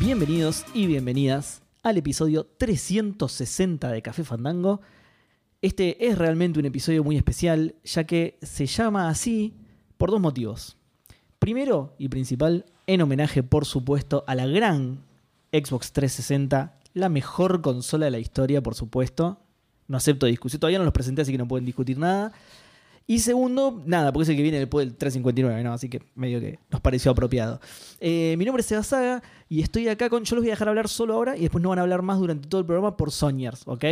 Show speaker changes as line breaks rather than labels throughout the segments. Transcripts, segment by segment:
Bienvenidos y bienvenidas al episodio 360 de Café Fandango. Este es realmente un episodio muy especial, ya que se llama así por dos motivos. Primero y principal, en homenaje, por supuesto, a la gran Xbox 360, la mejor consola de la historia, por supuesto. No acepto discusión, todavía no los presenté, así que no pueden discutir nada. Y segundo, nada, porque es el que viene después del 359, ¿no? Así que medio que nos pareció apropiado. Eh, mi nombre es Seba Saga y estoy acá con. Yo los voy a dejar hablar solo ahora y después no van a hablar más durante todo el programa por Soñers, ¿ok?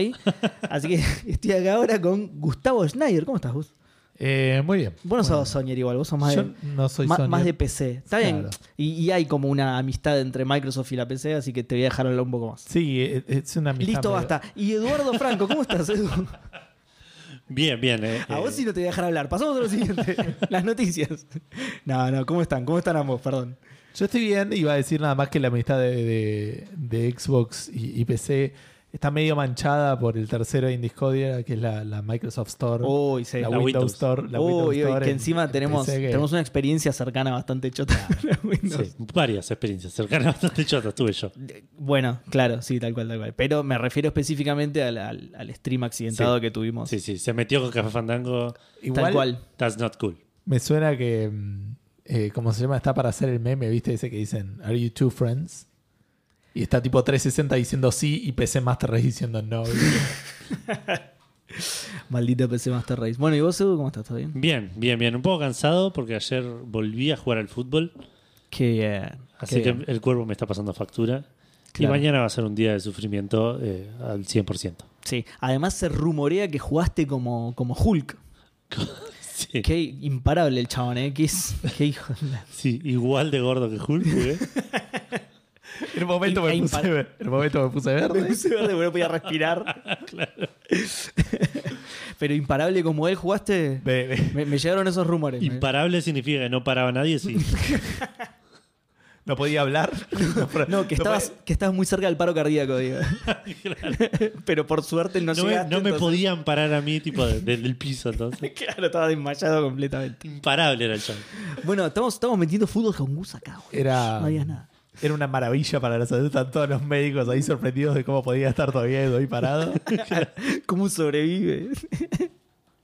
Así que estoy acá ahora con Gustavo Schneider. ¿Cómo estás, Gus?
Eh, muy bien.
Vos no sos Soñer igual, vos sos más
Yo
de.
no soy
ma-
Sony.
más de PC. Está bien.
Claro.
Y, y hay como una amistad entre Microsoft y la PC, así que te voy a dejar hablar un poco más.
Sí, eh, es una amistad.
Listo,
medio-
basta. Y Eduardo Franco, ¿cómo estás, Edu?
Bien, bien. eh,
A
eh,
vos sí no te voy a dejar hablar. Pasamos a lo siguiente. Las noticias. No, no, ¿cómo están? ¿Cómo están ambos? Perdón.
Yo estoy bien, iba a decir nada más que la amistad de, de- de Xbox y, y PC está medio manchada por el tercero en Discordia, que es la, la Microsoft Store.
Uy, Oh, sí.
la,
la
Windows,
Windows.
Store. La
Uy,
Windows
uy,
Store
que
en-
encima
en
tenemos,
PC que-
tenemos una experiencia cercana bastante chota. La Windows.
sí, varias experiencias cercanas bastante chotas tuve yo.
Bueno, claro, sí, tal cual, tal cual. Pero me refiero específicamente al, al- al stream accidentado
Sí.
que tuvimos.
Sí, sí, se metió con Café Fandango.
Igual
Tal cual.
That's not cool.
me suena que, mm, eh, ¿cómo se llama? Está para hacer el meme, ¿viste? Ese que dicen, ¿Are you two friends? Y está tipo 360 diciendo sí y PC Master Race diciendo no. ¿viste?
Maldita PC Master Race. Bueno, ¿y vos, Edu, cómo estás? ¿Todo bien?
Bien, bien, bien. Un poco cansado porque ayer volví a jugar al fútbol.
Qué bien.
Así
qué
que
bien.
el cuerpo me está pasando factura.
Claro.
Y mañana va a ser un día de sufrimiento eh, al 100%.
Sí, además se rumorea que jugaste como, como Hulk.
Sí,
Qué imparable el chabón, ¿eh? Qué, es- qué hijo de la-
sí, igual de gordo que Hulk. ¿eh? jugué.
el, momento me
E impar-
puse, ver- el momento me puse verde.
Me puse verde porque no podía respirar. Pero imparable como él jugaste.
Ve- ve-
Me, me llegaron esos rumores. Me-
Imparable significa que no paraba nadie. Sí.
No podía hablar.
No, que estabas, que estabas muy cerca del paro cardíaco, digo.
Claro.
Pero por suerte no,
No, me,
llegaste.
no me
entonces-
podían parar a mí, tipo, de- desde el piso. Entonces,
Claro, estaba desmayado completamente.
imparable era el show.
Bueno, estamos, estamos metiendo fútbol con Gus acá, güey.
Era,
No digas nada.
era una maravilla para la salud. Están todos los médicos ahí sorprendidos de cómo podía estar todavía Edu ahí parado.
¿Cómo sobrevive?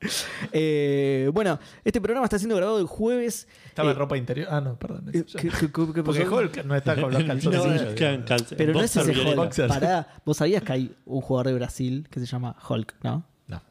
Eh, bueno, este programa está siendo grabado el jueves.
Estaba
Eh,
en ropa interior. Ah, no, perdón.
eh, ¿qué- qué- qué- qué
Porque
pasó?
Hulk no está con los calzones.
No,
digamos.
can- calce-
Pero no es
boxer
ese
violeta.
Hulk.
Boxer.
Pará, vos sabías que hay un jugador de Brasil que se llama Hulk, ¿no?
No.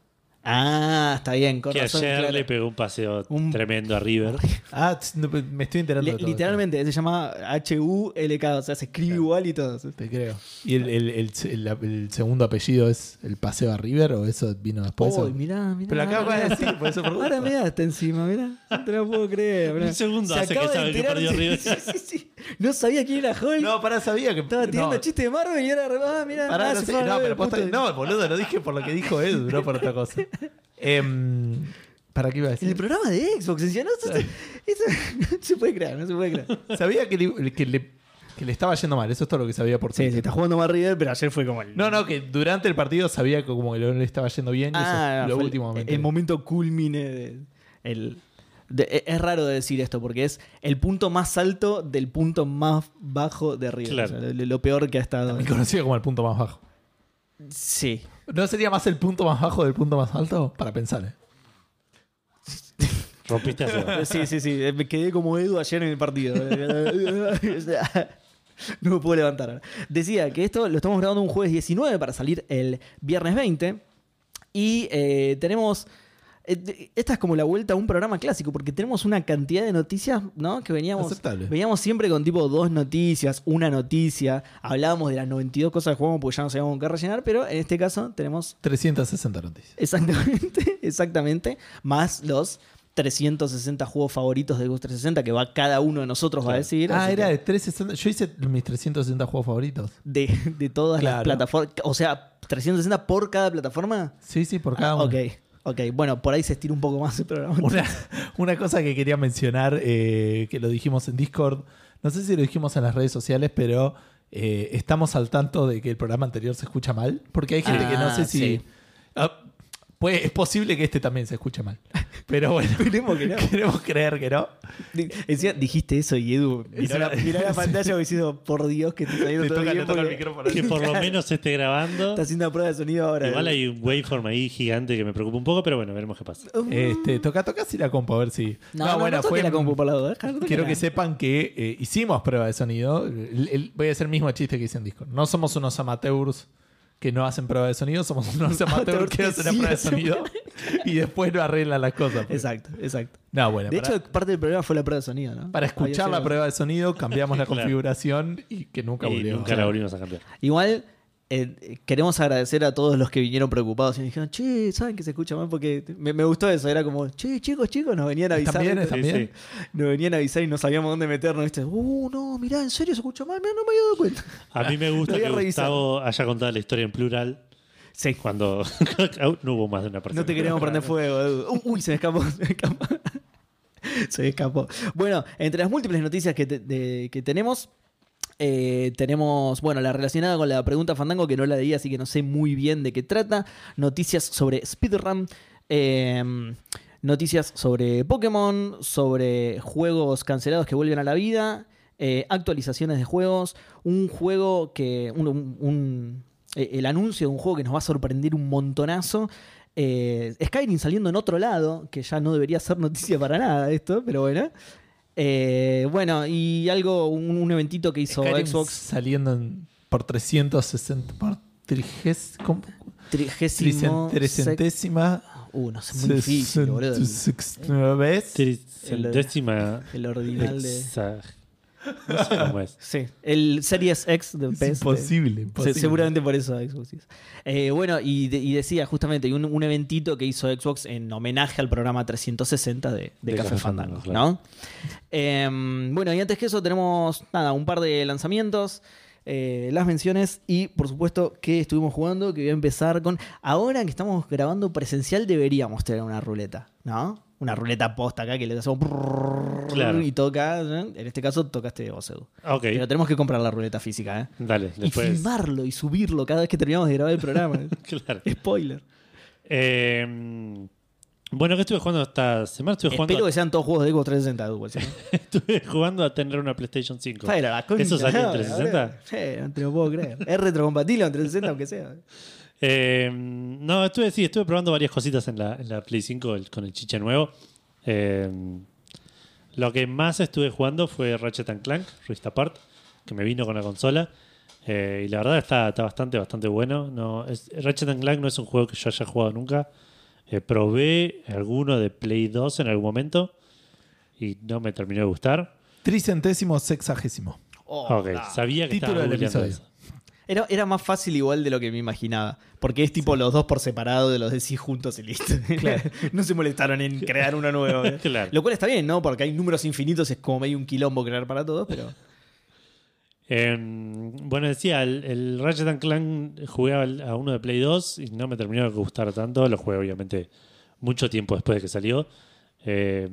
Ah, está bien, con
Que
razón,
ayer
claro.
le pegó un paseo
Un-
tremendo a River.
Ah, tss, no, me estoy enterando.
Le-
de todo esto.
literalmente, se llama H-U-L-K, o sea, se escribe igual y todo.
Te creo. ¿Y el, el- el- el- el segundo apellido es el paseo a River o eso vino después?
Uy,
o-
mirá, mirá.
Pero lo acabas
ahora
de
mirá.
decir, por eso pregunto.
Ahora mirá, está encima, mirá. No te lo puedo creer, mirá.
Un segundo
Se
hace
acaba
que
de
sabe que
enterar,
perdió
sí,
River.
Sí, sí, sí. No sabía quién era Hulk.
No, pará, sabía que.
Estaba tirando
no,
chistes de Marvel y ahora, ah, mirá.
Pará,
ah,
no,
se
sé,
fue a
no,
Marvel,
pero posta-
punto.
no, boludo, lo dije por lo que dijo Edu, no por otra cosa. Em, ¿Para qué iba a
El
decir?
programa de Xbox, decía, no, eso, eso- no se puede creer, no se puede creer.
Sabía que le, que le- que le estaba yendo mal, eso es todo lo que sabía por
Sí,
Twitter.
se está jugando más River, pero ayer fue como el.
No, no, que durante el partido sabía que como que no le estaba yendo bien y
Ah,
eso es lo
fue el-
último que me
el,
enteré.
momento culmine de- el- de- e- es raro de decir esto porque es el punto más alto del punto más bajo de River.
Claro.
O sea, lo, lo peor que ha estado.
También conocido como el punto más bajo.
Sí.
¿No sería más el punto más bajo del punto más alto? Para pensar, ¿eh?
Rompiste a Seba.
Sí, sí, sí. Me quedé como Edu ayer en el partido. O sea, no me puedo levantar. ahora. Decía que esto lo estamos grabando un jueves 19 para salir el viernes 20. Y eh, tenemos. eh, de- Esta es como la vuelta a un programa clásico, porque tenemos una cantidad de noticias, ¿no? Que veníamos.
Aceptable.
Veníamos siempre con tipo dos noticias, una noticia. Hablábamos de las 92 cosas que jugamos porque ya no sabíamos con qué rellenar, pero en este caso tenemos
360 noticias.
Exactamente, exactamente. Más los 360 juegos favoritos de Xbox 360 que va cada uno de nosotros va a decir.
ah,
así
era
que
de 360. Yo hice mis 360 juegos favoritos.
de, de todas las
Claro.
plataformas. O sea, 360 por cada plataforma.
Sí, sí, por cada
Ah,
uno.
Ok, ok. Bueno, por ahí se estira un poco más el programa.
Una, una cosa que quería mencionar, eh, que lo dijimos en Discord, no sé si lo dijimos en las redes sociales, pero eh, estamos al tanto de que el programa anterior se escucha mal, porque hay gente que no
Ah,
sé si...
sí.
Ah, pues es posible que este también se escuche mal. Pero bueno,
Esperemos que no.
queremos creer que no.
Di- Encima dijiste eso y Edu miró la, miró la pantalla como diciendo, por Dios, que te está
Le
saliendo todo
toca, le
bien.
toca el
porque
micrófono.
Que por lo menos se esté grabando.
Está haciendo una prueba de sonido ahora.
Igual hay un waveform ahí gigante que me preocupa un poco, pero bueno, veremos qué pasa.
Uh,
Este, toca, toca si la compu, a ver si.
No, no, no toque la compu, Palado, deja, no toque
Quiero
la-
que sepan que eh, hicimos prueba de sonido. El- el- voy a hacer el mismo chiste que hice en Discord. No somos unos amateurs que no hacen prueba de sonido, somos unos amateurs que
que
hacen la
sí
prueba de
hacen
sonido y después no arreglan las cosas. porque-
Exacto, exacto.
No, bueno,
De
para,
hecho, parte del problema fue la prueba de sonido, ¿no?
para escuchar
Había
la
sido-
prueba de sonido cambiamos la
Claro.
configuración y que nunca
Y
volvió.
nunca la volvimos a cambiar.
Igual eh, queremos agradecer a todos los que vinieron preocupados y nos dijeron, che, ¿saben que se escucha mal? Porque me, me gustó eso. Era como, che, chicos, chicos, nos venían a avisar.
También,
¿viste?
también.
Sí,
Nos venían a avisar y no sabíamos dónde meternos. ¿viste? Uh, no, mirá, en serio se escucha mal, mirá, no me había dado cuenta.
A mí me gusta
Lo voy a
que
revisar.
Gustavo haya contado la historia en plural
Sí,
cuando no hubo más de una persona.
No te queremos prender fuego. Edu. Uh, uy, se me escapó. Se me escapó. Se me escapó. Bueno, entre las múltiples noticias que, te- de- que tenemos, eh, tenemos, bueno, la relacionada con la pregunta Fandango, que no la leí, así que no sé muy bien de qué trata. Noticias sobre Speedrun. eh, noticias sobre Pokémon, sobre juegos cancelados que vuelven a la vida, eh, actualizaciones de juegos, un juego que. Un, un- un- eh, el anuncio de un juego que nos va a sorprender un montonazo. eh, Skyrim saliendo en otro lado, que ya no debería ser noticia para nada esto, pero bueno. Eh, bueno, y algo, un, un eventito que hizo
Skyrim
Xbox
saliendo en- por 360, por triges, ¿cómo?
trigésimo.
Tricen- trecentésima,
sec- Uh, no sé, muy difícil, boludo.
sesenta- sexta vez.
Décima
El ordinal de.
No sé cómo es.
Sí, el Series X de
Es
PS.
imposible,
Pues
Se-
imposible.
seguramente por eso Xbox. hizo. Eh, bueno, y, de- y decía justamente y un, un eventito que hizo Xbox en homenaje al programa 360 de, de
De
Café,
Café
Fandango,
Fandango, claro.
¿no? Em, bueno, y antes que eso tenemos nada, un par de lanzamientos, eh, las menciones y por supuesto que estuvimos jugando, que voy a empezar con... Ahora que estamos grabando presencial deberíamos tener una ruleta, ¿no? Una ruleta posta acá que le hacemos prrrr
Claro.
y toca, ¿eh? en este caso tocaste vos, Edu.
Ah, Ok,
Pero tenemos que comprar la ruleta física, ¿eh?
dale,
Y
después.
filmarlo y subirlo cada vez que terminamos de grabar el programa.
Claro.
Spoiler.
Eh, bueno, que estuve jugando esta semana? Estuve jugando,
Espero que sean todos juegos de Xbox 360. Edu, igual, ¿sí?
estuve jugando a tener una PlayStation 5.
Fuera, la concha,
¿Eso salió en
¿no?
360?
Sí, no te lo puedo creer. Es retrocompatible en 360, aunque sea.
Eh, no, estuve, sí, estuve probando varias cositas en la, en la Play 5 el- con el chiche nuevo. Eh, lo que más estuve jugando fue Ratchet and Clank, Rift Apart, que me vino con la consola. Eh, y la verdad está, está bastante, bastante bueno. No, es- Ratchet and Clank no es un juego que yo haya jugado nunca. Eh, probé alguno de Play 2 en algún momento y no me terminó de gustar.
Tricentésimo sexagésimo.
Oh,
ok,
la-
sabía que
Título
estaba
del
googleando
episodio.
eso.
Era, era más fácil igual de lo que me imaginaba. Porque es tipo los dos por separado de los de sí juntos y listo. no se molestaron en crear uno nuevo. ¿eh?
Claro.
Lo cual está bien, ¿no? Porque hay números infinitos, es como medio un quilombo crear para todos, pero.
Eh, bueno, decía, el, el Ratchet and Clank jugué al- a uno de Play 2 y no me terminó de gustar tanto. Lo jugué, obviamente, mucho tiempo después de que salió. Eh,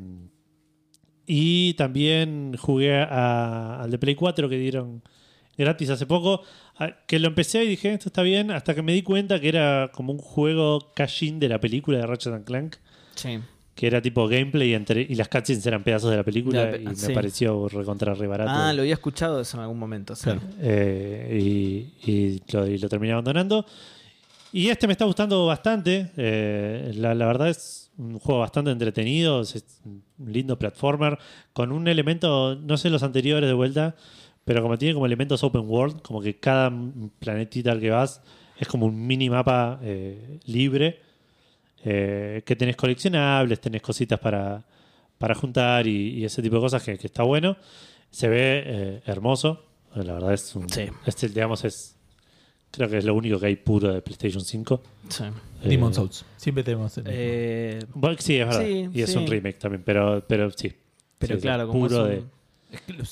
y también jugué a- al de Play 4 que dieron gratis hace poco. a- que lo empecé y dije, esto está bien. Hasta que me di cuenta que era como un juego cash-in de la película de Ratchet and Clank.
Sí.
Que era tipo gameplay entre, y las cutscenes eran pedazos de la película.
La pe- ah,
y me
sí.
pareció recontra re barato.
Ah, lo había escuchado eso en algún momento. sí.
Claro.
Eh, y, y lo, y lo terminé abandonando. Y este me está gustando bastante. eh, la, la verdad es un juego bastante entretenido. Es es un lindo platformer. Con un elemento, no sé los anteriores de vuelta, pero como tiene como elementos open world, como que cada m- planetita al que vas es como un minimapa eh, libre. eh, que tenés coleccionables, tenés cositas para, para juntar y, y ese tipo de cosas que, que está bueno. Se ve eh, hermoso. La verdad es un.
Sí.
es el, digamos, es. Creo que es lo único que hay puro de PlayStation 5.
Sí.
Eh,
Demon Souls. Siempre tenemos el mismo.
Eh,
bueno, sí, es verdad.
Sí,
y es
sí.
un remake también, pero, pero sí.
pero
Sí, sí,
claro, como
puro
es un-
de.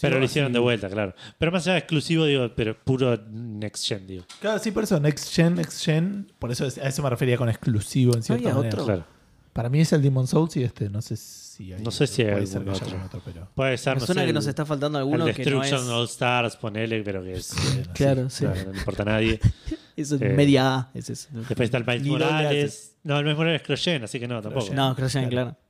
Pero lo hicieron de vuelta, claro. Pero más allá de exclusivo, digo, pero es puro next gen, digo.
Claro, sí, por eso. Next Gen, Next Gen. Por eso es- a eso me refería con exclusivo en cierta
había
manera.
otro?
Claro.
Para mí es el Demon Souls y este. No sé si hay.
No sé si hay
puede ser
algún
que haya
otro.
algún pero.
Puede ser.
Me
no
suena
sé,
que
el-
nos está faltando
el
alguno que no es.
Destruction All Stars, ponele, pero que es. eh,
Claro, sí.
claro, no importa a nadie.
Eso es
Eh,
media A. Es eso.
Después está el Miles
Ni lo le
Morales. No, el Miles Morales es Croyen, así que no, tampoco.
No, creo que sea en
Claro.
claro.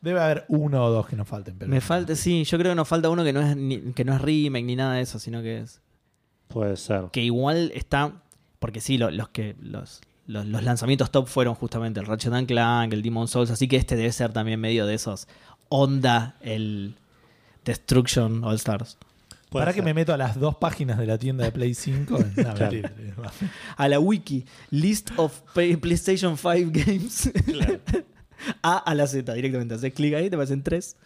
Debe haber uno o dos que nos falten. Pero
Me falta, sí, yo creo que nos falta uno que no es ni- que no es remake ni nada de eso, sino que es
Puede ser.
que igual está porque sí, lo- los que los, los, los lanzamientos top fueron justamente el Ratchet and Clank, el Demon Souls, así que este debe ser también medio de esos onda el Destruction All Stars.
Puede
Para
ser.
que me meto a las dos páginas de la tienda de Play 5. No,
Claro.
mentira.
A la wiki List of Play- PlayStation 5 Games
Claro.
A a la Z directamente, haces clic ahí te parecen tres.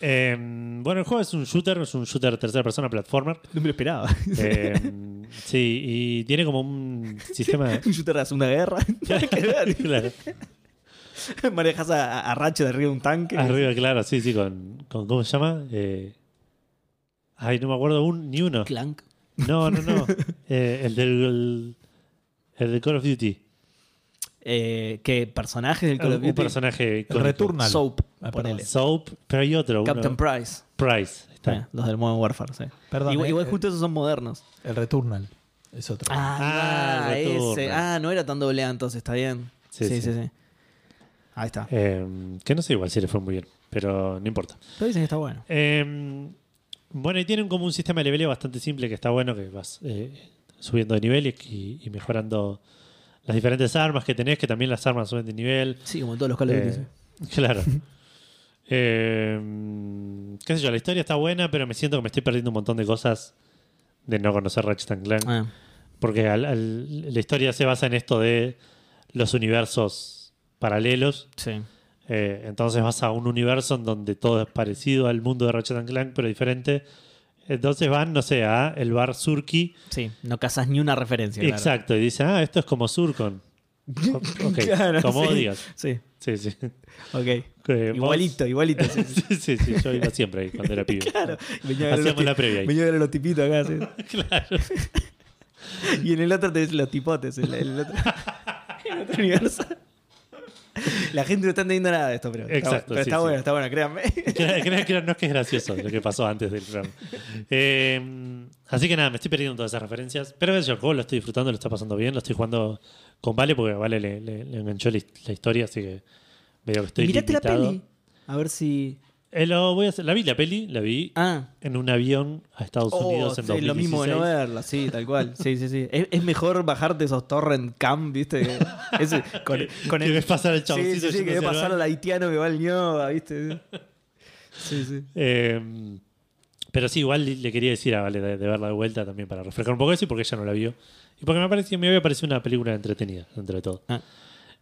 Eh, bueno, el juego es un shooter, es un shooter tercera persona platformer.
No me lo esperaba.
Eh, sí, y tiene como un sistema.
Un shooter de la Segunda Guerra. Nada que ver.
Claro.
Manejas a, a Ratchet arriba de un tanque.
Arriba, claro, sí, sí, con, con- ¿cómo se llama? Eh, ay, no me acuerdo un, ni uno.
Clank.
No, no, no. Eh, el del el, del Call of Duty.
Eh, ¿Qué personajes del Call of
Un
Duty?
personaje
El
icónico.
Returnal.
Soap,
Ah,
ponele.
Soap, pero hay otro. uno-
Captain Price.
Price. ahí Está.
Eh, los del Modern Warfare, sí.
Perdón,
igual,
eh,
igual
eh.
justo esos son modernos.
El Returnal. Es otro.
Ah,
Ah,
el Returnal.
ese. Ah, no era tan doble A, entonces, está bien.
Sí,
Sí sí,
sí.
sí, Ahí está.
Eh, que no sé igual si le fue muy bien, pero no importa.
Pero dicen que está bueno.
Eh, bueno, y tienen como un sistema de leveleo bastante simple que está bueno, que vas eh, subiendo de nivel y, y mejorando las diferentes armas que tenés, que también las armas suben de nivel.
Sí, como en todos los Call of Duty.
Eh,
sí.
claro. Eh, qué sé yo, la historia está buena, pero me siento que me estoy perdiendo un montón de cosas de no conocer Ratchet and Clank.
Ah,
Porque al- al- la historia se basa en esto de los universos paralelos.
sí.
Eh, entonces vas a un universo en donde todo es parecido al mundo de Ratchet and Clank, pero diferente. Entonces van, no sé, a el bar Surki.
Sí, no cazas ni una referencia. claro.
Exacto, y dicen, ah, esto es como Surcon. Ok,
Claro,
como
sí.
odias.
Sí,
Sí, sí.
ok.
Eh, vos-
Igualito, igualito. sí, sí.
sí, sí, sí, yo iba siempre ahí cuando era pibe.
Claro. Venía a ver
Hacíamos
los
la
ti-
previa ahí.
venía a ver los tipitos acá. sí.
Claro.
Y en el otro tenés los tipotes. En, la- en el, otro, en otro universo. La gente no está entendiendo nada de esto, pero está,
Exacto,
bueno, pero
sí,
está
sí.
bueno, está bueno, créanme.
Creo- creo que no es que es gracioso lo que pasó antes del programa. Eh, así que nada, me estoy perdiendo todas esas referencias. Pero qué sé yo, el juego lo estoy disfrutando, lo está pasando bien, lo estoy jugando con Vale porque a Vale le, le- le enganchó la, his- la historia, así que veo que estoy
Mirate
limitado.
la peli. A ver si.
Eh, lo voy a hacer. La vi, la peli, la vi
Ah.
en un avión a Estados
Oh,
Unidos en
sí,
2016.
lo mismo de no verla, sí, tal cual. Sí, sí, sí. Es, es mejor bajarte esos torrent cam, ¿viste? Ese, con, con
Que ves pasar al
Sí,
chaboncito
sí, sí, que
yéndose
debe
al
pasar
baño.
al haitiano que va al ñoba, ¿viste? Sí, sí.
Eh, pero sí, igual le quería decir a Vale de, de verla de vuelta también para refrescar un poco eso y porque ella no la vio. Y porque me, pareció, me había parecido una película entretenida, entre todo.
Ah.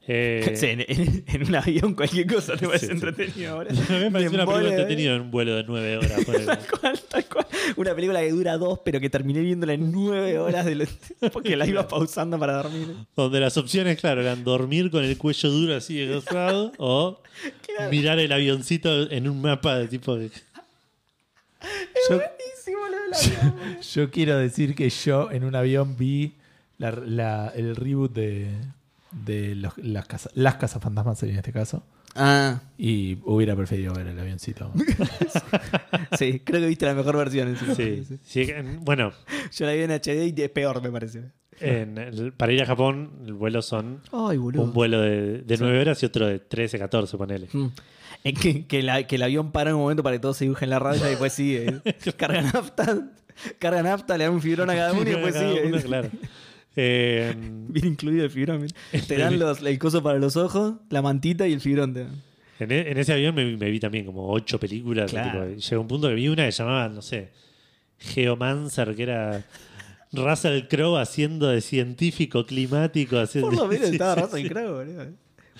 Eh,
Sí, en, en- en un avión cualquier cosa te parece
sí.
entretenido ahora.
me había parecido una película
Embole,
entretenida en un vuelo ¿eh? de nueve horas. ponele.
Tal cual, tal cual. Una película que dura dos, pero que terminé viéndola en nueve horas de lo- porque la iba pausando para dormir.
donde las opciones, claro, eran dormir con el cuello duro así desgastado o mirar el avioncito en un mapa de tipo... de-
Yo,
Buenísimo lo del avión. boludo.
yo quiero decir que yo en un avión vi la- la- el reboot de, de los- las, casa, las cazafantasmas sería en este caso.
Ah,
Y hubiera preferido ver el avioncito.
sí, creo que viste la mejor versión. encima.
Sí, sí, en- bueno,
Yo la vi en HD y es peor, me parece.
en el- para ir a Japón el vuelo son
Ay,
un vuelo de, de nueve horas y otro de 13, 14, ponele.
Mm. Es que, que la- que el avión para en un momento para que todos se dibujen la raya y después sigue. carga nafta, carga nafta, le dan un fibrón a cada uno y después
Cada
sigue.
uno, claro. Eh,
Bien incluido el fibrón. mira. Te dan los, el coso para los ojos, la mantita y el fibrón. te dan.
en, e- en ese avión me, vi- me vi también como ocho películas.
Claro.
tipo, llegó un punto que vi una que llamaba, no sé, Geomancer, que era Russell Crowe haciendo de científico climático. haciendo-
Por lo menos
Sí,
estaba
sí,
Russell
sí.
Crowe, boludo.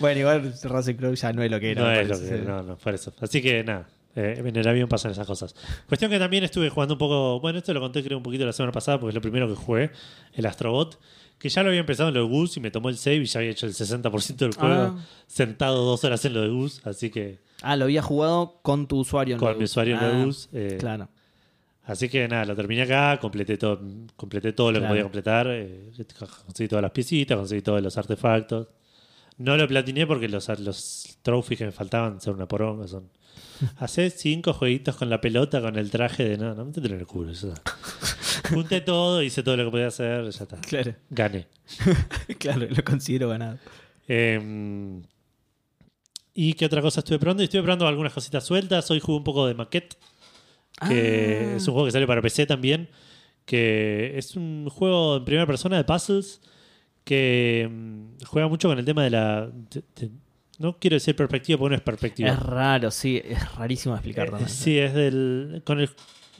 Bueno, igual Russell Crowe ya no es lo que era.
No
me
es lo
parece,
que-
sí.
no, no, por eso. Así que nada, eh, en el avión pasan esas cosas. Cuestión que también estuve jugando un poco, bueno, esto lo conté creo un poquito la semana pasada porque es lo primero que jugué, el Astrobot, que ya lo había empezado en lo de Goose y me tomó el save y ya había hecho el 60% del juego
Ah.
sentado dos horas en lo de Goose, así que
Ah, lo había jugado con tu usuario. en
con
Redux.
mi usuario
Ah,
en lo de Goose. eh,
Claro.
Así que nada, lo terminé acá, completé todo, completé todo lo que
Claro.
podía completar, eh, conseguí todas las piecitas, conseguí todos los artefactos. No lo platiné porque los, los trophies que me faltaban son una poronga. Son. Hacé cinco jueguitos con la pelota, con el traje de nada, no me te en el culo. ya está. Junté todo, hice todo lo que podía hacer, ya está.
Claro,
Gané.
claro, lo considero ganado.
Eh, Em, ¿Y qué otra cosa estuve probando? Estuve probando algunas cositas sueltas. Hoy jugué un poco de Maquette, que
Ah.
es un juego que sale para PC también. Que es un juego en primera persona de puzzles que mm, juega mucho con el tema de la. de- de- no quiero decir perspectiva porque no es perspectiva.
Es raro, sí, es rarísimo de explicar también.
Eh, Sí, es del. Con el,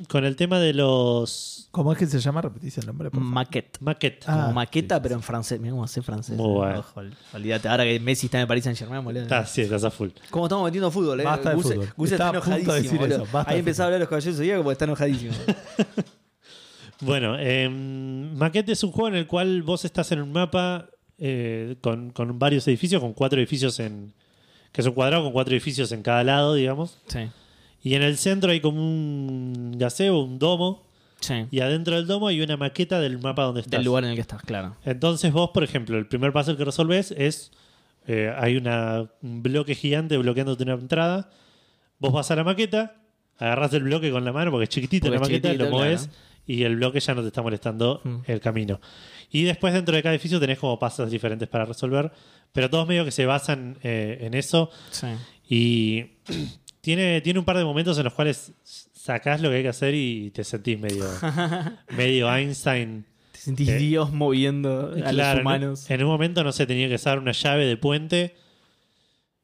con el tema de los.
¿Cómo es que se llama? Repetís el nombre. por favor.
Maquette.
Maquette.
Ah,
Como maqueta,
sí, sí,
pero en francés. Mira cómo sé francés.
Muy bueno.
Ojo, ol- olvídate, ahora que Messi está en el Paris Saint Germain, boludo.
Estás, Ah, sí, estás a full.
Como estamos metiendo fútbol, eh.
Basta de
Gus-
fútbol.
Gus está
Estaba a punto de
enojadísimo.
decir
boludo.
eso, basta
Ahí
de
empezó a hablar los caballeros de Zodíaco porque está enojadísimo.
Bueno, eh, Maquette es un juego en el cual vos estás en un mapa eh, con, con varios edificios, con cuatro edificios en. que es un cuadrado con cuatro edificios en cada lado, digamos.
sí,
Y en el centro hay como un gazebo, un domo.
sí.
Y adentro del domo hay una maqueta del mapa donde estás.
Del lugar en el que estás, claro.
Entonces vos, por ejemplo, el primer puzzle que resolves es, eh, hay una, un bloque gigante bloqueándote una entrada, vos vas a la maqueta, agarras el bloque con la mano porque es chiquitito
Porque
la
es
maqueta, lo
chiquitito,
mueves
claro.
y el bloque ya no te está molestando
Mm.
el camino. Y después dentro de cada edificio tenés como pasos diferentes para resolver, pero todos medio que se basan eh, en eso
Sí.
y tiene, tiene un par de momentos en los cuales sacás lo que hay que hacer y te sentís medio, medio Einstein.
Te sentís
Eh,
Dios moviendo a
Claro, Eh.
los
en-
humanos.
En un momento, no sé, tenía que usar una llave de puente.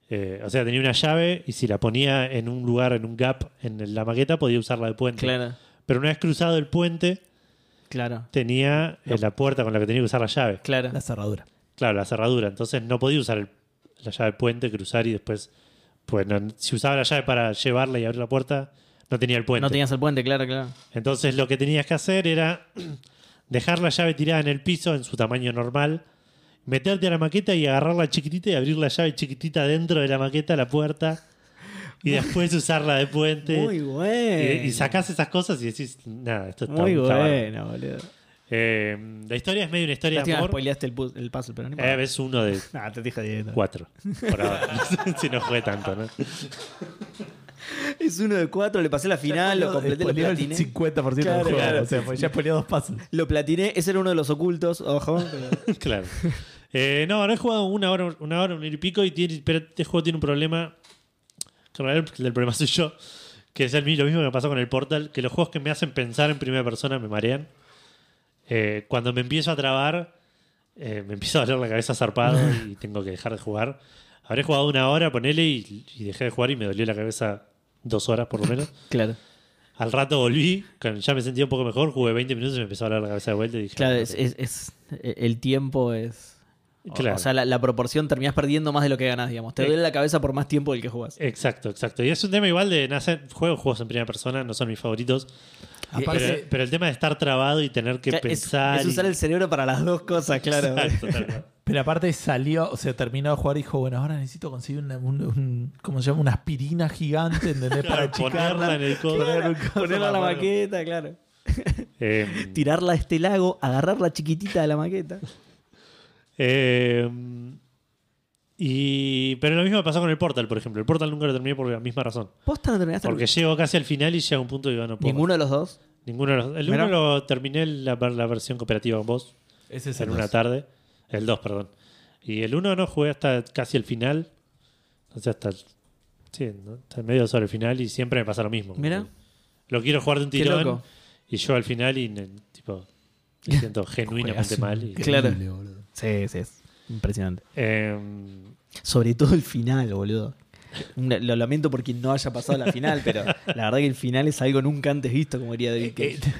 Eh, o sea, tenía una llave y si la ponía en un lugar, en un gap en la maqueta, podía usarla de puente.
claro,
Pero una vez cruzado el puente,
claro,
tenía eh, la puerta con la que tenía que usar la llave.
claro.
La cerradura.
Claro, la cerradura. Entonces no podía usar el- la llave de puente, cruzar y después. Pues no- si usaba la llave para llevarla y abrir la puerta, no tenía el puente.
No tenías el puente, claro, claro.
Entonces lo que tenías que hacer era dejar la llave tirada en el piso en su tamaño normal, meterte a la maqueta y agarrarla chiquitita y abrir la llave chiquitita dentro de la maqueta, la puerta, y después usarla de puente.
Muy bueno.
Y, y sacás esas cosas y decís, nada, esto está
Muy
está bárbaro".
bueno, boludo.
Eh, la historia es medio una historia de
Lástima que
amor.
spoileaste el, pu- el puzzle, pero no
Eh,
importa.
es uno de
Nah, te dije directo.
cuatro. Por ahora. si no fue tanto, ¿no?
Es uno de cuatro, le pasé la final, lo completé, lo
Spoileó el
platiné.
50%
Claro,
del juego.
claro. Eh,
O sea, pues ya spoileó dos pasos.
Lo platiné, ese era uno de los ocultos, ojo.
claro. Eh, no, no he jugado una hora, una hora, un hora y pico, y tiene- pero este juego tiene un problema. que en realidad El problema soy yo. Que es el, mi- lo mismo que me pasó con el Portal, que los juegos que me hacen pensar en primera persona me marean. Eh, cuando me empiezo a trabar, eh, me empieza a doler la cabeza zarpado y tengo que dejar de jugar. Habré jugado una hora, ponele, y, y dejé de jugar y me dolió la cabeza dos horas por lo menos.
Claro.
Al rato volví, con- ya me sentía un poco mejor, jugué 20 minutos y me empezó a doler la cabeza de vuelta y dije...
Claro,
"Ah,
es, es- es- el tiempo es. o-
Claro.
O sea, la, la proporción terminás perdiendo más de lo que ganás, digamos. Te
Eh.
duele la cabeza por más tiempo del que jugás.
Exacto, exacto. Y es un tema igual de nacer, juego juegos en primera persona, no son mis favoritos. Pero,
Aparte,
eh, pero el tema de estar trabado y tener que
Claro, es-
pensar.
Es,
y-
usar el cerebro para las dos cosas, claro.
Exacto, tal cual.
pero aparte salió, o sea, terminó de jugar y dijo, bueno, ahora necesito conseguir una, un, un- ¿cómo se llama? Una aspirina gigante, ¿entendés? Para
Claro, ponerla
achicarla.
en el codo.
Poner un coso
Ponerla a
para
la
ponerlo.
maqueta, claro.
Eh,
Tirarla a este lago, agarrarla chiquitita de la maqueta.
eh, y, pero lo mismo me pasó con el Portal, por ejemplo. El Portal nunca lo terminé por la misma razón.
¿Posta no terminaste?
Porque llego casi al final y llega un punto y digo, no puedo.
¿Ninguno de los dos?
Ninguno de los- el
Mira.
uno lo terminé la, la versión cooperativa con vos
Ese es
en
el
una
dos.
tarde. El 2, perdón. Y el 1 no jugué hasta casi el final. O sea, hasta el, sí, ¿no? hasta el medio sobre el final y siempre me pasa lo mismo.
Mira.
Lo quiero jugar de un
Qué
tirón
loco.
y yo al final y ne- tipo me siento genuinamente
Juegazo
mal. y-
Claro.
increíble, boludo.
Sí, sí, es impresionante.
Em,
Sobre todo el final, boludo. Una- Lo lamento por quien no haya pasado la final, pero la verdad que el final es algo nunca antes visto, como diría David
Eh,
Cage.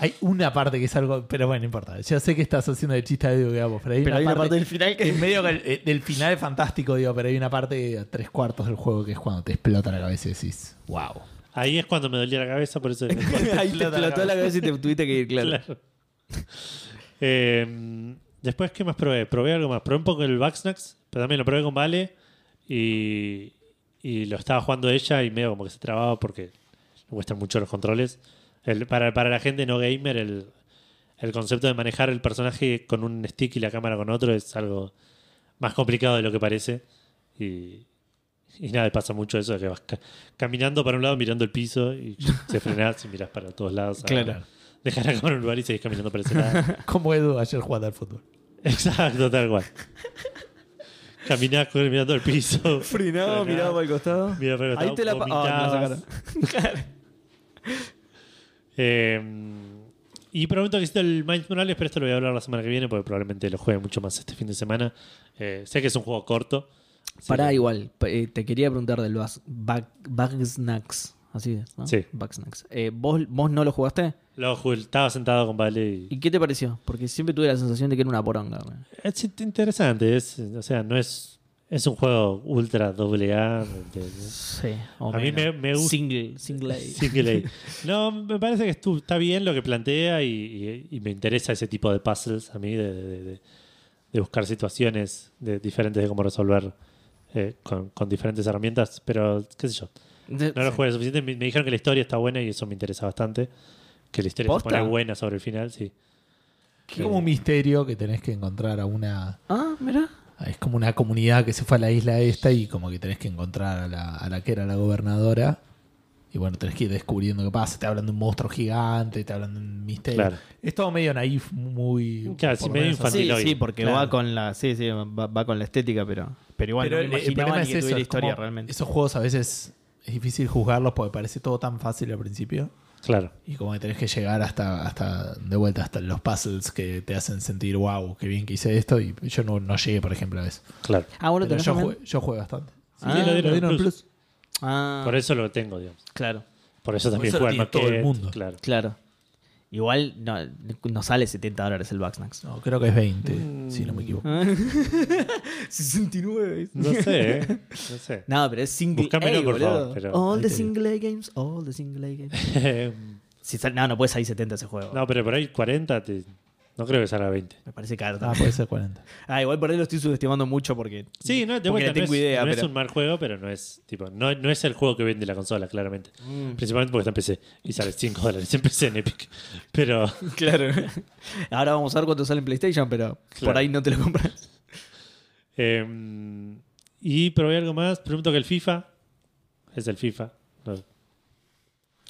hay una parte que es algo, pero bueno, no importa. Ya sé que estás haciendo el chiste de digamos, pero hay
Pero
una
hay una parte
parte
del final que
en medio que el- eh, del final es fantástico, digo, pero hay una parte a tres cuartos del juego que es cuando te explota la cabeza y decís, wow.
ahí es cuando me dolía la cabeza, por eso.
Ahí te
Explota la
explotó la cabeza y te tuviste que ir, claro.
Claro. Em, después, ¿qué más probé? Probé algo más. Probé un poco el Bugsnax, pero también lo probé con Vale y, y lo estaba jugando ella y medio como que se trababa porque le cuestan mucho los controles. El- para, para la gente no gamer, el, el concepto de manejar el personaje con un stick y la cámara con otro es algo más complicado de lo que parece. Y, y nada, pasa mucho eso de que vas ca- caminando para un lado mirando el piso y se frenás y mirás para todos lados.
Claro.
Dejar la cámara en un lugar y seguís caminando para ese lado.
Como Edu ayer jugando al fútbol.
Exacto, tal cual. Caminás con- mirando al piso.
Frenado, mirado para el costado.
Mira, pero
Ahí te la pa-
vomitabas.
Ah, me la sacaron.
Eh, y prometo que hiciste el Miles Morales, pero esto lo voy a hablar la semana que viene porque probablemente lo juegue mucho más este fin de semana. Eh, sé que es un juego corto. Así
Pará,
que-
igual. pa- eh, te quería preguntar del Bas- Bag, Bag Snacks. Así es, ¿no?
Sí.
Bag Snacks. Eh, ¿vos, ¿Vos no lo jugaste?
Lo jugué- estaba sentado con Vale y.
¿Y qué te pareció? Porque siempre tuve la sensación de que era una poronga. güey.
Es in- interesante, es, o sea, no es. Es un juego ultra doble A. ¿entendés?
Sí. o
A mí
menos.
me- me gusta-
Single, single. A.
Single A. No, me parece que estu- está bien lo que plantea y, y- y me interesa ese tipo de puzzles a mí, de, de- de- de buscar situaciones de- diferentes de cómo resolver eh, con, con diferentes herramientas, pero qué sé yo.
De-
No lo
sí.
jugué lo suficiente. Me, me dijeron que la historia está buena y eso me interesa bastante. Que la historia
¿Posta?
se pone buena sobre el final, sí.
Es como un misterio que tenés que encontrar a una.
Ah, mira.
Es como una comunidad que se fue a la isla esta y como que tenés que encontrar a la, a la que era la gobernadora. Y bueno, tenés que ir descubriendo qué pasa. Te hablan de un monstruo gigante, te hablan de un misterio.
Claro.
Es todo medio naif, muy.
Claro, sí,
por lo
medio
menos así.
infantil.
Sí,
Fantiloide.
sí, porque
Claro.
va con la sí, sí, va, va con la estética, pero pero igual
Pero
no me
el- el
imaginaba
problema
ni
es
que
eso.
tuviera
es
historia
como
realmente.
Esos juegos a veces es difícil juzgarlos porque parece todo tan fácil al principio.
Claro.
Y como que tenés que llegar hasta, hasta de vuelta, hasta los puzzles que te hacen sentir, wow, qué bien que hice esto. Y yo no, no llegué, por ejemplo, a eso.
Claro.
Ah, bueno,
Pero
tenés
yo,
también?
jugué, yo jugué bastante.
Ah,
Sí, lo dieron
lo dieron
en
en
Plus.
Ah,
Por eso lo tengo, digamos.
claro,
Por eso
Por
también
eso lo
juega
tiene todo el mundo.
Claro.
claro. Igual no, no sale 70 dólares el Bug Snacks.
No, creo que es 20, si no me equivoco.
69.
No sé, ¿eh? No sé.
No, pero es single
Buscámelo,
A,
por
boludo.
favor, pero-
all
Ahí
the
te digo.
single A games, all the single A games. Si sal- no, no puede salir 70 ese juego.
no, pero por ahí 40, te- no creo que salga 20.
Me parece caro
Ah,
también.
puede ser 40.
Ah, igual por ahí lo estoy subestimando mucho porque...
Sí, no, de
Porque
vuelta,
le tengo
no, es,
idea,
no es
pero-
un mal juego, pero no es tipo no, no es el juego que vende la consola, claramente.
Mm.
Principalmente porque está en PC y sale 5 dólares en PC en Epic. Pero
Claro. Ahora vamos a ver cuánto sale en PlayStation, pero por
Claro.
ahí no te lo compras.
Eh, y probé algo más. Pregunto que el FIFA es el FIFA. No.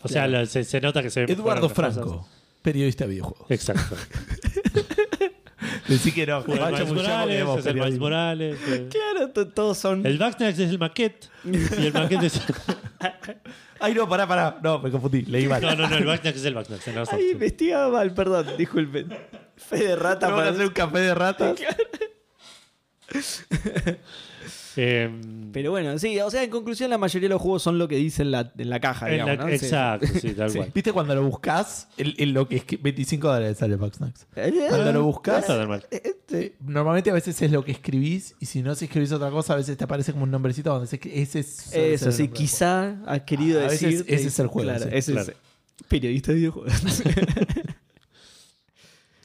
O sea, lo- se, se nota que se
Eduardo
mejoraron las
Franco, periodista de videojuegos.
cosas. Exacto.
Decí que no,
Fue el Miles Morales, es el Miles Morales. eh.
Claro, to- todos son...
El Backnax es el maquet. Y el maquet es.
Ay, no, pará, pará. No, me confundí. Leí mal.
No, no, no, el Backnax es el Backnax. no, no.
Ahí investigaba mal, perdón, disculpen. Fe de rata
¿Te van a hacer un café de ratas?
Eh,
Pero bueno, sí, o sea, en conclusión la mayoría de los juegos son lo que dice en la, en la caja,
en
digamos,
la-
¿no? Sí.
Exacto, sí, tal
Sí.
cual.
¿Viste cuando lo buscas? El, el lo que es que 25 dólares sale Bugs Snacks.
Eh,
Cuando lo buscas,
Está normal.
normalmente a veces es lo que escribís y si no si escribís otra cosa, a veces te aparece como un nombrecito donde dice que ese es
Eso,
suele ser
sí,
el nombre del
quizá has querido
A veces
decir...
ese es el juego,
Claro,
sí,
ese
claro.
es periodista de videojuegos.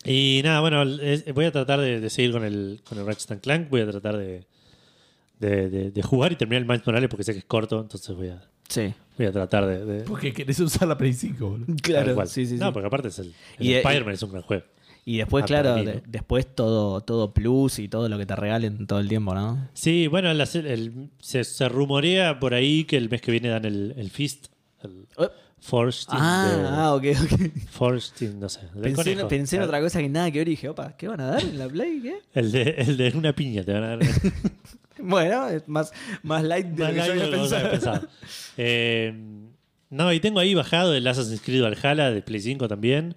Y nada, bueno, es- voy a tratar de, de seguir con el, con el Ratchet and Clank. Voy a tratar de, de, de- de jugar y terminar el Miles Morales porque sé que es corto, entonces voy a,
sí,
voy a tratar de. de-
juego. Porque querés usar la Play 5, boludo.
Tal
claro,
cual.
sí, sí, sí.
No, porque aparte es el, el
Y, eh,
Spider-Man es un gran juego.
Y después,
Ah,
claro,
para mí,
de-
¿no?
después todo, todo plus y todo lo que te regalen todo el tiempo, ¿no?
Sí, bueno, la se- el- se, se rumorea por ahí que el mes que viene dan el, el Fist, el
Eh.
Forged in the-
Ah, ah, ok, ok.
Forged in, no sé. el del
Pensé, en-
conejo.
pensé en
Ah,
otra cosa que nada que ver y dije, opa, ¿qué van a dar en la Play? ¿Qué?
El de, el de una piña te van a dar.
Bueno, es más, más light de
Más
lo que yo había
largo de lo que vos
pensado.
habías pensado. Eh, no, y tengo ahí bajado el Assassin's Creed Valhalla de Play 5 también.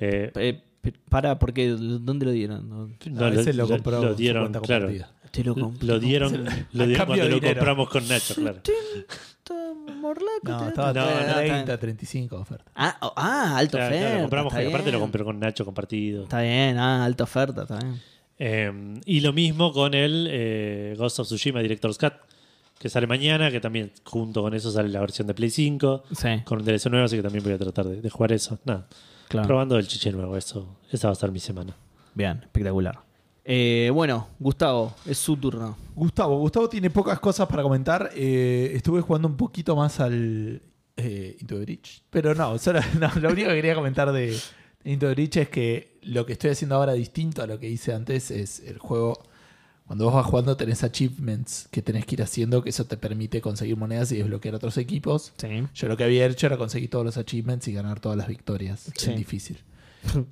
Eh,
Eh, pe- para, porque ¿dónde lo dieron? No,
no,
a veces lo, compró
lo
con su
dieron,
cuenta
claro.
compartida.
Te lo compré.
Lo dieron, lo dieron
cambio
cuando
de
lo
dinero.
compramos con Nacho, claro.
Está morlaco.
No,
te-
estaba
No, no,
30, 35 oferta.
Ah, oh, ah, alta
Claro,
oferta.
claro, lo compramos,
está
y aparte lo
bien.
compré con Nacho compartido.
Está bien, ah, alta oferta, está bien.
Eh, y lo mismo con el eh, Ghost of Tsushima Director's Cut, que sale mañana, que también junto con eso sale la versión de Play 5,
Sí,
con un DLC nuevo, así que también voy a tratar de, de jugar eso. Nada,
claro.
probando el chiche nuevo, eso. Esa va a ser mi semana.
Bien, espectacular. Eh, bueno, Gustavo, es su turno.
Gustavo, Gustavo tiene pocas cosas para comentar. Eh, estuve jugando un poquito más al eh, Into the Breach. Pero no, solo- no, lo único que quería comentar de Into the Breach es que lo que estoy haciendo ahora distinto a lo que hice antes es el juego. Cuando vos vas jugando tenés achievements que tenés que ir haciendo, que eso te permite conseguir monedas y desbloquear otros equipos.
Sí.
Yo lo que había hecho era conseguir todos los achievements y ganar todas las victorias.
Sí.
Es difícil.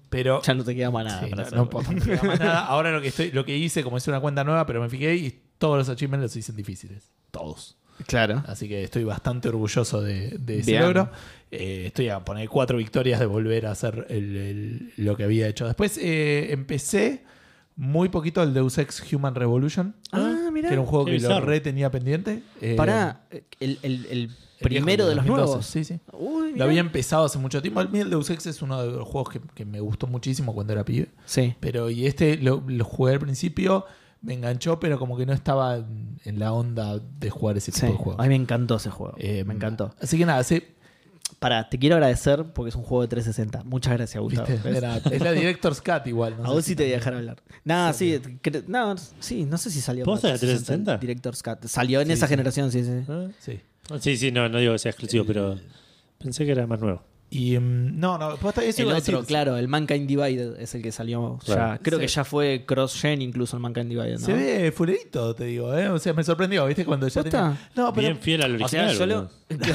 Pero
Ya no te queda más nada
Sí,
para
no,
hacer.
no puedo hacer nada. Ahora lo que estoy, lo que hice, como hice una cuenta nueva, pero me fijé y todos los achievements los dicen difíciles. Todos.
Claro.
Así que estoy bastante orgulloso de, de ese
Bien.
logro. Eh, estoy a poner cuatro victorias de volver a hacer el- el- lo que había hecho. Después eh, empecé muy poquito el Deus Ex Human Revolution.
Ah, mirá.
Que era un juego
Qué
que lo
bizarro.
re tenía pendiente. Eh,
Pará, el, el- el
el viejo
primero de los
2012.
nuevos.
Sí, sí.
Uy,
Lo
mirá.
había empezado hace mucho tiempo. A mí El Deus Ex es uno de los juegos que, que me gustó muchísimo cuando era pibe.
Sí.
Pero, y este lo, lo jugué al principio, me enganchó, pero como que no estaba en, en la onda de jugar ese tipo
Sí.
de juegos.
A mí me encantó ese juego.
Eh,
me encantó.
Así que nada, sí,
Pará, te quiero agradecer porque es un juego de 360. Muchas gracias, Gustavo.
viste,
¿Ves?
era- es la Director's Cut igual.
a
no sé
vos
si
sí te voy a
también.
dejar hablar. Nada, sí, cre- no, sí, no sé si salió.
¿Posta
para
de 360?
el Director's Cut. Salió en
Sí,
esa
sí.
generación, sí, sí.
¿Ah?
Sí.
Sí, sí, no, no digo que sea exclusivo, pero
Eh,
pensé que era más nuevo.
Y mm, no, no, posta, eso
el
iba a
otro,
decir,
claro, el Mankind Divided es el que salió. ya.
Claro.
creo
Se-
que ya fue cross-gen incluso el Mankind Divided. ¿no?
Se ve fulerito, te digo, ¿eh? O sea, me sorprendió, ¿viste? Cuando ya
¿Posta?
tenía... No, pero...
Bien fiel al
O sea,
original.
yo lo-
boludo.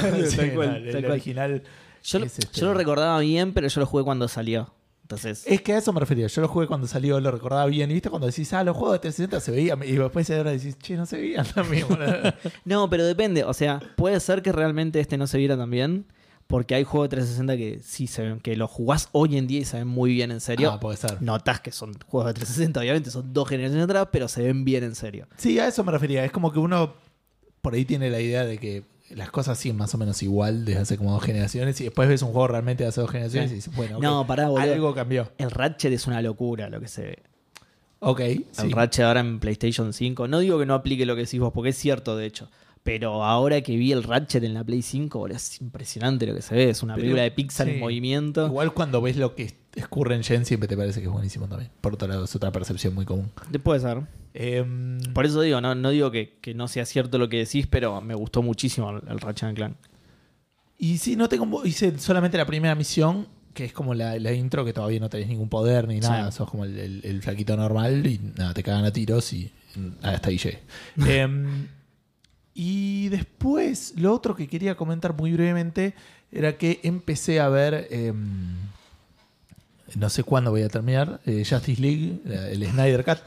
Claro,
Sí,
tal cual,
no, el
tal cual.
original...
Yo, lo-
es este. Eh.
yo lo recordaba bien, pero yo lo jugué cuando salió. Entonces,
Es que a eso me refería. Yo lo jugué cuando salió, lo recordaba bien. Y viste, cuando decís, ah, los juegos de 360 se veían. Y después ahora decís, che, no se veían también. boludo.
no, pero depende. O sea, puede ser que realmente este no se viera tan bien. Porque hay juegos de 360 que sí se ven, que los jugás hoy en día y se ven muy bien en serio.
Ah, puede ser.
Notas que son juegos de 360, obviamente, son dos generaciones atrás, pero se ven bien en serio.
Sí, a eso me refería. Es como que uno por ahí tiene la idea de que las cosas siguen más o menos igual desde hace como dos generaciones. Y después ves un juego realmente de hace dos generaciones
Sí.
y dices, bueno, ok,
No, pará, boludo.
algo cambió.
El Ratchet es una locura lo que se ve.
Ok,
El
sí.
Ratchet ahora en PlayStation 5. No digo que no aplique lo que decís vos, porque es cierto, de hecho. Pero ahora que vi el Ratchet en la Play 5, boludo, es impresionante lo que se ve. Es una
Pero-
película de Pixar
sí.
en movimiento.
Igual cuando ves lo que escurre en Gen siempre te parece que es buenísimo también. Por otro lado, es otra percepción muy común.
Te Puede ser.
Em,
Por eso digo, no, no digo que, que no sea cierto lo que decís, pero me gustó muchísimo el, el Ratchet and Clank.
Y sí, no tengo. Hice solamente la primera misión, que es como la, la intro, que todavía no tenés ningún poder ni nada.
Sí.
Sos como el, el- el flaquito normal y nada, te cagan a tiros y mm, hasta ahí llegué. Em, y después, lo otro que quería comentar muy brevemente era que empecé a ver. em, no sé cuándo voy a terminar. eh, Justice League, la- el Snyder Cut.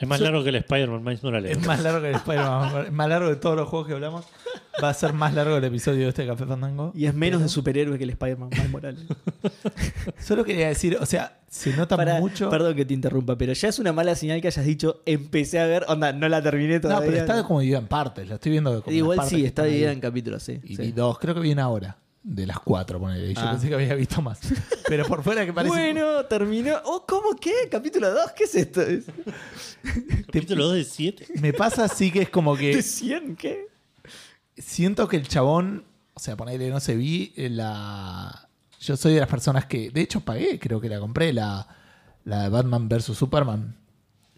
Es más largo que el Spider-Man Miles Morales.
Es más largo que el Spider-Man. es más largo de todos los juegos que hablamos. Va a ser más largo el episodio de este Café Fandango.
Y es menos de superhéroe que el Spider-Man Miles Morales.
Solo quería decir, o sea, se nota
Pará,
mucho.
Perdón que te interrumpa, pero ya es una mala señal que hayas dicho empecé a ver. Onda, no la terminé
no,
todavía.
pero está como dividida en partes, la estoy viendo como
Igual
las partes
sí,
que
está
están ahí.
dividida en capítulos, sí.
Y
sí.
vi dos, creo que vi una hora de las cuatro, ponele. y Yo
Ah.
pensé que había visto más. Pero por fuera que parece.
Bueno, terminó. Oh, ¿cómo qué? ¿Capítulo 2? ¿Qué es esto? ¿Es
Capítulo 2 de 7.
Me pasa así que es como
¿De
que
100 qué?
siento que el chabón, o sea, ponele, no sé, vi eh, la. Yo soy de las personas que, de hecho, pagué, creo que la compré, la, la de Batman vs Superman,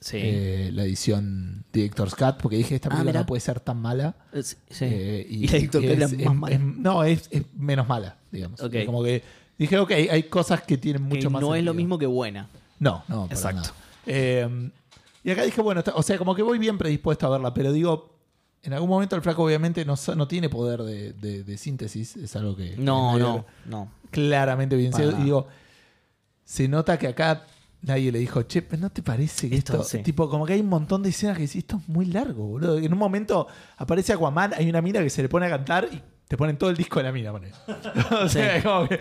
Sí.
eh, la edición Director's Cut, porque dije, esta
Ah,
película no
mirá.
puede ser tan mala.
sí.
Eh,
y, la dictadura
es-
era
es-
más mala.
es- no, es, es menos mala, digamos.
Ok.
Es Como que dije, ok, hay cosas que tienen
Que
mucho más.
no es lo
sentido.
mismo que buena.
No, no, para
Exacto.
nada. Eh, y acá dije, bueno, está- o sea, como que voy bien predispuesto a verla, pero digo, en algún momento el flaco obviamente no, sa- no tiene poder de, de- de síntesis, es algo que.
No,
que
no, no.
Claramente evidenciado.
Para
Y digo, se nota que acá. Nadie le dijo, che, pero ¿no te parece que esto?
Esto, sí.
Tipo, como que hay un montón de escenas que decís, esto es muy largo, boludo. En un momento aparece Aquaman, hay una mina que se le pone a cantar y te ponen todo el disco de la mina, ponele. o sea,
Sí.
es como que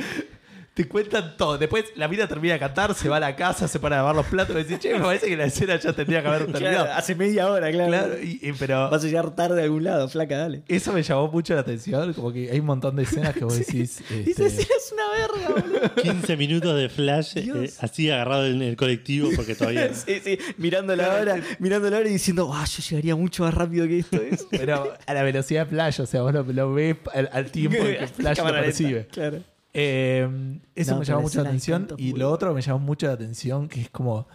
te cuentan todo. Después la mina termina de cantar, se va a la casa, se para a lavar los platos y decís, che, me parece que la escena ya tendría que haber terminado.
hace media hora,
Claro, y- y- pero
a llegar tarde a algún lado, flaca, dale.
eso me llamó mucho la atención, como que hay un montón de escenas que vos decís.
Dice,
este,
sí, es una verga, boludo.
15 minutos de flash eh,
Dios.
así agarrado en el colectivo porque todavía.
Sí, sí, mirando la hora, mirando la hora y diciendo, ah, yo llegaría mucho más rápido que esto. Es.
Pero a la velocidad de Flash, o sea, vos lo, lo ves al, al tiempo en que Flash lo
Cámara lenta,
percibe.
Claro.
Eh, eso
No,
me
pero
llamó mucho la
escenas de
atención.
canto es
Y
muy
lo
buena.
otro que me llamó mucho la atención, que es como.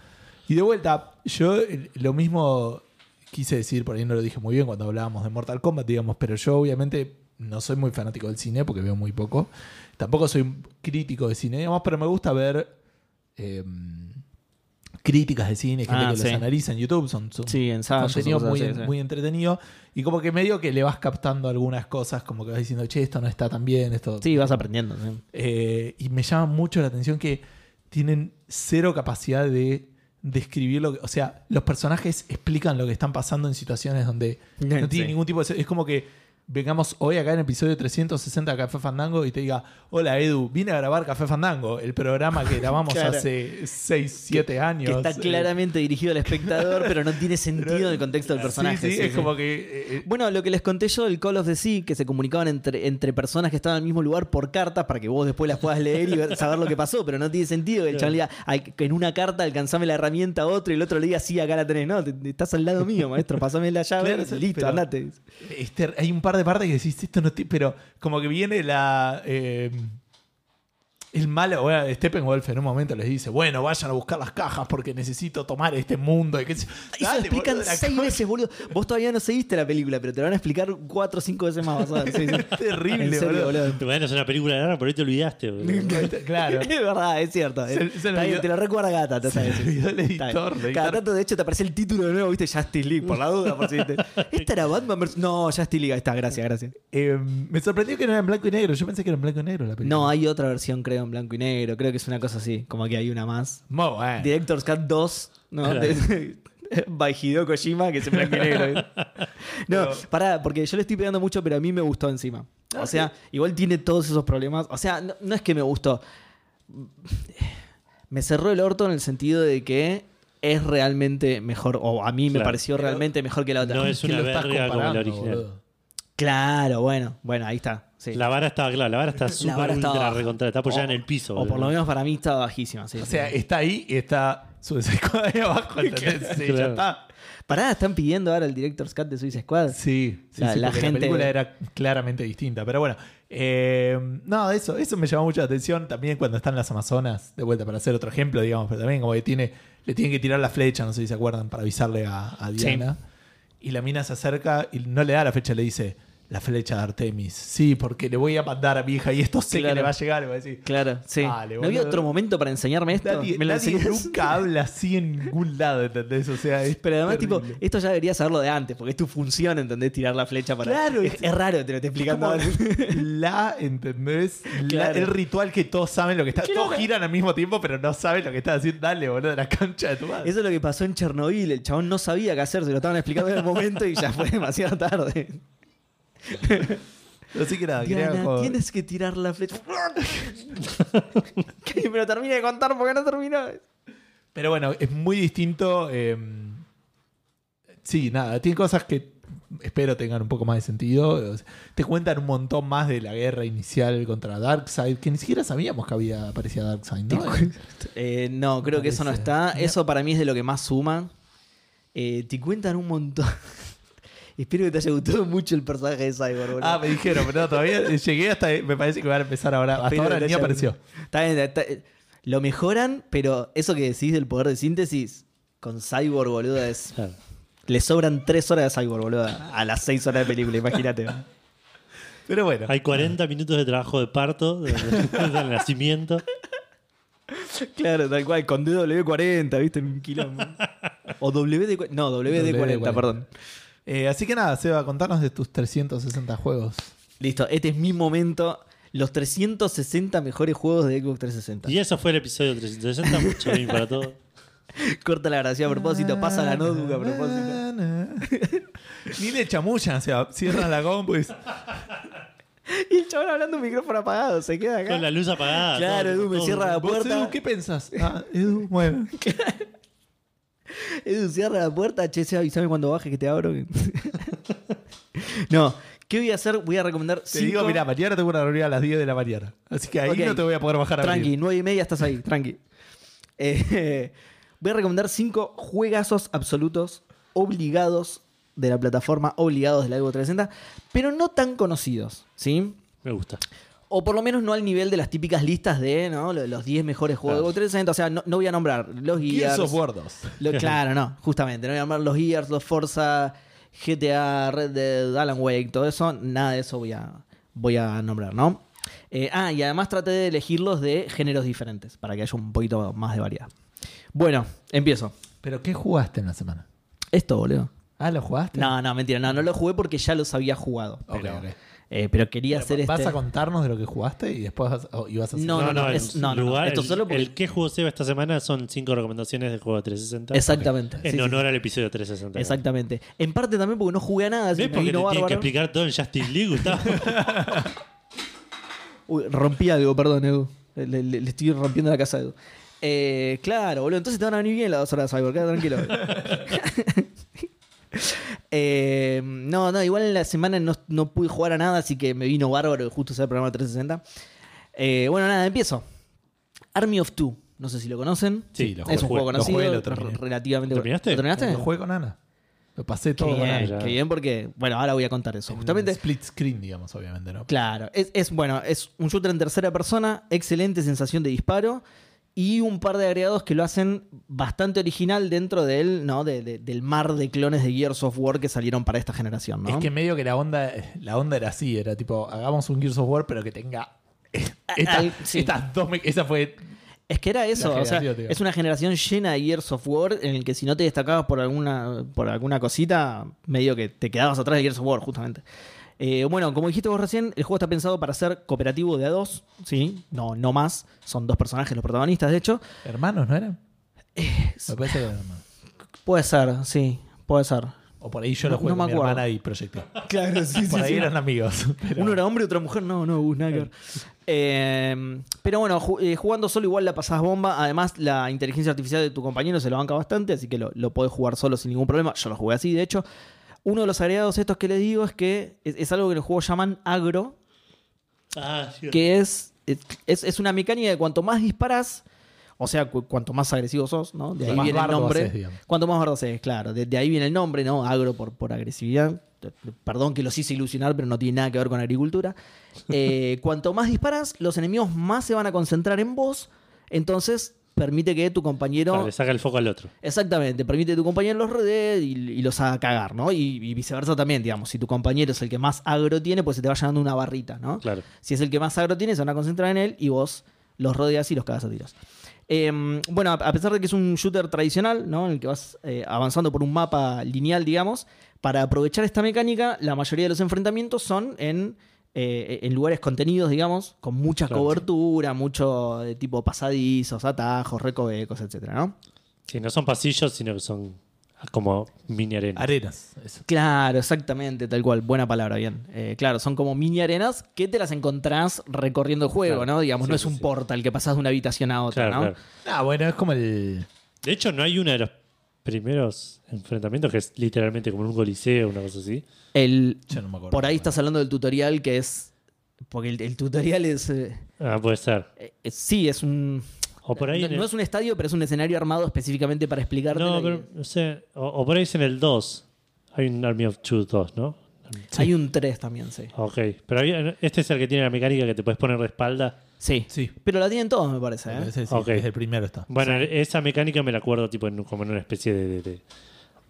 Y de vuelta, yo eh, lo mismo quise decir, por ahí no lo dije muy bien cuando hablábamos de Mortal Kombat, digamos, pero yo obviamente no soy muy fanático del cine porque veo muy poco. Tampoco soy un crítico de cine, digamos, pero me gusta ver. eh, críticas de cine, gente
Ah,
que
sí.
los analiza en YouTube, son, son
Sí, ensayos.
contenido
o cosas
muy,
así, sí.
muy entretenido. Y como que medio que le vas captando algunas cosas, como que vas diciendo, che, esto no está tan bien, esto.
Sí, vas aprendiendo. sí.
Eh, y me llama mucho la atención que tienen cero capacidad de describir lo que. O sea, los personajes explican lo que están pasando en situaciones donde
Bien,
no tiene
sí.
ningún tipo de. Es como que. Vengamos hoy acá en episodio 360 de Café Fandango y te diga, hola Edu, vine a grabar Café Fandango, el programa que grabamos
Claro.
hace 6, 7 años.
Que está
Eh,
claramente dirigido al espectador, pero no tiene sentido en el contexto del personaje.
Sí, sí,
sí,
es
sí.
como que. eh,
Bueno, lo que les conté yo del Call of the Sea, que se comunicaban entre, entre personas que estaban en el mismo lugar por cartas para que vos después las puedas leer y ver- saber lo que pasó, pero no tiene sentido que el chaval diga, "Ay, que en una carta alcanzame la herramienta a otro y el otro le diga, sí, acá la tenés. No, te- te- estás al lado mío, maestro, pasame la llave,
Claro, sí,
listo,
pero-
andate.
Este, hay un par de partes que decís, esto no ti- pero como que viene la. eh, el malo, bueno, Steppenwolf en un momento les dice, bueno, vayan a buscar las cajas porque necesito tomar este mundo. Y qué sé yo.
Y se lo
Dale,
explican
boludo, la
seis
cosa
veces, boludo. Vos todavía no seguiste la película, pero te la van a explicar cuatro o cinco veces más. vas a ver, sí, sí.
es Terrible,
En serio,
boludo.
boludo.
Bueno, es una película larga, pero ahí te olvidaste. boludo.
Claro.
Es verdad, es cierto.
Se- se
Está
le
bien,
olvidó-
te lo recuerda cada tanto,
Se
¿sabes?
le olvidó el
Está bien.
editor, el
Cada
editor.
tanto, de hecho, te aparece el título de nuevo, viste, Justice League, por la duda, por si viste. Esta era Batman vs. No, Justice League, ahí está, gracias, gracias.
Eh, me sorprendió que no era en blanco y negro. Yo pensé que era en blanco y negro la película.
Pues No, hay otra versión, creo, en blanco y negro. Creo que es una cosa así, como que hay una más.
Muy bueno.
Director's Cut 2, ¿no?
Claro.
De- By Hideo Kojima, que es en blanco y negro. ¿eh? No,
Pero-
pará, porque yo le estoy pegando mucho, pero a mí me gustó encima. O sea, igual tiene todos esos problemas. O sea, no, no es que me gustó. Me cerró el orto en el sentido de que es realmente mejor, o a mí me
Claro.
pareció realmente mejor que la otra.
No
¿Qué
es una
lo estás
verga como la
comparando,
original.
boludo?
Claro, bueno, bueno, ahí está. sí.
La vara estaba, claro, la vara está
La
súper
vara
ultra
estaba baja.
recontra, está apoyada
O-
en el piso.
O por
boludo.
lo menos para mí está bajísima. sí,
O
sí.
sea, está ahí y está su ahí abajo. ¿entendés? Sí, ya
Claro.
está.
Pará, están pidiendo ahora el Director's Cut de Suicide Squad.
Sí, sí,
La-
sí,
la
porque
gente-
la película era claramente distinta. Pero bueno, eh, no, eso, eso me llamó mucho la atención. También cuando están las Amazonas, de vuelta para hacer otro ejemplo, digamos, pero también como que tiene, le tienen que tirar la flecha, no sé si se acuerdan, para avisarle a, a Diana. Y la mina se acerca y no le da la flecha, le dice la flecha de Artemis. Sí, porque le voy a mandar a mi hija y esto sé
Claro.
que le va a llegar. Y va a decir,
Claro, sí.
Dale,
¿No había
boludo.
otro momento para enseñarme esto?
nadie,
¿Me lo
nadie
enseñás?
nunca habla así en ningún lado, ¿entendés? O sea, es
Pero además,
terrible.
tipo, esto ya deberías saberlo de antes, porque es tu función, ¿entendés? Tirar la flecha para.
Claro,
es,
es-
es raro, te lo estoy explicando
Como
ahora.
La, ¿entendés? La-
Claro.
el ritual que todos saben lo que está. Todos giran al mismo tiempo, pero no saben lo que está haciendo. Dale, boludo, de la cancha de tu madre.
Eso es lo que pasó en Chernobyl. El chabón no sabía qué hacer, se lo estaban explicando en el momento y ya fue demasiado tarde.
Así que nada, quería
Diana,
como-
tienes que tirar la flecha. que me lo termine de contar porque no terminó.
Pero bueno, es muy distinto. eh, sí, nada, tiene cosas que espero tengan un poco más de sentido. O sea, Te cuentan un montón más de la guerra inicial contra Darkseid, que ni siquiera sabíamos que había aparecía Darkseid, ¿no?
Eh, no, creo que eso no
Parece.
está. Eso para mí es de lo que más suma. Eh, te cuentan un montón. Espero que te haya gustado mucho el personaje de Cyborg, boludo.
ah, me dijeron, pero no, todavía llegué hasta. Me parece que va a empezar ahora. Hasta
Pero
ahora
no
ni
haya-
apareció.
Está bien, está- lo mejoran, pero eso que decís del poder de síntesis con Cyborg, boludo, es.
Claro.
Le sobran tres horas de Cyborg, boludo, a las seis horas de película, imagínate.
Pero bueno.
Hay 40 minutos de trabajo de parto, de- de- del nacimiento.
claro, tal cual, con DW40, viste, en un quilombo. O WD40, no, WD40,
WD40.
perdón.
Eh, así que nada, Seba, contanos de tus 360 juegos.
Listo, este es mi momento. Los 360 mejores juegos de Xbox 360.
Y eso fue el episodio 360. Mucho bien para todo.
Corta la gracia a propósito, pasa la notebook a propósito.
Ni le chamullan, Seba. Cierran la compu y...
Y el chabón hablando un micrófono apagado, se queda acá.
Con la luz apagada.
Claro,
todo-
Edu, me
todo-
cierra la
¿Vos,
puerta.
Edu, ¿qué pensás? Ah, Edu, bueno.
Edu, cierra la puerta, che, se avísame cuando baje que te abro. no, ¿qué voy a hacer? Voy a recomendar.
Te digo, mira, mañana tengo una reunión a las 10 de la mañana. Así que ahí
Ok.
no te voy a poder bajar a
tranqui,
abrir.
nueve y media estás ahí, tranqui. Eh, voy a recomendar cinco juegazos absolutos obligados de la plataforma, obligados de la Xbox 360, pero no tan conocidos, ¿sí?
Me gusta.
O por lo menos no al nivel de las típicas listas de ¿no? Lo- los 10 mejores juegos de Xbox 360. O sea, no, no voy a nombrar los
¿Quién
Gears.
sos gordos?
lo- claro, no, justamente. No voy a nombrar los Gears, los Forza, GTA, Red Dead, Alan Wake, todo eso. Nada de eso voy a, voy a nombrar, ¿no? Eh, ah, y además traté de elegirlos de géneros diferentes para que haya un poquito más de variedad. Bueno, empiezo.
¿Pero qué jugaste en la semana?
Esto, boludo.
Ah, ¿lo jugaste?
No, no, mentira, no, no lo jugué porque ya los había jugado.
Ok,
Pero,
ok.
eh, pero quería hacer
¿Vas
este.
a contarnos de lo que jugaste y después vas, o- y vas a hacer-
No, no, no,
el
es- no, no, no,
lugar-
esto
el-
solo porque-
El que jugó Seba esta semana son cinco recomendaciones del juego 360.
Exactamente. sí,
En
sí,
honor al episodio 360.
Exactamente. En parte también porque no jugué a nada, así
¿Ves
que me
por qué te
vino
tienen que
bárbaro.
explicar todo en Justice League, Gustavo?
Uy, rompí algo, perdón, Edu. Le, le- le estoy rompiendo la casa a Edu. Eh, claro, boludo. Entonces te van a venir bien las dos horas de Cyborg, quédate tranquilo. Eh, no, no, igual en la semana no, no pude jugar a nada, así que me vino bárbaro justo sea el programa 360. Eh, bueno, nada, empiezo. Army of Two. No sé si lo conocen.
Sí, lo
Es un
jugué,
juego
lo
conocido.
jugué, lo
re-
terminé.
relativamente
¿Lo terminaste?
¿Lo terminaste?
Lo jugué con Ana. Lo pasé
Qué
todo con Ana.
bien,
ya.
qué bien, porque. Bueno, ahora voy a contar eso.
En
Justamente.
Split screen, digamos, obviamente, ¿no?
Claro, es, es, bueno, es un shooter en tercera persona, excelente sensación de disparo y un par de agregados que lo hacen bastante original dentro del, ¿no? de- de- del mar de clones de Gears of War que salieron para esta generación, ¿no?
Es que medio que la onda, la onda era así, era tipo, hagamos un Gears of War, pero que tenga estas,
al- sí.
estas dos... me- Esa fue...
Es que era eso,
La
o sea,
generación, tío.
es una generación llena de Gears of War en el que si no te destacabas por alguna, por alguna cosita, medio que te quedabas atrás de Gears of War, justamente. Eh, bueno, como dijiste vos recién, el juego está pensado para ser cooperativo de a dos, ¿sí? No, no más, son dos personajes los protagonistas, de hecho.
¿Hermanos no eran? Me parece que eran hermanos.
Puede ser, sí, puede ser.
O por ahí yo lo
No-
jugué
no
con
me
mi
acuerdo.
hermana y proyecté.
Claro, sí,
por ahí eran amigos. pero-
Uno era hombre y otra mujer. No, no, Gus, nada que ver. Eh, pero bueno, ju- eh, jugando solo igual la pasás bomba. Además, la inteligencia artificial de tu compañero se lo banca bastante, así que lo, lo podés jugar solo sin ningún problema. Yo lo jugué así, de hecho. Uno de los agregados estos que les digo es que es, es algo que los juegos llaman agro,
ah, sí.
que es, es, es una mecánica de cuanto más disparás, o sea, cu- cuanto más agresivo sos, ¿no? De ahí
Más
viene el
bardo
nombre.
haces, digamos.
cuanto más bardo haces, claro. De, de ahí viene el nombre, ¿no? Agro por, por agresividad. Te- te- Perdón que los hice ilusionar, pero no tiene nada que ver con agricultura. Eh, cuanto más disparas, los enemigos más se van a concentrar en vos. Entonces, permite que tu compañero.
Claro, le saca el foco al otro.
Exactamente, permite que tu compañero los rodee y, y los haga cagar, ¿no? Y, y viceversa también, digamos. Si tu compañero es el que más agro tiene, pues se te va llenando una barrita, ¿no?
Claro.
Si es el que más agro tiene, se van a concentrar en él y vos los rodeas y los cagas a tiros. Eh, bueno, a- a pesar de que es un shooter tradicional, ¿no? En el que vas eh, avanzando por un mapa lineal, digamos, para aprovechar esta mecánica, la mayoría de los enfrentamientos son en, eh, en lugares contenidos, digamos, con mucha
Claro.
cobertura, mucho de tipo pasadizos, atajos, recovecos, etcétera, ¿no?
Sí, no son pasillos, sino que son como mini arenas.
Arenas. eso.
Claro, exactamente, tal cual. Buena palabra, bien. Eh, claro, son como mini arenas que te las encontrás recorriendo el juego,
Claro.
¿no? Digamos,
Sí,
no es
sí,
un
sí.
portal que pasás de una habitación a otra,
Claro,
¿no?
claro.
Ah, bueno, es como el...
De hecho, no hay uno de los primeros enfrentamientos que es literalmente como en un coliseo, una cosa así.
El,
Yo no me acuerdo.
por ahí estás hablando del tutorial que es. Porque el, el tutorial es, eh,
Ah, puede ser.
eh, eh, Sí, es un.
O por ahí.
no,
en el-
no es un estadio, pero es un escenario armado específicamente para explicarte.
No, pero no sé. O, o por ahí es en el 2. Hay un Army of Two 2, ¿no?
Hay un 3 también, sí.
Ok. Pero había- este es el que tiene la mecánica que te puedes poner de espalda.
Sí.
Sí.
Pero la tienen todos, me parece. ¿eh?
Me parece que sí,
Ok.
desde el primero está.
Bueno, esa mecánica me la acuerdo tipo en, un- como en una especie de, de- de-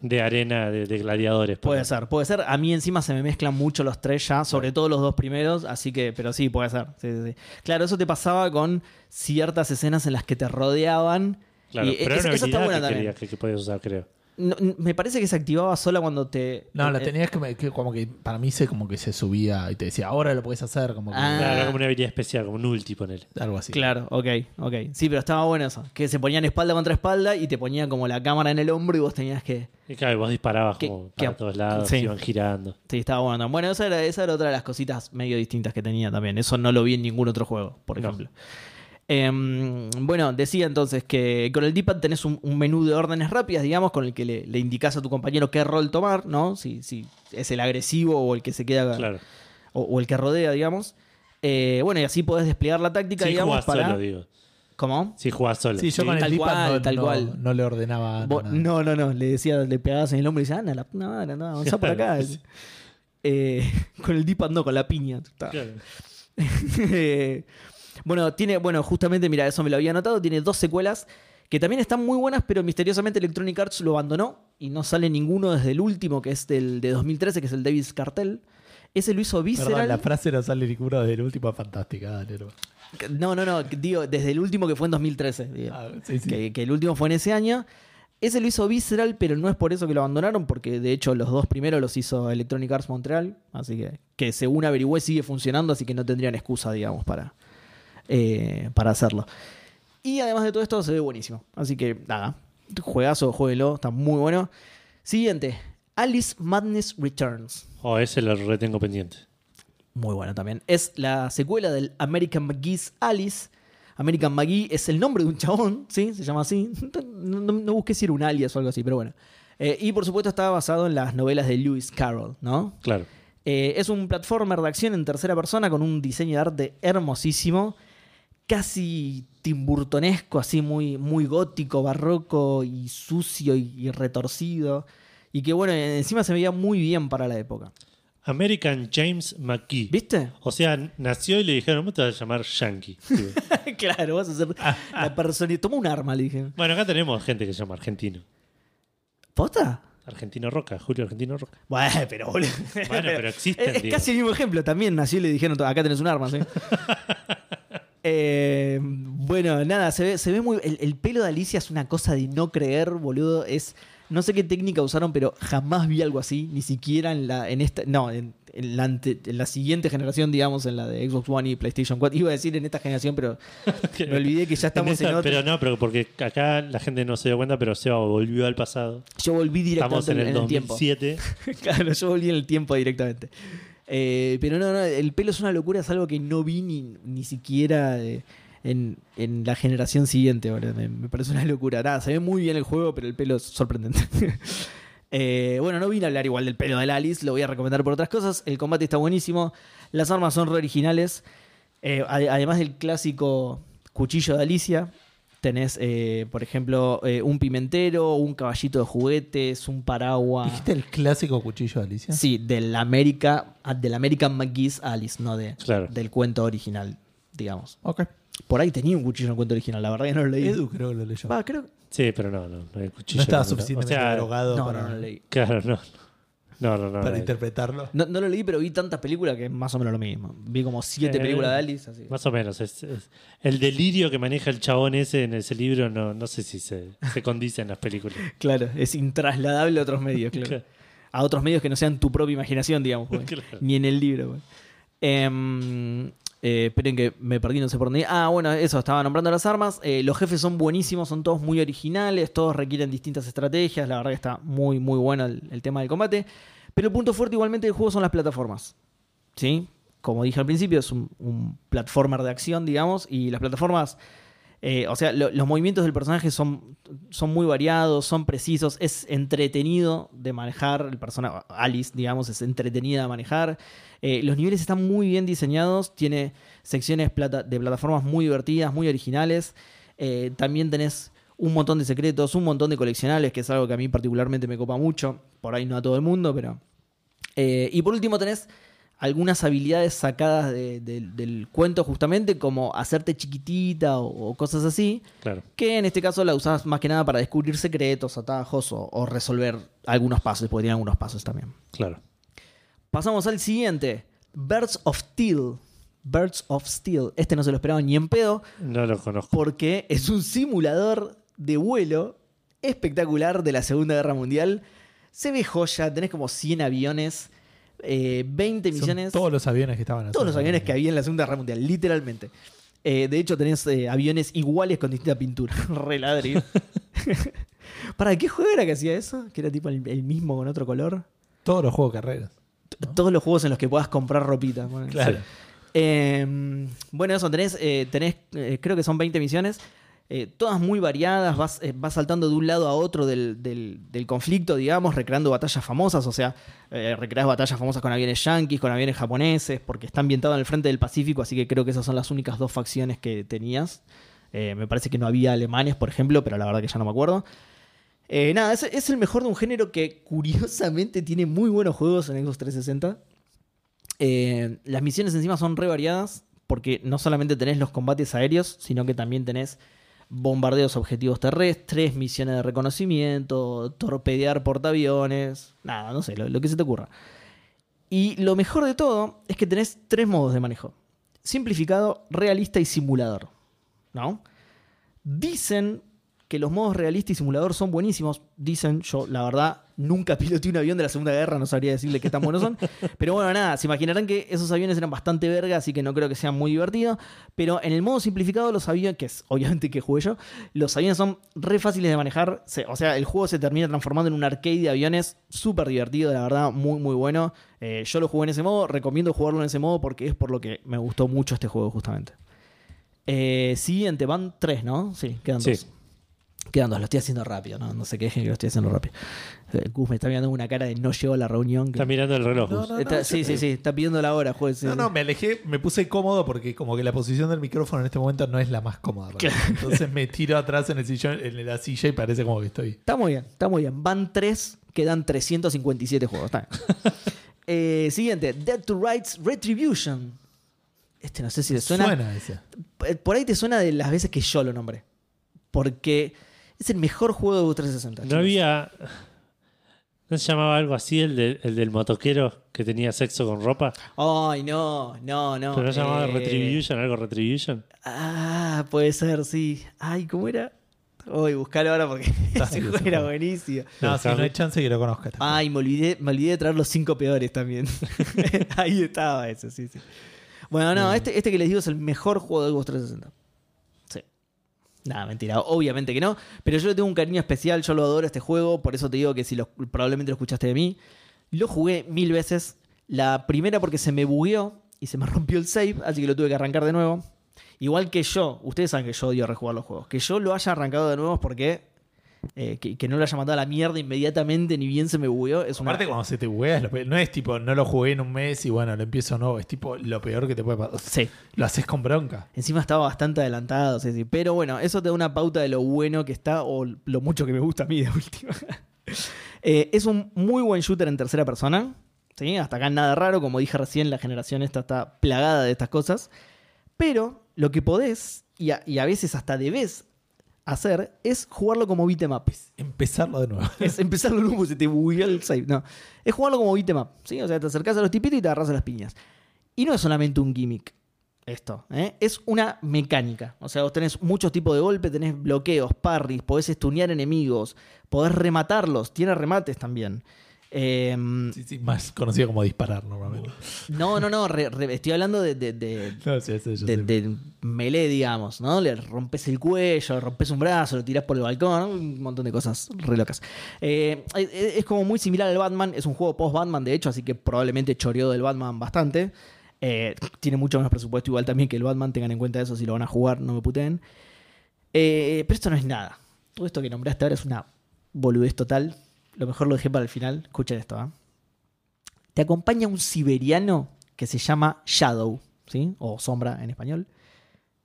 de arena de, de gladiadores.
Puede
ponele.
ser, puede ser. A mí encima se me mezclan mucho los tres ya, sobre todo los dos primeros, así que, pero sí, puede ser. Sí, sí, sí. Claro, eso te pasaba con ciertas escenas en las que te rodeaban.
Claro,
y
pero
es-
era una
esa está
habilidad
buena
que,
también.
querías- que, que podías usar, creo.
No, n- me parece que se activaba sola cuando te...
No, la
eh,
tenías que, que como que para mí se como que se subía y te decía, ahora lo puedes hacer, como que-
Ah.
Claro, era como una habilidad especial, como un ulti, ponele.
algo
Este.
así.
Claro, ok, ok. Sí, pero estaba bueno eso. Que se ponían espalda contra espalda y te ponían como la cámara en el hombro y vos tenías que...
Y claro, y vos disparabas
Que-
como
que-
para todos lados,
sí.
iban girando.
Sí, estaba bueno. Bueno, esa era, esa era otra de las cositas medio distintas que tenía también. Eso no lo vi en ningún otro juego, por
No.
ejemplo. Em, bueno, decía entonces que con el D-pad tenés un, un menú de órdenes rápidas, digamos, con el que le, le indicás a tu compañero qué rol tomar, ¿no? Si, si es el agresivo o el que se queda
Claro.
o, o el que rodea, digamos. Eh, bueno, y así podés desplegar la táctica,
Si
digamos,
jugás
para.
solo, digo.
¿Cómo?
Si jugás solo.
Sí, yo con
Tal
el D-pad
cual,
no,
tal
no-
cual.
Ah, no le ordenaba.
Vos-
nada.
no, no, no. Le decía, le pegabas en el hombro y decía, Ana, la puta madre, no, avanzá por acá. Eh, con el D-pad no, con la piña. Ta.
Claro.
Eh, bueno, tiene, bueno, justamente, mira, eso me lo había anotado, tiene dos secuelas que también están muy buenas, pero misteriosamente Electronic Arts lo abandonó y no sale ninguno desde el último, que es del de 2013, que es el Davis Cartel. Ese lo hizo
Perdón,
Visceral.
la frase no sale ninguna de la última fantástica. dale, no.
No, no, no, digo, desde el último que fue en 2013. digo.
Ah, sí, sí.
Que, que el último fue en ese año. Ese lo hizo Visceral, pero no es por eso que lo abandonaron, porque de hecho los dos primeros los hizo Electronic Arts Montreal, así que, que según averigüé sigue funcionando, así que no tendrían excusa, digamos, para, eh, para hacerlo. Y además de todo esto, se ve buenísimo. Así que nada, juegazo, jueguelo, está muy bueno. Siguiente, Alice Madness Returns.
Oh, ese lo retengo pendiente.
Muy bueno también. Es la secuela del American McGee's Alice. American McGee es el nombre de un chabón, ¿sí? Se llama así. No, no- no busqué si era un alias o algo así, pero bueno. Eh, y por supuesto está basado en las novelas de Lewis Carroll, ¿no?
Claro.
Eh, es un platformer de acción en tercera persona con un diseño de arte hermosísimo, casi timburtonesco, así muy, muy gótico, barroco y sucio y, y retorcido. Y que bueno, encima se veía muy bien para la época.
American James McKee.
¿Viste?
O sea, nació y le dijeron, vos te vas a llamar Yankee. Digo,
claro, vas a ser la persona. Toma un arma, le dije.
bueno, acá tenemos gente que se llama Argentino.
¿Posta?
Argentino Roca, Julio Argentino Roca.
Bueno, pero boludo.
Bueno, pero existen,
Es, es
digo.
casi el mismo ejemplo también. Así le dijeron, acá tenés un arma, ¿sí? Eh, bueno, nada, se ve, se ve muy. El, el pelo de Alicia es una cosa de no creer, boludo. Es. No sé qué técnica usaron, pero jamás vi algo así. Ni siquiera en la. En esta, no, en, en la ante- en la siguiente generación, digamos, en la de Xbox One y PlayStation 4. Iba a decir en esta generación, pero me olvidé que ya estamos en,
esa-
otra.
Pero no, pero porque acá la gente no se dio cuenta, pero Seba volvió al pasado.
Yo volví
Estamos
directamente
en el
tiempo.
2007.
claro, yo volví en el tiempo directamente. Eh, pero no, no, el pelo es una locura, es algo que no vi ni, ni siquiera eh, en, en la generación siguiente, boludo. Me, me parece una locura. Nada, se ve muy bien el juego, pero el pelo es sorprendente. Eh, bueno, no vine a hablar igual del pelo del Alice, lo voy a recomendar por otras cosas. El combate está buenísimo, las armas son re originales. Eh, ade- además del clásico cuchillo de Alicia, tenés, eh, por ejemplo, eh, un pimentero, un caballito de juguetes, un paraguas.
¿Dijiste el clásico cuchillo de Alicia?
Sí, del América, ah, del American McGee's Alice, no de,
Claro.
del cuento original, digamos.
Ok.
Por ahí tenía un cuchillo en el cuento original, la verdad que no lo leí.
Edu creo que lo leyó.
Va, creo-
Sí, pero no, no, no hay cuchillo.
no estaba
no, no.
suficientemente
O sea,
drogado
No,
para,
no, no lo leí.
Claro, no. No, no, no.
para
no.
interpretarlo.
No, no lo leí, pero vi tantas películas que es más o menos lo mismo. Vi como siete
Eh,
películas de Alice, así.
Más o menos. es- es- el delirio que maneja el chabón ese en ese libro, no, no sé si se, se condice en las películas.
Claro, es intrasladable a otros medios, claro.
Claro.
A otros medios que no sean tu propia imaginación, digamos. güey.
Claro.
Ni en el libro, güey. Em, eh, esperen que me perdí, no sé por dónde. Ah, bueno, eso, estaba nombrando las armas. Eh, los jefes son buenísimos, son todos muy originales, todos requieren distintas estrategias. La verdad que está muy, muy bueno el, el tema del combate. Pero el punto fuerte igualmente del juego son las plataformas. ¿Sí? Como dije al principio, es un, un platformer de acción, digamos, y las plataformas eh, o sea, lo- los movimientos del personaje son, son muy variados, son precisos, es entretenido de manejar, el personaje, Alice, digamos, es entretenida de manejar. Eh, los niveles están muy bien diseñados, tiene secciones plata- de plataformas muy divertidas, muy originales. Eh, también tenés un montón de secretos, un montón de coleccionables, que es algo que a mí particularmente me copa mucho, por ahí no a todo el mundo, pero... Eh, y por último tenés algunas habilidades sacadas de- de- del cuento justamente, como hacerte chiquitita o, o cosas así,
Claro.
que en este caso la usás más que nada para descubrir secretos, atajos o, o resolver algunos pasos, porque tiene algunos pasos también.
Claro.
Pasamos al siguiente, Birds of Steel. Birds of Steel. Este no se lo esperaba ni en pedo,
No lo conozco.
porque es un simulador de vuelo espectacular de la Segunda Guerra Mundial. Se ve joya, tenés como 100 aviones, eh, 20
Son
millones.
todos los aviones que estaban
Todos los
haciendo.
aviones que había en la Segunda Guerra Mundial, literalmente. Eh, de hecho, tenés eh, aviones iguales con distinta pintura. Re ladrillo. ¿Para qué juego era que hacía eso? Que era tipo el, el mismo con otro color.
Todos los juegos de carreras.
T- Todos los juegos en los que puedas comprar ropita. ponele.
Claro.
Eh, bueno, eso, tenés, eh, tenés eh, creo que son 20 misiones, eh, todas muy variadas, vas, eh, vas saltando de un lado a otro del, del- del conflicto, digamos, recreando batallas famosas, o sea, eh, recreás batallas famosas con aviones yanquis, con aviones japoneses, porque está ambientado en el frente del Pacífico, así que creo que esas son las únicas dos facciones que tenías. Eh, me parece que no había alemanes, por ejemplo, pero la verdad que ya no me acuerdo. Eh, nada, es, es el mejor de un género que curiosamente tiene muy buenos juegos en Xbox 360. Eh, las misiones encima son re variadas porque no solamente tenés los combates aéreos, sino que también tenés bombardeos a objetivos terrestres, misiones de reconocimiento, torpedear portaaviones, nada, no sé, lo, lo que se te ocurra. Y lo mejor de todo es que tenés tres modos de manejo. Simplificado, realista y simulador. ¿No? Dicen que los modos realista y simulador son buenísimos, dicen, yo la verdad nunca piloté un avión de la Segunda Guerra, no sabría decirle qué tan buenos son, pero bueno, nada, se imaginarán que esos aviones eran bastante verga, así que no creo que sean muy divertidos, pero en el modo simplificado los aviones, que es obviamente que jugué yo, los aviones son re fáciles de manejar, se- o sea, el juego se termina transformando en un arcade de aviones súper divertido, la verdad, muy muy bueno, Eh, yo lo jugué en ese modo, recomiendo jugarlo en ese modo porque es por lo que me gustó mucho este juego justamente. Eh, siguiente, van tres, ¿no? Sí, quedan
Sí.
dos. Quedan dos, lo estoy haciendo rápido, no, no se quejen que lo estoy haciendo rápido. Eh, Gus me está mirando con una cara de no llegó a la reunión. que-
Está mirando el reloj.
No,
Gus.
no.
Está- sí,
yo-
sí, sí, está pidiendo la hora, juez. sí,
No,
sí.
no, me alejé, me puse cómodo porque como que la posición del micrófono en este momento no es la más cómoda. para mí. Entonces me tiro atrás en el sillón, en la silla y parece como que estoy.
Está muy bien, está muy bien. Van tres, quedan 357 juegos. Está bien. Eh, siguiente, Dead to Rights Retribution. Este no sé si le suena.
ese.
Eh, Por ahí te suena de las veces que yo lo nombré. Porque es el mejor juego de U360.
No
chicos.
había. ¿No se llamaba algo así el, de- el del motoquero que tenía sexo con ropa?
Ay, no, no, no.
¿Pero no se llamaba
eh,
Retribution? ¿Algo Retribution?
Ah, puede ser, sí. Ay, ¿cómo era? Uy, buscalo ahora porque ese juego era buenísimo.
No,
Pero
si no
Harry-
hay chance que lo conozcas.
Ay, me olvidé, me olvidé de traer los cinco peores también. Ahí estaba eso, sí, sí. Bueno, no, este, este que les digo es el mejor juego de Xbox 360. Sí. Nada, mentira, obviamente que no. Pero yo le tengo un cariño especial, yo lo adoro este juego, por eso te digo que si lo- probablemente lo escuchaste de mí. Lo jugué mil veces. La primera porque se me bugueó y se me rompió el save, así que lo tuve que arrancar de nuevo. Igual que yo, ustedes saben que yo odio rejugar los juegos. Que yo lo haya arrancado de nuevo es porque eh, que, que no lo haya mandado a la mierda inmediatamente, ni bien se me bugueó. Es una...
Aparte, cuando se te bugueas, lo pe- no es tipo, no lo jugué en un mes y bueno, lo empiezo nuevo. Es tipo lo peor que te puede pasar.
Sí.
Lo haces con bronca.
Encima estaba bastante adelantado, sí, sí. Pero bueno, eso te da una pauta de lo bueno que está o lo mucho que me gusta a mí de última. Eh, es un muy buen shooter en tercera persona. ¿sí? Hasta acá nada raro, como dije recién, la generación esta está plagada de estas cosas. Pero lo que podés, y a, y a veces hasta debes hacer, es jugarlo como beat'em up.
Empezarlo de nuevo.
Es empezarlo luego se te buguea el save. No. Es jugarlo como beat'em up. ¿sí? O sea, te acercás a los tipitos y te agarras a las piñas. Y no es solamente un gimmick esto, ¿eh? es una mecánica. O sea, vos tenés muchos tipos de golpes, tenés bloqueos, parries, podés stunear enemigos, podés rematarlos, tiene remates también. Em,
Sí, sí, más conocido como disparar normalmente.
No, no, no, re- re- estoy hablando de, de- de-
No, sí, eso yo
de,
sé.
de melee, digamos, ¿no? Le rompes el cuello, le rompes un brazo, lo tirás por el balcón, ¿no? un montón de cosas re locas. Eh, es, es como muy similar al Batman, es un juego post-Batman, de hecho, así que probablemente choreó del Batman bastante. Eh, tiene mucho menos presupuesto igual también que el Batman, tengan en cuenta eso si lo van a jugar, no me puteen. Eh, pero esto no es nada. Todo esto que nombraste ahora es una boludez total. Lo mejor lo dejé para el final. Escuchen esto, ¿ah? Te acompaña un siberiano que se llama Shadow, ¿sí? O sombra en español.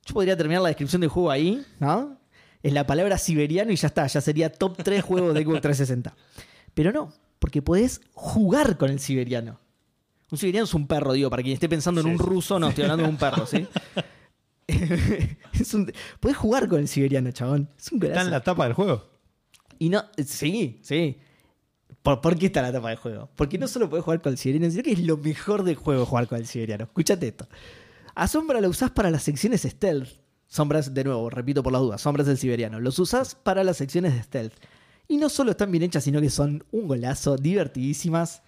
Yo podría terminar la descripción del juego ahí, ¿no? Es la palabra siberiano y ya está, ya sería top 3 juegos de Xbox 360. Pero no, porque podés jugar con el siberiano. Un siberiano es un perro, digo, para quien esté pensando en un ruso, no, estoy hablando de un perro, ¿sí? Es un- podés jugar con el siberiano, chabón. Es un
Está
golazo.
en la tapa del juego.
Y no, sí, sí. ¿Por, por qué está la tapa del juego? Porque no solo podés jugar con el siberiano, sino que es lo mejor del juego jugar con el siberiano. Escuchate esto. A Sombra la usás para las secciones stealth. Sombras, de nuevo, repito por las dudas, Sombras del siberiano. Los usás para las secciones de stealth. Y no solo están bien hechas, sino que son un golazo, divertidísimas.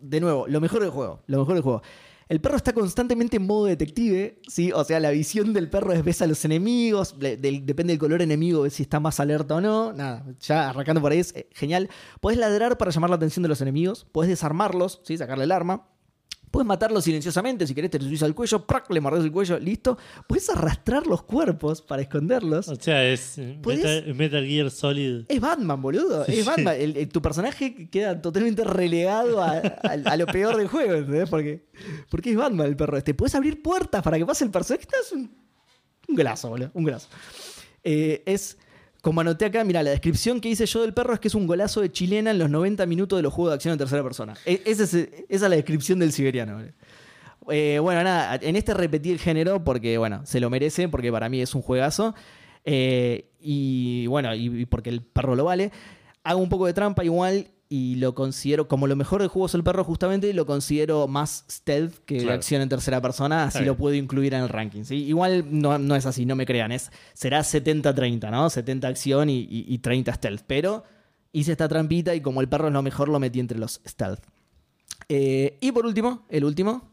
De nuevo, lo mejor del juego, lo mejor del juego. El perro está constantemente en modo detective, ¿sí? O sea, la visión del perro es ves a los enemigos, le- del- depende del color enemigo, ves si está más alerta o no. Nada, ya arrancando por ahí es eh, genial. Podés ladrar para llamar la atención de los enemigos, podés desarmarlos, ¿sí? Sacarle el arma. Puedes matarlo silenciosamente, si querés te lo subís al cuello, ¡prac! le mordés el cuello, listo. Puedes arrastrar los cuerpos para esconderlos.
O sea, es eh,
¿Podés?
Metal, Metal Gear Solid.
Es Batman, boludo. Es Batman. El- el- tu personaje queda totalmente relegado a, a- a lo peor del juego, ¿entendés? Porque, porque es Batman el perro este. Puedes abrir puertas para que pase el personaje. Estás un, un glazo, boludo. Un glazo. Eh, es. Como anoté acá, mira, la descripción que hice yo del perro es que es un golazo de chilena en los 90 minutos de los juegos de acción en tercera persona. E- ese es- esa es la descripción del siberiano. boludo. Eh, bueno, nada, en este repetí el género porque, bueno, se lo merece, porque para mí es un juegazo. Eh, y bueno, y, y porque el perro lo vale. Hago un poco de trampa igual y lo considero, como lo mejor de juegos el perro, justamente, lo considero más stealth que
Claro.
acción en tercera persona, así
bien.
lo puedo incluir en el ranking. ¿sí? Igual no, no es así, no me crean, es, será 70-30, ¿no? 70 acción y, y- y 30 stealth, pero hice esta trampita y como el perro es lo mejor, lo metí entre los stealth. Eh, y por último, el último,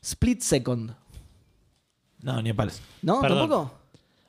Split Second.
No, ni a palos.
¿No?
Perdón.
¿Tampoco?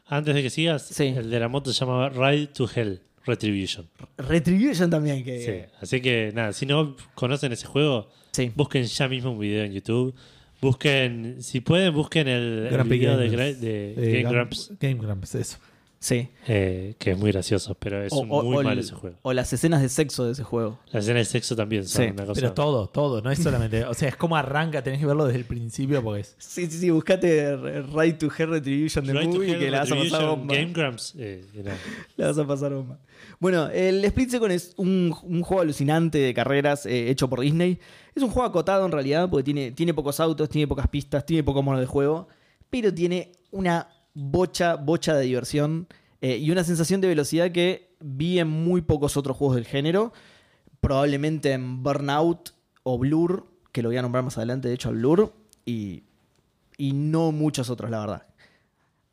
Antes de que sigas,
Sí.
el de la moto se llamaba Ride to Hell Retribution.
Retribution también, que...
Sí. Así que nada, si no conocen ese juego,
Sí.
busquen ya mismo un video en YouTube. Busquen, si pueden, busquen el, el
Grumpy
video de,
Gamers.
Gra- de
Eh,
Game
Gump-
Grumps,
Game Grumps, eso.
sí.
eh, que es muy gracioso, pero es un muy mal
el-
ese juego.
o las escenas de sexo de ese juego.
La escena de sexo también son
Sí,
una cosa.
Pero todo, todo, no es solamente. o sea, es como arranca, tenés que verlo desde el principio porque es.
Sí, sí, sí, buscate Right to Hell Retribution de
Ride to
Movie
Hell
que la vas a pasar
Retribution,
bomba.
Game Grumps, eh, era-
La vas a pasar bomba. Bueno, el Split Second es un, un juego alucinante de carreras eh, hecho por Disney. Es un juego acotado en realidad porque tiene, tiene pocos autos, tiene pocas pistas, tiene pocos monos de juego, pero tiene una bocha, bocha de diversión eh, y una sensación de velocidad que vi en muy pocos otros juegos del género. probablemente en Burnout o Blur, que lo voy a nombrar más adelante, de hecho, a Blur, y, y no muchos otros, la verdad.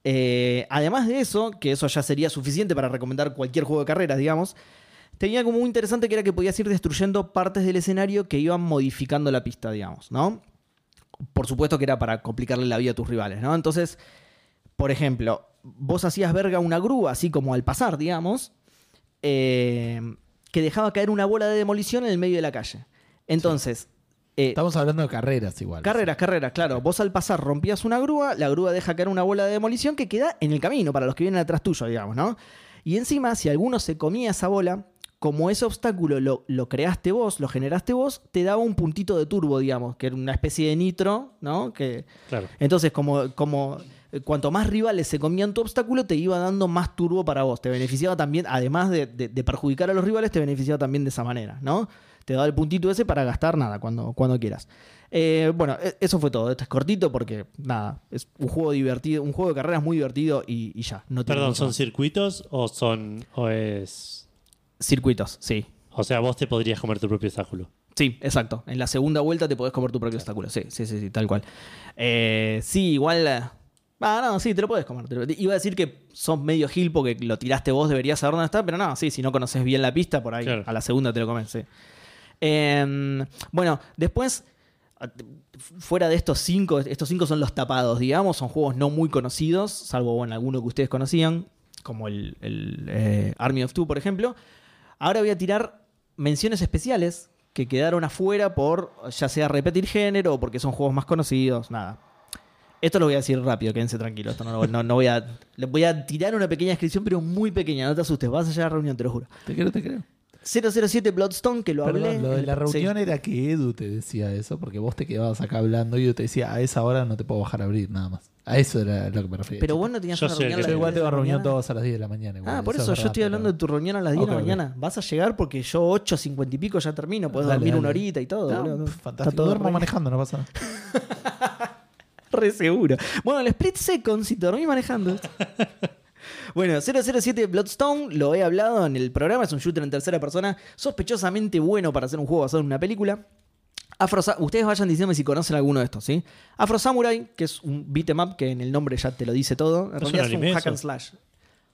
Eh, además de eso, que eso ya sería suficiente para recomendar cualquier juego de carreras, digamos, tenía como muy interesante que era que podías ir destruyendo partes del escenario que iban modificando la pista, digamos, ¿no? Por supuesto que era para complicarle la vida a tus rivales, ¿no? Entonces, por ejemplo, vos hacías verga una grúa, así como al pasar, digamos, eh, que dejaba caer una bola de demolición en el medio de la calle. Entonces, eh,
Estamos hablando de carreras igual.
Carreras, carreras, claro. Vos al pasar rompías una grúa, la grúa deja caer una bola de demolición que queda en el camino para los que vienen atrás tuyo, digamos, ¿no? Y encima, si alguno se comía esa bola, como ese obstáculo lo, lo creaste vos, lo generaste vos, te daba un puntito de turbo, digamos, que era una especie de nitro, ¿no? Que,
claro.
entonces, como, como eh, cuanto más rivales se comían tu obstáculo, te iba dando más turbo para vos. Te beneficiaba también, además de, de- de perjudicar a los rivales, te beneficiaba también de esa manera, ¿no? Te daba el puntito ese para gastar nada cuando, cuando quieras. Eh, bueno, e- eso fue todo. Esto es cortito porque, nada, es un juego divertido, un juego de carreras muy divertido y, y ya. No tiene
Perdón,
mucho
¿son
más.
circuitos o son o es
circuitos, sí.
o sea, vos te podrías comer tu propio obstáculo?
Sí, exacto. En la segunda vuelta te podés comer tu propio obstáculo. Sí, sí, sí, sí, tal cual. Eh, sí, igual. eh, Ah, no, sí, te lo podés comer. te lo- Iba a decir que sos medio gil porque lo tiraste vos, deberías saber dónde está, pero no, sí, si no conoces bien la pista, por ahí
Claro.
a la segunda te lo comes, sí. Eh, bueno, después, ah, fuera de estos cinco, estos cinco son los tapados, digamos, son juegos no muy conocidos, salvo, bueno, alguno que ustedes conocían, como el, el, eh, Army of Two, por ejemplo. Ahora voy a tirar menciones especiales que quedaron afuera por ya sea repetir género o porque son juegos más conocidos, nada. Esto lo voy a decir rápido, quédense tranquilos. Esto no, lo- no- no voy a. le voy a tirar una pequeña descripción, pero muy pequeña, no te asustes, vas a llegar a la reunión, te lo juro.
Te creo, te creo.
007 Bloodstone, que lo
Perdón,
hablé.
lo de la
Sí.
reunión era que Edu te decía eso, porque vos te quedabas acá hablando y Edu te decía, a esa hora no te puedo bajar a abrir nada más. A eso era lo que me refería.
Pero vos no tenías
Yo
una
sé
reunión.
que
a
Yo
las
igual
diez de
tengo
la
reunión
mañana.
todos a las 10 de la mañana. igual,
Ah, por
es
eso, yo
verdad,
estoy hablando
pero-
de tu reunión a las 10 de
Ok,
la
ok.
mañana. Vas a llegar porque yo 8, 50 y pico ya termino, puedes
Dale,
dormir
dale.
una horita y todo.
No,
boludo.
pff,
Está
fantástico.
todo
Duermo
re-
manejando, no pasa nada.
Re seguro. Bueno, el split second, si te dormí manejando. Bueno, 007 Bloodstone, lo he hablado en el programa, es un shooter en tercera persona, sospechosamente bueno para hacer un juego basado en una película. Afro Sa- Ustedes vayan diciéndome si conocen alguno de estos, ¿sí? Afro Samurai, que es un beat'em up, que en el nombre ya te lo dice todo. En
¿Es
realidad
un
es un
anime
hack and
eso?
slash.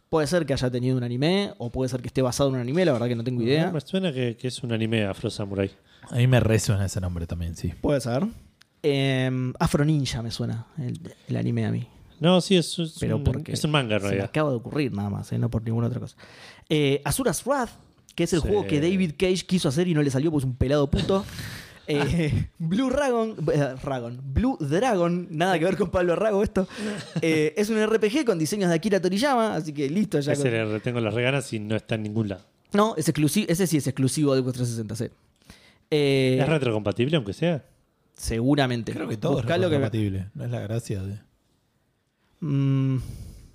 Puede ser que haya tenido un anime, o puede ser que esté basado en un anime, la verdad que no tengo idea.
Ah, Me suena que, que es un anime afro samurai.
A mí me resuena ese nombre también, sí.
Puede ser. Eh, Afro Ninja me suena el, el anime a mí.
No, sí, es, es
Pero
un,
porque
es un manga en
Se me
realidad.
acaba de ocurrir nada más, eh, no por ninguna otra cosa. Eh, Azura's Wrath, que es el
Sí.
juego que David Cage quiso hacer y no le salió porque es un pelado puto.
Ah.
Eh, Blue Dragon, eh, Dragon, Blue Dragon, nada que ver con Pablo Rago esto. Eh, es un RPG con diseños de Akira Toriyama, así que listo ya.
Ese
con-
le retengo las reganas y no está en ningún lado.
No, es exclusivo, ese sí es exclusivo de 360 sí. Eh,
¿Es retrocompatible aunque sea?
seguramente.
Creo que todo
Buscá lo
es
que me-
compatible. No es la gracia de.
Mm,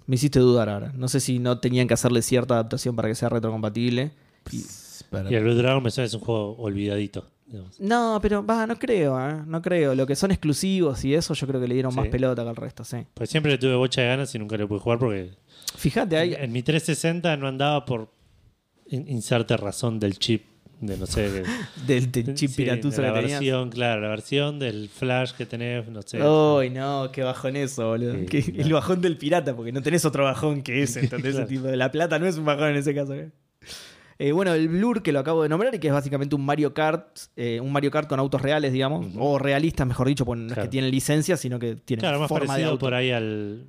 me hiciste dudar ahora. No sé si no tenían que hacerle cierta adaptación para que sea retrocompatible. Y-
Para-
Y el Blue Dragon me suena que es un juego olvidadito. digamos.
No, pero va, no creo, ¿eh? no creo. Lo que son exclusivos y eso, yo creo que le dieron más
Sí.
pelota que al resto, sí.
Pues siempre le tuve bocha de ganas y nunca lo pude jugar porque Eh,
Fíjate, hay,
en mi 360 no andaba por in- inserte razón del chip. de no sé. de-
Del del chip
eh, sí,
piratuso
de la
que tenías.
versión, claro, la versión del flash que tenés, no sé.
Uy, no, qué bajón eso, boludo.
Sí,
Que-
claro.
El bajón del pirata, porque no tenés otro bajón que ese, ¿entendés?
Claro.
Tipo, la plata no es un bajón en ese caso. ¿eh? Eh, bueno, el Blur que lo acabo de nombrar y que es básicamente un Mario Kart, eh, un Mario Kart con autos reales, digamos, o realistas, mejor dicho, porque no es
Claro.
que tienen licencia, sino que tienen
Claro, más
forma de
parecido
auto.
por ahí al,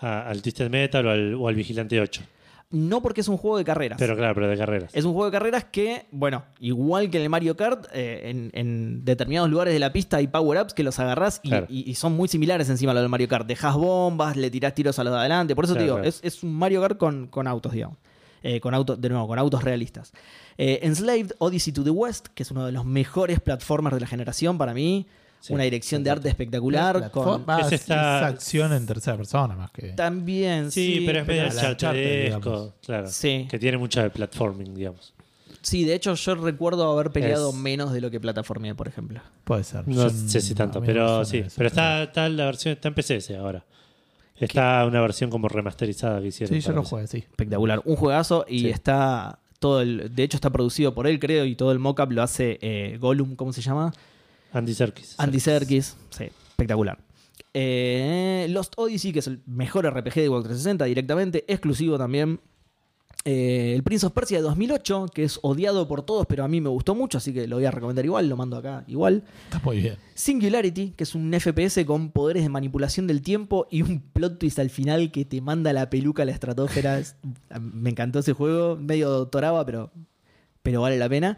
a- al Twisted Metal o al, o al Vigilante 8.
No porque es un juego de carreras.
Pero claro, pero de carreras.
Es un juego de carreras que, bueno, igual que en el Mario Kart, eh, en, en determinados lugares de la pista hay power-ups que los agarrás y,
Claro.
y- y son muy similares encima a lo del Mario Kart. Dejas bombas, le tirás tiros a los de adelante. Por eso
Claro,
te digo,
claro.
es, es un Mario Kart con, con autos, digamos. Eh, con autos, de nuevo, con autos realistas. Eh, Enslaved Odyssey to the West, que es uno de los mejores platformers de la generación para mí.
Sí,
Una dirección de
exacto.
arte espectacular. con-
Más
Es esta-
es acción en tercera persona más que.
También, sí.
Sí, pero es medio
a la
charteresco,
Uncharted,
claro.
Sí.
Que tiene mucho de platforming, digamos.
Sí, de hecho, yo recuerdo haber peleado
Es-
menos de lo que plataformé, por ejemplo.
Puede ser.
No
Yo
sé si tanto,
a mí no me
pero
suena
sí.
eso.
Pero está, está la versión, está en PC ese ahora. Está una versión como remasterizada que hicieron.
Sí, yo
para
lo
PC.
jugué, sí.
espectacular. Un juegazo y
Sí.
está todo el. De hecho, está producido por él, creo, y todo el mock-up lo hace eh, Gollum, ¿cómo se llama?
Andy Serkis.
Andy Serkis. Sí, espectacular. Eh, Lost Odyssey, que es el mejor RPG de Xbox 360 directamente, exclusivo también. Eh, el Prince of Persia de 2008, que es odiado por todos, pero a mí me gustó mucho, así que lo voy a recomendar igual, lo mando acá igual.
Está muy bien.
Singularity, que es un FPS con poderes de manipulación del tiempo y un plot twist al final que te manda la peluca a la estratosfera. Es- Me encantó ese juego, medio toraba, pero, pero vale la pena.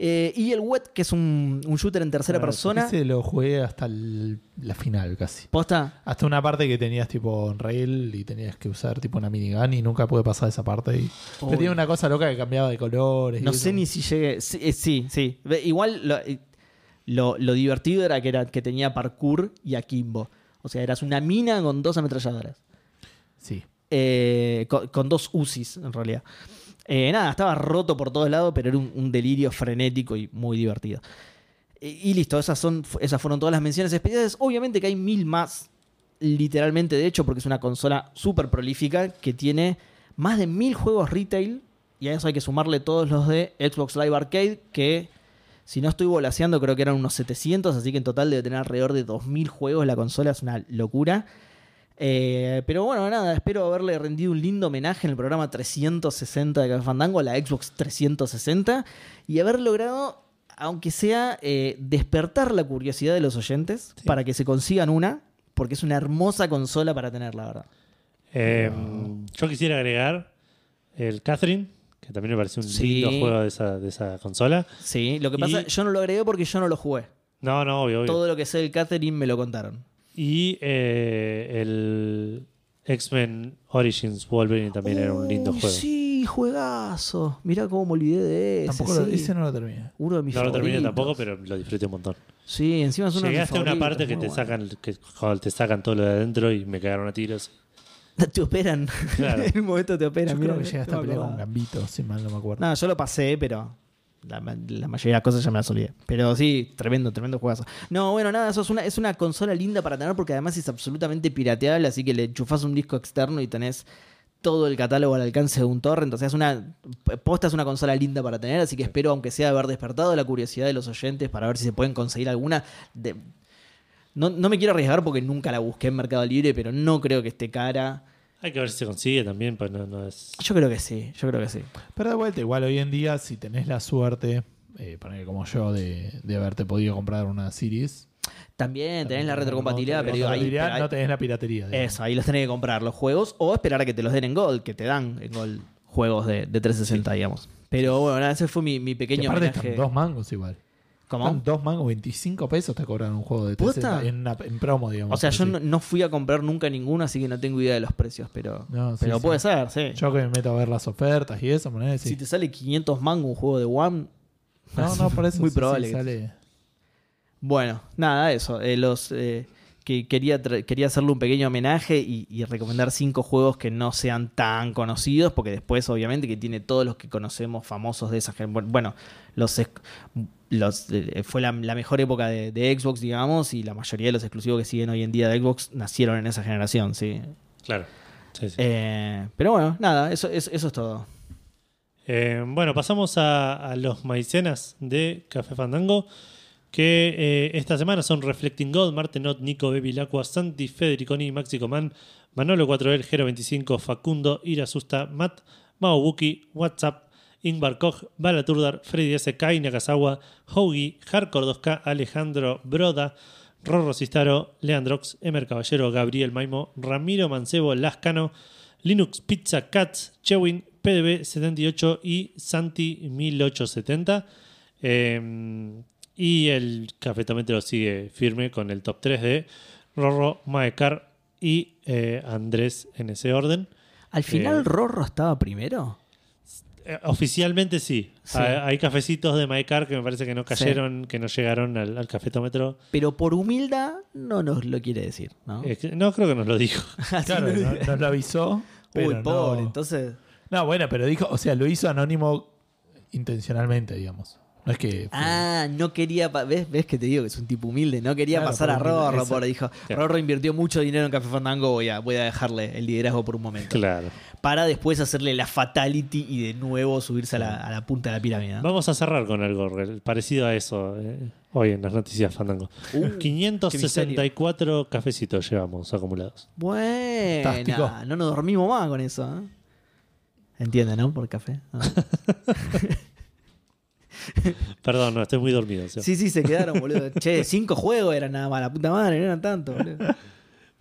Eh, y el Wet, que es un, un shooter en tercera
Ah,
persona.
Ese lo jugué hasta el- la final casi.
Posta,
Hasta una parte que tenías tipo un rail y tenías que usar tipo una minigun y nunca pude pasar esa parte. Y... Pero
Uy.
tiene una cosa loca que cambiaba de colores.
no
y
sé
eso.
ni si llegué. Sí, eh, sí. sí. Ve, Igual lo, eh, lo- lo divertido era que, era que tenía parkour y akimbo. O sea, eras una mina con dos ametralladoras.
Sí.
Eh, con, con dos UCIs, en realidad. Eh, nada, estaba roto por todos lados, pero era un, un delirio frenético y muy divertido. Y, y listo, esas, son, esas fueron todas las menciones especiales. Obviamente que hay mil más, literalmente, de hecho, porque es una consola súper prolífica que tiene más de mil juegos retail. Y a eso hay que sumarle todos los de Xbox Live Arcade, que si no estoy volaseando, creo que eran unos 700, así que en total debe tener alrededor de 2000 juegos la consola, es una locura. Eh, pero bueno, nada, espero haberle rendido un lindo homenaje en el programa 360 de Café Fandango, la Xbox 360, y haber logrado, aunque sea, eh, despertar la curiosidad de los oyentes para que se consigan una, porque es una hermosa consola para tener, la verdad.
Eh, Yo quisiera agregar el Catherine, que también me pareció un
Sí.
lindo juego de esa, de esa consola.
Sí, lo que
Y-
pasa, yo no lo agregué porque yo no lo jugué.
No, no, obvio, obvio.
Todo lo que sé del Catherine me lo contaron.
Y eh, el X-Men Origins Wolverine también era un lindo
Uy,
juego.
Sí, juegazo. Mirá cómo me olvidé de ese.
Tampoco lo-
Eh, sí.
ese no lo terminé.
Uno de mis
No lo terminé
favoritos.
tampoco, pero lo disfruté un montón.
Sí, encima es uno de mis
Llegaste a una
favoritos,
parte que
muy
te
bueno.
sacan, que cuando te sacan todo lo de adentro y me cagaron a tiros.
Te operan.
Claro.
en un momento te operan.
Yo
mira,
creo que llegué
no
hasta a
me
pelear con
acordaba.
Gambito, si mal no me acuerdo.
No, yo lo pasé, pero la, ma- la mayoría de las cosas ya me las olvidé. Pero sí, tremendo, tremendo juegazo. No, bueno, nada, eso es una, es una consola linda para tener porque además es absolutamente pirateable, así que le enchufás un disco externo y tenés todo el catálogo al alcance de un torrent. O sea, es una. Posta es una consola linda para tener, así que espero, aunque sea haber despertado la curiosidad de los oyentes para ver si se pueden conseguir alguna. De, no, no me quiero arriesgar porque nunca la busqué en Mercado Libre, pero no creo que esté cara.
Hay que ver si se consigue también, pues no, no es.
Yo creo que sí, yo creo que sí.
Pero de vuelta, igual hoy en día, si tenés la suerte, eh, poner como yo, de, de haberte podido comprar una Series.
También tenés la
no-
retrocompatibilidad,
no
pero
tenés
digo, ahí,
retrocompatibilidad,
pero ahí-
no tenés la piratería. digamos.
eso, ahí los tenés que comprar los juegos o esperar a que te los den en Gold, que te dan en Gold juegos de, de 360, digamos. Pero bueno, nada, ese fue mi, mi
Que
pequeño
aparte están
homenaje.
dos mangos igual.
¿Cómo?
Están dos mangos, 25 pesos te cobran un juego de
¿Posta?
360 en, una- en promo, digamos.
O sea, yo
así.
no, no fui a comprar nunca ninguno, así que no tengo idea de los precios, pero,
No, sí,
pero
sí.
puede ser, sí.
Yo que me meto a ver las ofertas y eso, ponele, sí.
Si te sale 500 mango un juego de One,
No, no, por eso
Muy
sí,
probable
sí
que-
sale.
Bueno, nada, eso. eh, los, eh, que quería, tra- quería hacerle un pequeño homenaje y, y recomendar cinco juegos que no sean tan conocidos, porque después, obviamente, que tiene todos los que conocemos famosos de esa gen- bueno, Bueno, los, ex- los eh, fue la, la mejor época de, de Xbox, digamos, y la mayoría de los exclusivos que siguen hoy en día de Xbox nacieron en esa generación, sí.
Claro. Sí, sí.
Eh, pero bueno, nada, eso, eso, eso es todo.
Eh, bueno, pasamos a, a los maicenas de Café Fandango, que eh, esta semana son Reflecting God, Martenot, Nico, Baby Lacua, Santi, Federiconi, Maxi Comán, Manolo 4L, Gero 25, Facundo, Irasusta, Matt, Mao Buki, WhatsApp, Ingvar Koch, Balaturdar, Freddy S. Kai Nakazawa, Hoagie, Hardcore 2K, Alejandro Broda, Rorro Cistaro, Leandrox, Emer Caballero, Gabriel Maimo, Ramiro Mancebo, Lascano, Linux Pizza Cats, Chewin, PDB78 y Santi1870. Eh, y el cafetometro sigue firme con el top 3 de Rorro, Maecar y eh, Andrés en ese orden.
Al final,
Eh,
Rorro estaba primero.
Eh, Oficialmente sí.
Sí.
Hay, hay cafecitos de Maecar que me parece que no cayeron, que no llegaron al, al cafetómetro.
Pero por humildad no nos lo quiere decir, ¿no?
Eh, que- no creo que nos lo dijo.
Así
Claro,
no-
no- nos lo avisó. pero
Uy, pobre,
no-
entonces.
No, bueno, pero dijo, o sea, lo hizo anónimo intencionalmente, digamos. No es que. fue-
Ah, no quería. pa- ¿Ves? ¿Ves que te digo que es un tipo humilde? No quería
Claro,
pasar a
por humilde,
Rorro,
exacto.
por dijo.
Claro.
Rorro invirtió mucho dinero en Café Fandango, voy a, voy a dejarle el liderazgo por un momento.
Claro.
Para después hacerle la fatality y de nuevo subirse a la, a la punta de la pirámide. ¿no?
Vamos a cerrar con algo re- parecido a eso eh, hoy en las noticias Fandango.
Uh,
564 cafecitos llevamos acumulados.
Fantástico.
Buena, no nos dormimos más con eso. ¿eh? Entiende, ¿no? Por café. Ah.
Perdón, no, estoy muy dormido. o sea.
Sí, sí, se quedaron, boludo. Che, cinco juegos eran nada más, la puta madre, no eran tanto, boludo.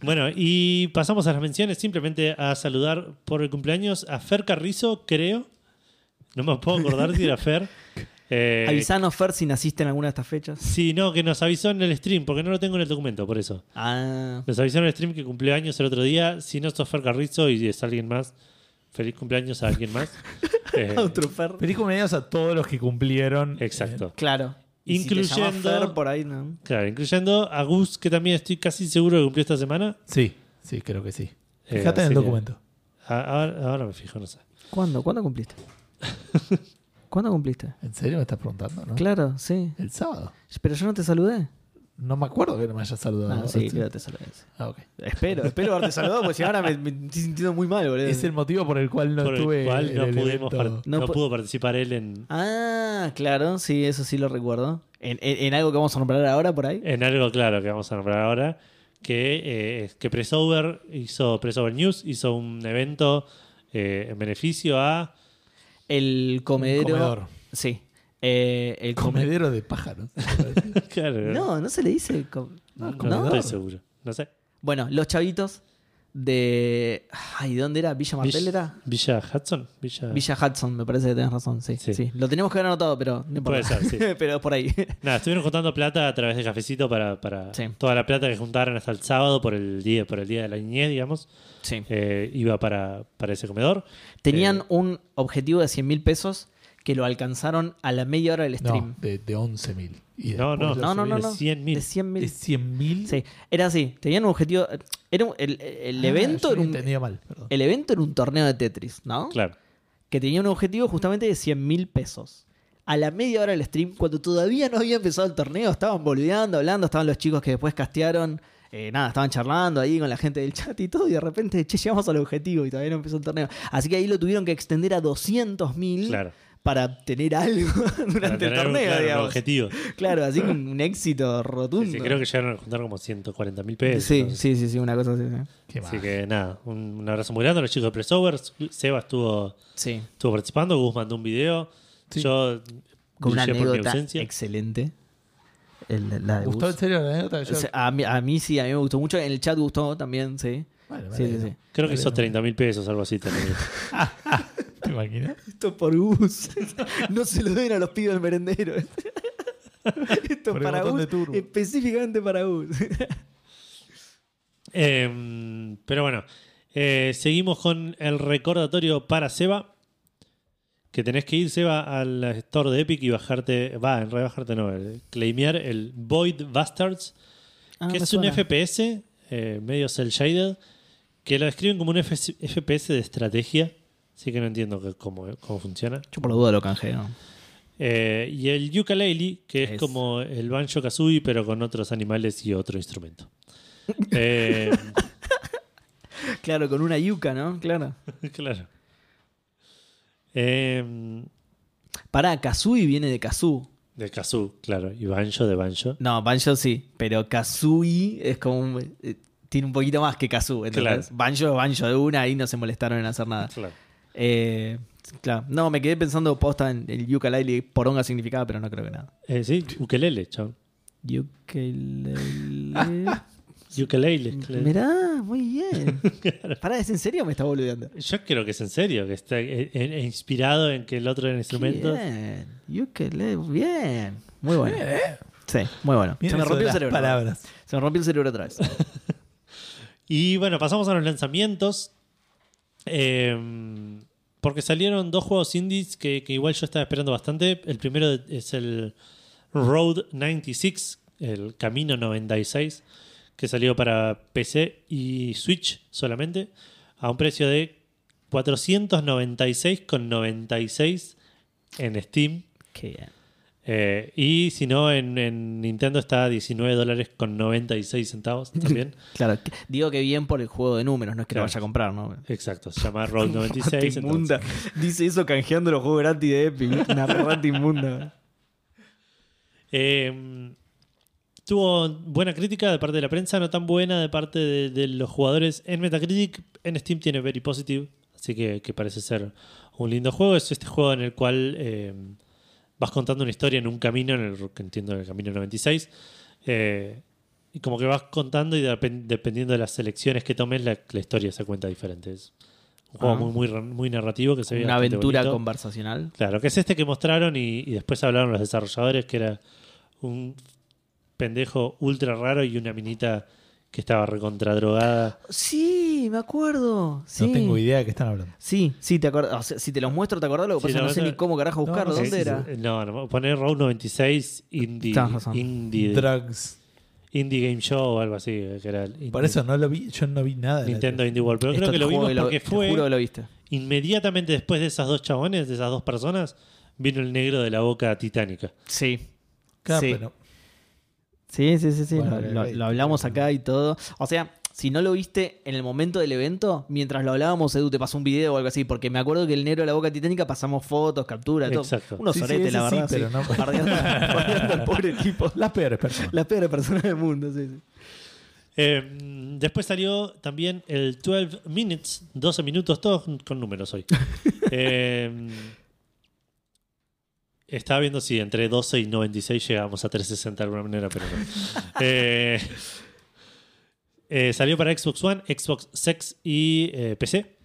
Bueno, y pasamos a las menciones. Simplemente a saludar por el cumpleaños a Fer Carrizo, creo. No me puedo acordar si era Fer. Eh,
Avisanos, Fer, si naciste en alguna de estas fechas.
Sí, no, que nos avisó en el stream, porque no lo tengo en el documento, por eso.
Ah,
Nos avisó en el stream que cumplió años el otro día. Si no, Sofer Carrizo y es alguien más. Feliz cumpleaños a alguien más. Eh,
otro Fer.
Feliz cumpleaños a todos los que cumplieron.
exacto.
Claro. Y si te llamas
Incluyendo-
Fer por ahí, ¿no?
Claro, incluyendo a Gus, que también estoy casi seguro que cumplió esta semana.
Eh, sí, sí, creo que sí.
Eh,
Fíjate en
así
el
que-
documento.
A- Ahora, ahora me fijo, no sé.
¿Cuándo? ¿Cuándo cumpliste? ¿Cuándo cumpliste?
¿En serio me estás preguntando? ¿no?
Claro, sí.
El sábado.
Pero yo no te saludé.
No me acuerdo que no me hayas saludado.
Ah,
¿verdad?
sí, claro, te saludé.
Ah, ok.
Espero, espero haberte saludado, porque si ahora me, me estoy sintiendo muy mal, boludo.
Es el motivo por el cual no
Por
estuve
el cual
en
no,
el
pudimos
evento.
par-
No
no
pu-
pudo participar él en,
Ah, claro, sí, eso sí lo recuerdo. ¿En, en- en algo que vamos a nombrar ahora por ahí?
en algo claro que vamos a nombrar ahora. Que eh, es que Pressover hizo, Pressover News hizo un evento eh, en beneficio a.
El comedero.
comedor.
Sí. Eh, el comedero.
Comedero de pájaros.
Claro,
No, no se le dice. com- ¿no?
No, Ah,
no
comedor.
estoy seguro. No sé.
Bueno, los chavitos de. Ay, ¿dónde era? ¿Villa Martel era?
Villa Hudson. Villa...
Villa Hudson, me parece que tenés razón, sí.
Ah. Sí.
sí. Lo tenemos que haber anotado, pero no importa.
Puede ser, sí.
pero es por ahí.
Nada, estuvieron juntando plata a través de cafecito para, para
Sí.
toda la plata que juntaron hasta el sábado por el día, por el día de la niñez, digamos,
sí.
eh, iba para, para ese comedor.
Tenían
Eh,
un objetivo de 100 mil pesos que lo alcanzaron a la media hora del
No,
stream.
de, de 11.000. Y
No,
después lo
no,
No, no, no.
subieron.
no.
de 100.000.
De 100
¿De
mil.
100.000?
Sí, era así. Tenían un objetivo. Era un- el, el
Ah,
evento
yo
era
lo
un,
entendía mal, perdón.
el evento era un torneo de Tetris, ¿no?
Claro.
Que tenía un objetivo justamente de 100 mil pesos. A la media hora del stream, cuando todavía no había empezado el torneo, estaban boludeando, hablando, estaban los chicos que después castearon. eh, nada, estaban charlando ahí con la gente del chat y todo, y de repente, che, llegamos al objetivo y todavía no empezó el torneo. Así que ahí lo tuvieron que extender a 200 mil
Claro.
para tener algo
Para
durante
tener
el
un-
torneo,
claro, un
digamos.
objetivo. Sí,
Claro, así que un, un éxito rotundo.
sí, creo que llegaron a juntar como 140 mil pesos.
Sí, sí, sí, sí, una cosa así. sí.
Qué
Así
mal.
que nada, un, un abrazo muy grande a los chicos de Pressover. Seba estuvo,
Sí.
estuvo participando, Gus mandó un video.
Sí.
Yo
Con una
brillé por mi
anécdota
ausencia.
excelente. El- la de
¿Gustó en
Gus.
serio la anécdota? Yo-
Sí, A mí, a mí sí, a mí me gustó mucho. En el chat gustó también, sí.
Vale,
Sí,
vale,
sí,
no.
sí.
Creo que hizo
Vale,
30 mil pesos, algo así también.
¿Te imaginas?
Esto por Gus. no se lo den a los pibes del merendero. Esto
Por
es
el
para
botón
Gus.
de turbo.
Específicamente para Gus.
Eh, pero bueno, eh, seguimos con el recordatorio para Seba. Que tenés que ir, Seba, al store de Epic y bajarte. Va, en realidad bajarte no, eh, claimear el Void Bastards,
Ah,
que
me
es
suena.
un FPS, eh, medio cel shaded, que lo describen como un F- FPS de estrategia. Así que no entiendo que- cómo, eh, cómo funciona.
Yo por la duda lo canjeo.
Eh, y el ukulele, que es,
Es.
como el banjo kazooie, pero con otros animales y otro instrumento. Eh,
Claro, con una yuca, ¿no? Claro.
claro. Eh,
Pará, Kazooie viene de Kazoo.
de Kazoo, claro. Y Banjo de Banjo.
No, Banjo sí, pero Kazooie es como un- eh, tiene un poquito más que Kazoo. ¿entendés?
Claro.
Banjo es Banjo de una, ahí no se molestaron en hacer nada.
Claro.
Eh, claro. No, me quedé pensando posta en el ukulele poronga significaba, pero no creo que nada.
Eh, sí, ukelele, chao.
Ukulele.
Ukelele. claro.
Mirá, muy bien. Pará, ¿es en serio o me está boludeando?
Yo creo que es en serio, que está eh, eh, inspirado en que el otro era instrumento.
Bien. Ukulele, bien. Muy bueno. Sí, muy bueno.
Bien
Se me
eso
rompió
de
el
las
cerebro.
palabras.
Se me rompió el cerebro otra vez.
Y bueno, pasamos a los lanzamientos. Eh, porque salieron dos juegos indies que, que igual yo estaba esperando bastante. El primero es el Road 96, el Camino 96, que salió para PC y Switch solamente, a un precio de 496,96 en Steam.
Qué bien.
Eh, y si no, en, en Nintendo está a 19 dólares con 96 centavos también.
Claro, que- digo que bien por el juego de números, no es que
Claro.
lo vaya a comprar, ¿no?
Exacto, se llama Road 96.
Rata
entonces.
inmunda. Dice eso canjeando los juegos gratis de Epic. Una rata inmunda.
Eh, tuvo buena crítica de parte de la prensa, no tan buena de parte de, de los jugadores en Metacritic. En Steam tiene Very Positive, así que, que parece ser un lindo juego. Es este juego en el cual eh, vas contando una historia en un camino, en el que entiendo en el camino 96. eh, y como que vas contando y depen- dependiendo de las selecciones que tomes, la, la historia se cuenta diferente. Es un juego
Ah.
muy, muy, ra- muy narrativo que se ve
Una
bastante
aventura
bonito.
conversacional.
Claro, que es este que mostraron y, y después hablaron los desarrolladores que era un pendejo ultra raro y una minita que estaba recontradrogada.
Sí, me acuerdo. Sí.
No tengo idea de qué están hablando.
Sí, sí, te acordás. O sea, si te los muestro, te acordás lo que
Sí,
pasa.
la
No sé
verdad-
ni cómo carajo
No,
buscarlo.
no sé
¿Dónde
si
era?
No, no, poner Row 96 Indie,
Tenés razón.
indie,
Drugs.
indie Game Show o algo así. Que era el indie-
Por eso no lo vi, yo no vi nada. de la
Nintendo Indie World. Pero creo
Esto
que
te
lo
juro
vimos porque
te juro que
fue
lo viste.
inmediatamente después de esas dos chabones, de esas dos personas, vino el negro de la boca titánica.
Sí.
Claro,
Sí.
pero-
Sí, sí, sí, sí.
Bueno,
lo,
ok,
lo-
ok.
lo hablamos acá y todo. O sea, si no lo viste en el momento del evento, mientras lo hablábamos, Edu te pasó un video o algo así, porque me acuerdo que el negro de la boca titánica pasamos fotos, capturas, todo.
Exacto.
Unos
Sí, sí,
soretes,
ese
la
sí,
verdad.
pero no-
Bardeando- bardeando al pobre tipo.
Las peores personas.
La peor persona del mundo, sí, sí.
Eh, después salió también el 12 Minutes, 12 minutos, todos con números hoy. Eh, estaba viendo si entre 12 y 96 llegábamos a 360 de alguna manera, pero no. Eh, eh, salió para Xbox One, Xbox Sex y eh, PC.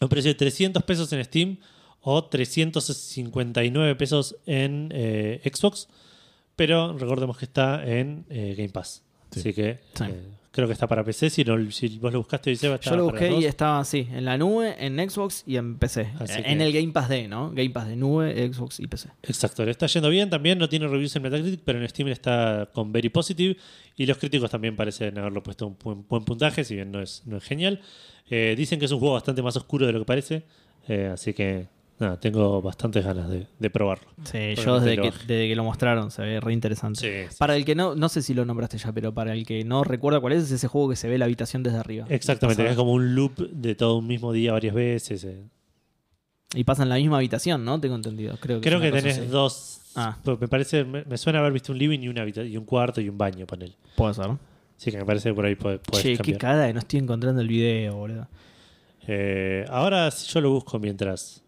A un precio de 300 pesos en Steam o 359 pesos en eh, Xbox. Pero recordemos que está en eh, Game Pass.
Sí.
Así que
Sí.
eh, creo que está para PC. Si, no- si vos lo buscaste, Viseba, está
Yo lo
para las
busqué
dos.
y estaba así, en la nube, en Xbox y en PC.
Así
en
que-
el Game Pass D, ¿no? Game Pass de nube, Xbox y PC.
Exacto, le está yendo bien también, no tiene reviews en Metacritic, pero en Steam está con Very Positive y los críticos también parecen haberlo puesto un buen, buen puntaje, si bien no es, no es genial. Eh, dicen que es un juego bastante más oscuro de lo que parece, eh, así que nada, tengo bastantes ganas de, de probarlo.
Sí,
Porque
yo
te
desde
lo
que,
bajé.
desde que lo mostraron se ve re interesante.
Sí, sí.
Para el que no, no sé si lo nombraste ya, pero para el que no recuerda cuál es, es ese juego que se ve la habitación desde arriba.
Exactamente,
Y
es
pasan,
como un loop de todo un mismo día varias veces. eh.
y pasan la misma habitación, ¿no? Tengo entendido. Creo que,
Creo
es
que
una cosa
tenés
así.
dos...
Ah.
pues Me parece, me, me suena haber visto un living y, una habita- y un cuarto y un baño, él
Puede ser.
Así que me parece que por ahí puede
Che, qué cara, que no estoy encontrando el video, boludo.
Eh, ahora yo lo busco mientras...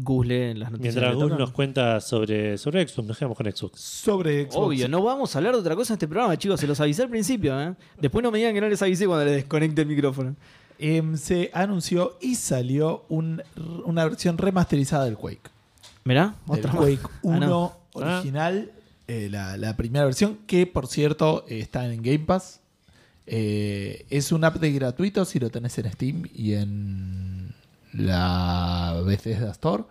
Google en las noticias.
Mientras
que
Gus
tocan.
nos cuenta sobre, sobre Xbox, nos quedamos con Xbox.
Sobre Xbox.
Obvio, no vamos a hablar de otra cosa en este programa, chicos. Se los avisé al principio, ¿eh? Después no me digan que no les avisé cuando les desconecte el micrófono.
Em, se anunció y salió un- una versión remasterizada del Quake.
Mirá,
Del
otra más.
Quake 1
Ah, no.
original, eh, la, la primera versión, que por cierto eh, está en Game Pass. Eh, es un update gratuito si lo tenés en Steam y en la Bethesda Store.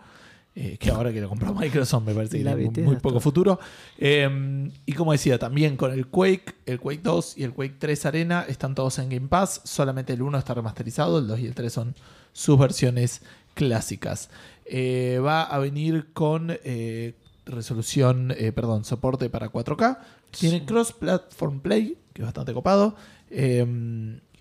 eh, que ahora que lo compró Microsoft me parece que
La
tiene muy-
Bethesda
muy poco futuro. Eh, y como decía, también con el Quake, el Quake 2 y el Quake 3 Arena están todos en Game Pass. Solamente el 1 está remasterizado, el 2 y el 3 son sus versiones clásicas. Eh, va a venir con eh, resolución, eh, perdón, soporte para 4K. Tiene cross-platform play, que es bastante copado. Eh,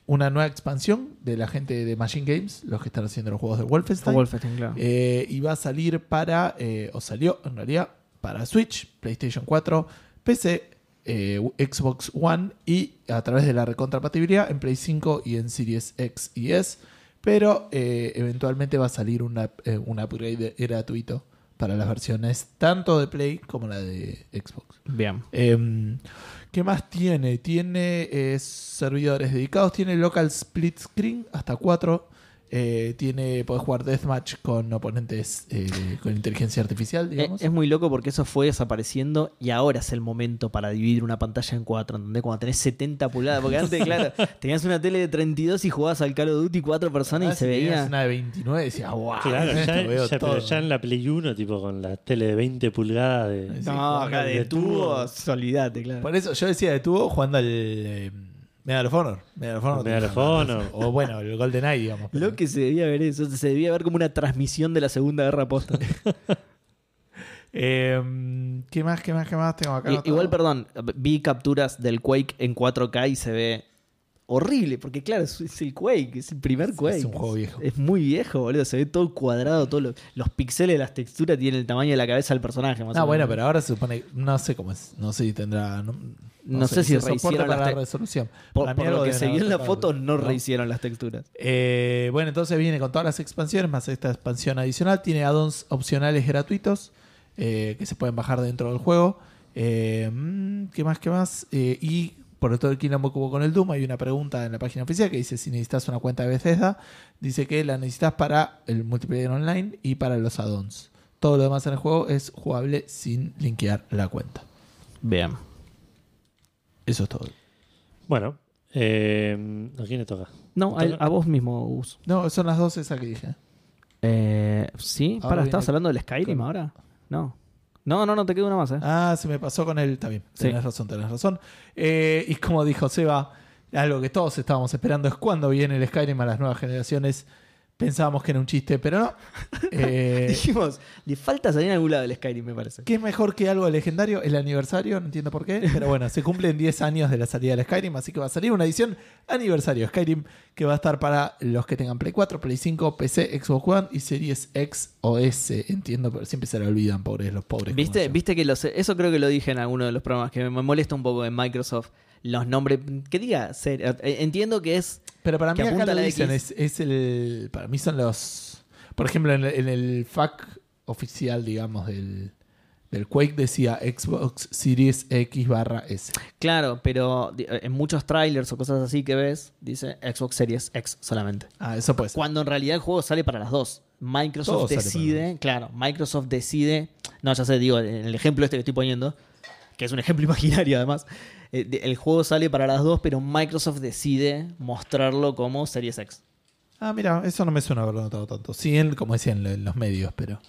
una nueva expansión de la gente de Machine Games, los que están haciendo los juegos de Wolfenstein.
Wolfenstein, claro.
Eh, y va a salir para, eh, o salió en realidad, para Switch, PlayStation 4, PC, eh, Xbox One y a través de la recontrapatibilidad en Play 5 y en Series X y S. Pero eh, eventualmente va a salir una, eh, un upgrade gratuito para las versiones tanto de Play como la de Xbox.
Bien.
Em, ¿Qué más tiene? Tiene eh, servidores dedicados, tiene local split screen hasta 4. tiene, podés jugar Deathmatch con oponentes eh, con inteligencia artificial,
Eh,
digamos.
Es muy loco porque eso fue desapareciendo y ahora es el momento para dividir una pantalla en cuatro, ¿entendés? Cuando tenés 70 pulgadas, porque antes, claro, tenías una tele de 32 y jugabas al Call of Duty cuatro personas
Ah,
y se
si tenías
veía...
una de 29 decías,
Ah,
wow,
Claro,
esto
ya,
veo
ya- pero
todo".
ya en la Play 1, tipo con la tele de 20 pulgadas de.
Sí,
No, acá
de
de tubos,
tubos.
olvídate, claro.
Por eso yo decía de tubo jugando al eh, Medal of Honor. Medal of Honor.
Medal of
tenía una-
Honor.
O bueno, el Golden Eye, digamos.
Lo que se debía ver eso, se debía ver como una transmisión de la Segunda Guerra Posta.
Eh, ¿Qué más, qué más, qué más tengo acá?
I-
anotado?
Igual, perdón, vi capturas del Quake en 4K y se ve horrible, porque claro, es, es el Quake, es el primer Quake.
es un juego viejo.
Es muy viejo, boludo, se ve todo cuadrado, todos los, los píxeles, las texturas tienen el tamaño de la cabeza del personaje. Más
Ah,
o menos.
bueno, pero ahora se supone. No sé cómo es. No sé si tendrá. No,
No sé si
se soporta
rehicieron
para
las
la
te-
resolución. Para
Por,
mí
por lo
algo
que se vio
deben
en
haber
las
sacado,
fotos, no rehicieron las texturas.
Eh, bueno, entonces viene con todas las expansiones, más esta expansión adicional. Tiene add-ons opcionales gratuitos eh, que se pueden bajar dentro del juego. Eh, mm, ¿Qué más? ¿Qué más? Eh, y por todo el quilombo que hubo con el Doom, hay una pregunta en la página oficial que dice si necesitas una cuenta de Bethesda. Dice que la necesitas para el multiplayer online y para los add-ons. Todo lo demás en el juego es jugable sin linkear la cuenta.
Bien.
Eso es todo.
Bueno, eh, ¿a quién le toca?
No, a,
Entonces-
a vos mismo, Gus.
No, son las dos esas que dije.
Eh, sí,
Ahora
para,
viene
¿estabas
el-
hablando del Skyrim
claro.
ahora? No. No, no, no, te queda una más, ¿eh?
Ah, se me pasó con él. Está bien.
Sí.
Tenés razón, tenés razón. Eh, y como dijo Seba, algo que todos estábamos esperando es cuando viene el Skyrim a las nuevas generaciones. Pensábamos que era un chiste, pero no. Eh,
Dijimos, le falta salir en algún lado del Skyrim, me parece.
¿Qué es mejor que algo legendario? El aniversario, no entiendo por qué, pero bueno, se cumplen 10 años de la salida del Skyrim, así que va a salir una edición aniversario Skyrim que va a estar para los que tengan Play 4, Play 5, PC, Xbox One y Series X o S. Entiendo, pero siempre se lo olvidan, pobres, los pobres. como
¿Viste,
yo.
viste que los, eso creo que lo dije en alguno de los programas, que me molesta un poco en Microsoft los nombres. Que diga, ser- eh, entiendo que es.
Pero para
que
mí acá
apunta a
lo
la
dicen,
X.
es, es el. Para mí son los. Por ejemplo, en el, en el FAQ oficial, digamos, del, del Quake decía Xbox Series X barra S.
Claro, pero di- eh, en muchos trailers o cosas así que ves, dice Xbox Series X solamente.
Ah, eso puede ser.
Cuando en realidad el juego sale para las dos. Microsoft
Todo sale para
decide, claro, Microsoft decide. No, ya sé, digo, en el ejemplo este que estoy poniendo, que es un ejemplo imaginario además. eh, de- el juego sale para las dos, pero Microsoft decide mostrarlo como Series X.
Ah, mira, eso no me suena haberlo notado tanto. Sí, en- como decían lo- en los medios, pero.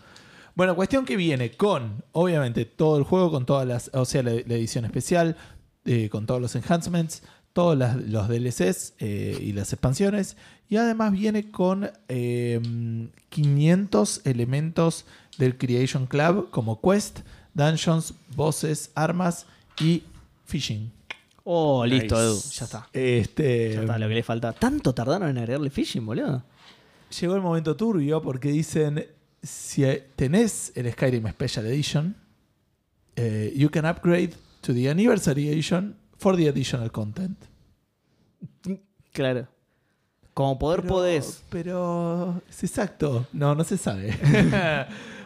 Bueno, cuestión que viene con, obviamente, todo el juego, con todas las. O sea, la, la edición especial, eh, con todos los enhancements, todos las- los DLCs eh, y las expansiones. Y además viene con eh, 500 elementos del Creation Club, como quest, dungeons, voces, armas y phishing.
Oh,
Nice.
listo, Edu. Ya está.
Este,
Ya está, lo que le falta. ¿Tanto tardaron en agregarle phishing, boludo?
Llegó el momento turbio porque dicen: si tenés el Skyrim Special Edition, eh, you can upgrade to the Anniversary Edition for the additional content.
Claro. Como poder podés.
Pero es exacto. No, no se sabe.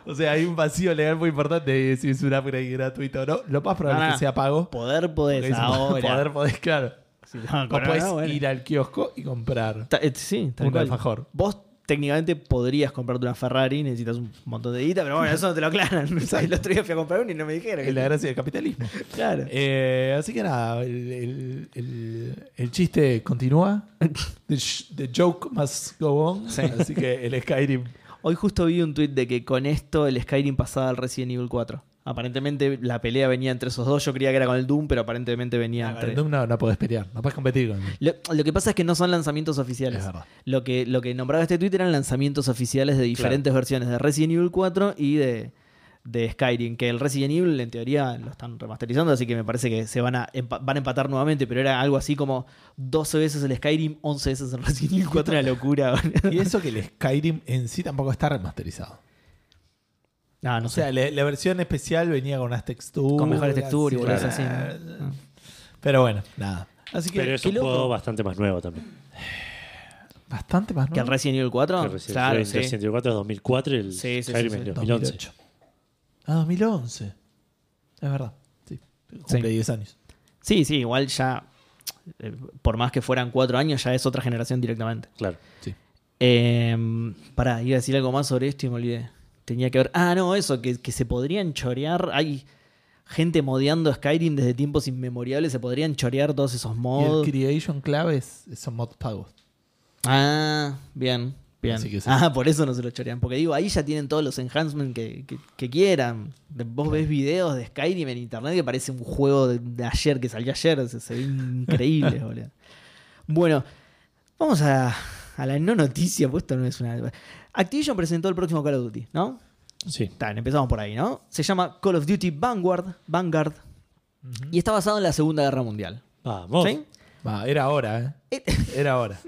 o sea, hay un vacío legal muy importante de si es un upgrade gratuito o no. Lo más probable es
Ah,
que sea pago.
Poder
porque
podés
dicen,
ahora.
Poder podés, claro.
Sí, no,
O
con-
podés
no, bueno.
ir al kiosco y comprar
Ta- eh, sí, tal
un
cual.
alfajor.
Vos técnicamente podrías comprarte una Ferrari, necesitas un montón de guita, pero bueno, eso no te lo aclaran. El otro día fui a comprar una y no me dijeron.
Es la gracia del capitalismo.
Claro.
Eh, así que nada, el, el- el- el chiste continúa. The, sh- the joke must go on. Así que el Skyrim.
Hoy justo vi un tuit de que con esto el Skyrim pasaba al Resident Evil 4. Aparentemente la pelea venía entre esos dos. Yo creía que era con el Doom, pero aparentemente venía
Ah, con
entre.
el Doom no, no podés pelear, no podés competir con el Doom.
Lo, lo que pasa es que no son lanzamientos
Es
oficiales.
verdad.
Lo que, lo que nombraba este Twitter eran lanzamientos oficiales de diferentes versiones de Resident Evil 4 y de de Skyrim, que el Resident Evil en teoría lo están remasterizando, así que me parece que se van a, empa- van a empatar nuevamente, pero era algo así como 12 veces el Skyrim, 11 veces el Resident Evil 4, una locura.
Y eso que el Skyrim en sí tampoco está remasterizado.
ah, no
O sea,
sé,
la, la versión especial venía con unas texturas.
con mejores texturas y
sí,
boludeces así.
claro.
¿no?
Pero bueno, nada. Así que
Pero es
qué
un
loco.
juego bastante más nuevo también.
bastante más
¿Que el
nuevo.
Resident Evil 4?
Que recién-
Ah, claro,
el
sí.
Resident Evil 4 es 2004 y el
Sí, sí, sí,
Skyrim
sí.
es 2011.
2008. Ah, 2011. Es verdad. Sí. Cumple 10 años.
Sí, sí, igual ya, eh, por más que fueran 4 años, ya es otra generación directamente.
Claro.
Sí.
Eh, pará, iba a decir algo más sobre esto y me olvidé. Tenía que ver. Ah, no, eso, que, que se podrían chorear. Hay gente modeando Skyrim desde tiempos inmemoriales. Se podrían chorear todos esos
Y el
mods.
Creation Clave es- son mods pagos.
Ah, bien, bien.
Así que sí.
Ah, por eso no se lo chorean. Porque digo, ahí ya tienen todos los enhancements que, que- que quieran. De- Vos ves videos de Skyrim en internet que parece un juego de, de ayer que salió ayer. Se, se ve increíble, boludo. Bueno, vamos a, a la no noticia, pues esto no es una. Activision presentó el próximo Call of Duty, ¿no?
Sí.
Tan, empezamos por ahí, ¿no? Se llama Call of Duty Vanguard, Vanguard y está basado en la Segunda Guerra Mundial.
Vamos.
¿Sí?
Va, era hora, ¿eh?
Eh,
Era hora.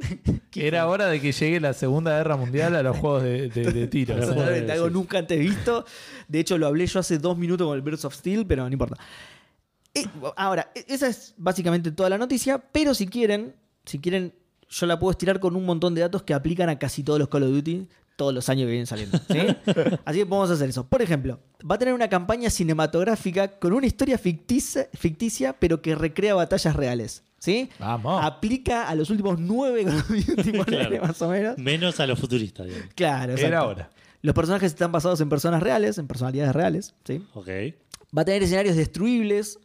Era hora de que llegue la Segunda Guerra Mundial a los juegos de, de, de tiro.
Pero
¿eh?
Totalmente, algo nunca antes visto. De hecho, lo hablé yo hace dos minutos con el Birds of Steel, pero no importa. Eh, ahora, e- esa es básicamente toda la noticia, pero si quieren, si quieren, yo la puedo estirar con un montón de datos que aplican a casi todos los Call of Duty todos los años que vienen saliendo. ¿sí? Así que podemos hacer eso. Por ejemplo, va a tener una campaña cinematográfica con una historia ficticia, ficticia pero que recrea batallas reales. ¿sí?
Vamos.
Ah,
Aplica a los últimos nueve Call of Duty, ponele, más o menos.
Menos a los futuristas, digamos.
Claro, exacto.
Era hora.
Los personajes están basados en personas reales, en personalidades reales. ¿sí?
Ok.
Va a tener escenarios destruibles.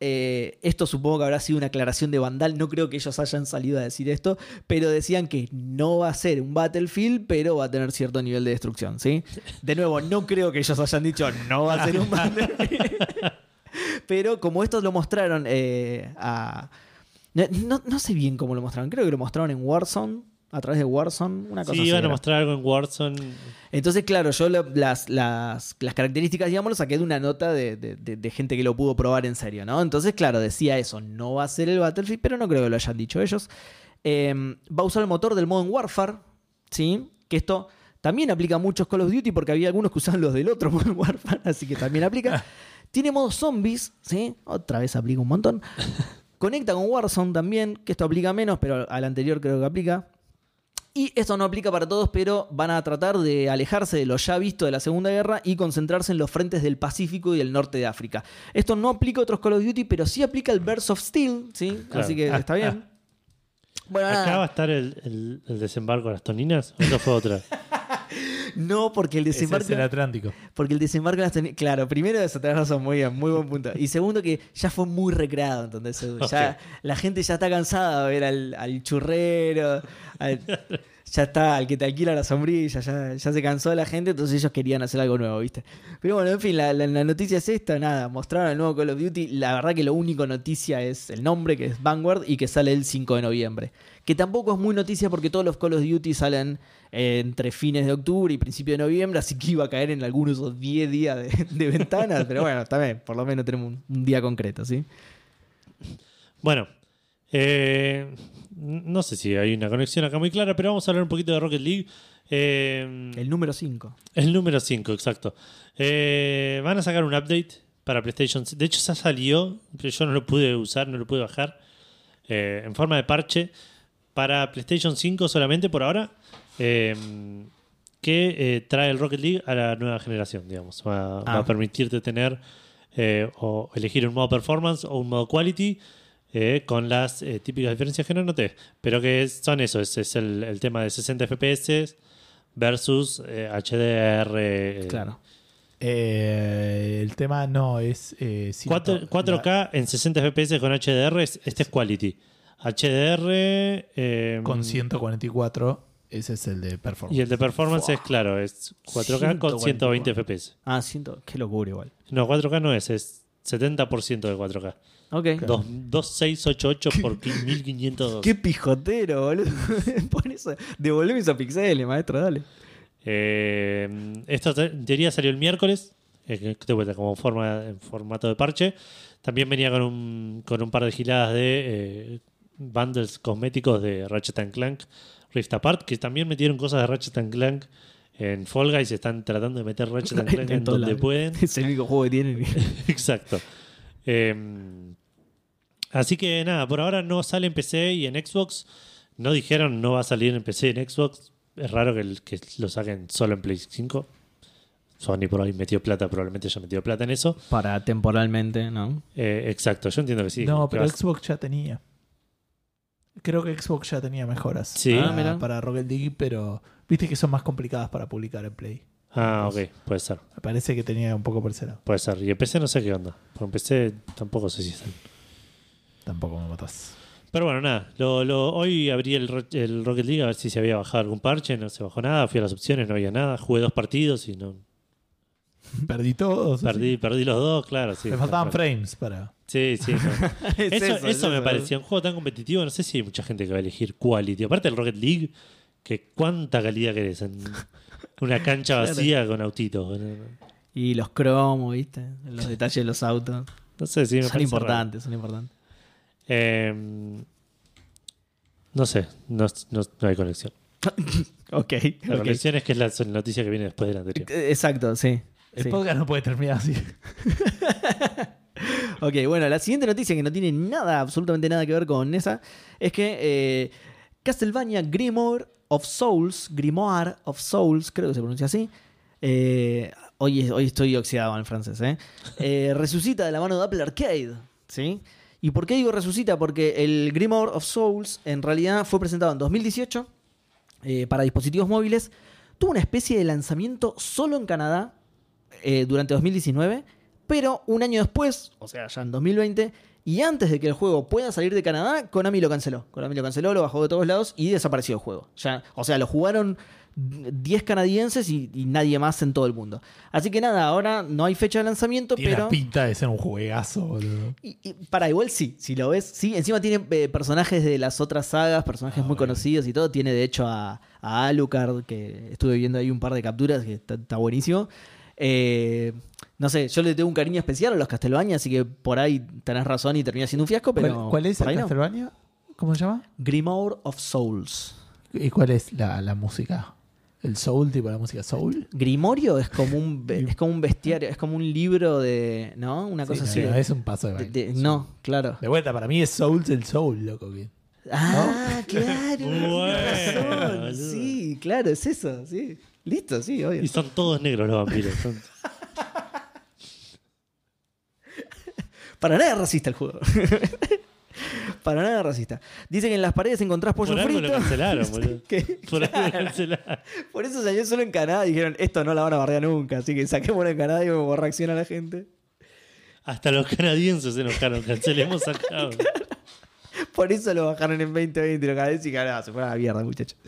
Eh, esto supongo que habrá sido una aclaración de Vandal. No creo que ellos hayan salido a decir esto, pero decían que no va a ser un Battlefield, pero va a tener cierto nivel de destrucción. ¿sí? De nuevo, no creo que ellos hayan dicho no va a ser un Battlefield. pero como esto lo mostraron eh, a. No, no- no sé bien cómo lo mostraron. Creo que lo mostraron en Warzone, a través de Warzone, una cosa
Sí,
así
iban a
era.
mostrar algo en Warzone.
Entonces, claro, yo lo- las, las, las características, digamos, lo saqué de una nota de, de- de- de gente que lo pudo probar en serio, ¿no? Entonces, claro, decía eso, no va a ser el Battlefield, pero no creo que lo hayan dicho ellos. Eh, va a usar el motor del Modern Warfare, ¿sí? Que esto también aplica a muchos Call of Duty porque había algunos que usaban los del otro Modern Warfare, así que también aplica. Tiene modo zombies, ¿sí? Otra vez aplica un montón. Conecta con Warzone también, que esto aplica menos, pero al anterior creo que aplica. Y esto no aplica para todos, pero van a tratar de alejarse de lo ya visto de la Segunda Guerra y concentrarse en los frentes del Pacífico y del norte de África. Esto no aplica a otros Call of Duty, pero sí aplica el Burst of Steel, ¿sí?
Claro.
Así que está bien. Bueno,
Acá va a
nada.
estar el, el- el desembarco a las toninas. ¿O Eso fue otra.
No, porque el
Ese
desembarco...
es el Atlántico.
Porque el desembarco en las teni- Claro, primero eso, tenés razón, muy bien, muy buen punto. Y segundo, que ya fue muy recreado, entonces. Edu. Ya, La gente ya está cansada de ver al, al churrero, al- ya está, al que te alquila la sombrilla, ya, ya se cansó la gente, entonces ellos querían hacer algo nuevo, ¿viste? Pero bueno, en fin, la, la- la noticia es esta, nada, mostraron el nuevo Call of Duty. La verdad que lo único noticia es el nombre, que es Vanguard, y que sale el 5 de noviembre. Que tampoco es muy noticia porque todos los Call of Duty salen eh, entre fines de octubre y principio de noviembre, así que iba a caer en algunos de esos 10 días de, de ventanas, pero bueno, también, por lo menos tenemos un, un día concreto, ¿sí?
Bueno, eh, no sé si hay una conexión acá muy clara, pero vamos a hablar un poquito de Rocket League. Eh,
El número 5.
el número 5, exacto. Eh, van a sacar un update para PlayStation. De hecho, ya salió, pero yo no lo pude usar, no lo pude bajar. eh, en forma de parche para PlayStation 5 solamente por ahora. eh, que eh, trae el Rocket League a la nueva generación, digamos. Va, va
Ah.
a permitirte tener eh, o elegir un modo performance o un modo quality. eh, con las eh, típicas diferencias que no noté, pero que es- son eso, es, es el, el tema de 60 FPS versus eh, HDR. eh,
Claro.
Eh, el tema no es. eh, ciento-
Cuatro- 4K en 60 FPS con HDR, es- este es quality. HDR. eh,
la- con 144. Ese es el de performance.
Y el de performance es claro, es 4K con 120 FPS.
Ah, siento, qué locura igual.
No, 4K no es, es 70% de 4K.
Ok.
Dos- 2688 por 1502.
Qué pijotero, boludo. Pon eso. Devolveme esos pixeles, maestro, dale.
Eh, esto te- en teoría salió el miércoles. eh, de vuelta, como forma, en formato de parche. También venía con un, con un par de giladas de eh, bundles cosméticos de Ratchet and Clank Rift Apart, que también metieron cosas de Ratchet and Clank en Fall Guys. Están tratando de meter Ratchet and Clank en
todos
donde
lados.
pueden.
Es el único juego que tienen.
Exacto. Eh, así que nada, por ahora no sale en PC y en Xbox. No dijeron no va a salir en PC y en Xbox. Es raro que, el- que lo saquen solo en Play 5. Sony por ahí metió plata, probablemente ya metió plata en eso.
Para temporalmente, ¿no?
Eh, exacto, yo entiendo que sí.
no,
que
pero
vas-
Xbox ya tenía. Creo que Xbox ya tenía mejoras
Sí.
para,
Ah, mirá.
para Rocket League, pero viste que son más complicadas para publicar en Play.
Ah, ok, puede ser,
Me parece que tenía un poco por ese lado.
puede ser. Y en PC no sé qué onda. Por en PC tampoco sé si están.
Tampoco me matás.
Pero bueno, nada. Lo, lo- hoy abrí el, Ro- el Rocket League a ver si se había bajado algún parche. No se bajó nada. Fui a las opciones, no había nada. Jugué dos partidos y no.
Perdí todos.
Perdí, perdí los dos, claro. Sí,
Me faltaban frames para.
Sí, sí. no.
Es
eso, eso
es
me parecía un juego tan competitivo. No sé si hay mucha gente que va a elegir quality. Aparte del Rocket League, que cuánta calidad querés en una cancha vacía con autitos. No, no.
Y los cromos, ¿viste? Los detalles de los autos.
No sé si me
son
parece raro.
importantes, son importantes.
Eh, no sé, no, no- no hay conexión.
Ok.
La
ok.
conexión es que es la noticia que viene después de la anterior.
Exacto, sí.
El
sí.
podcast no puede terminar así.
Ok, bueno, la siguiente noticia que no tiene nada, absolutamente nada que ver con esa, es que eh, Castlevania Grimoire of Souls, Grimoire of Souls, creo que se pronuncia así. eh, hoy, es- hoy estoy oxidado en francés, ¿eh? Eh, resucita de la mano de Apple Arcade, ¿sí? ¿Y por qué digo resucita? Porque el Grimoire of Souls en realidad fue presentado en 2018 eh, para dispositivos móviles. Tuvo una especie de lanzamiento solo en Canadá eh, durante 2019, pero un año después, o sea, ya en 2020, y antes de que el juego pueda salir de Canadá, Konami lo canceló. Konami lo canceló, lo bajó de todos lados y desapareció el juego. Ya, o sea, lo jugaron 10 canadienses y, y nadie más en todo el mundo. Así que nada, ahora no hay fecha de lanzamiento,
Tiene
pero...
la pinta de ser un juegazo, boludo.
Y, y para igual sí, si lo ves, sí. Encima tiene eh, personajes de las otras sagas, personajes
Ah,
muy
bueno.
conocidos y todo. Tiene de hecho a, a Alucard, que estuve viendo ahí un par de capturas, que está, está buenísimo. Eh, no sé, yo le tengo un cariño especial a los Castlevania, así que por ahí tenés razón y termina siendo un fiasco, pero.
¿Cuál, cuál es
por
el
ahí no.
Castlevania? ¿Cómo se llama?
Grimoire of Souls.
¿Y cuál es la, la música? ¿El soul, tipo la música soul?
Grimorio es como un ve- es como un bestiario, es como un libro de. ¿No? Una cosa
Sí,
así.
no, no, es un paso de
de-
baile.
de- no, claro.
De vuelta, para mí es soul el soul, loco. que-
Ah, claro. tenés
Bueno,
razón.
boludo.
Sí, claro, es eso, sí. Listo, sí, obvio.
Y son todos negros los vampiros. son-
Para nada es racista el juego. Para nada es racista. Dicen que en las paredes encontrás pollo
por algo
frito.
lo cancelaron, boludo.
Que-
Por algo lo cancelaron.
Por eso salió solo en Canadá. Dijeron, esto no la van a bardear nunca. Así que saquémoslo en Canadá y vemos cómo reacciona la gente.
Hasta los canadienses se enojaron. Cancelemos acá. boludo.
Por eso lo bajaron en 2020 los canadienses y Canadá. Se fue a la mierda, muchachos.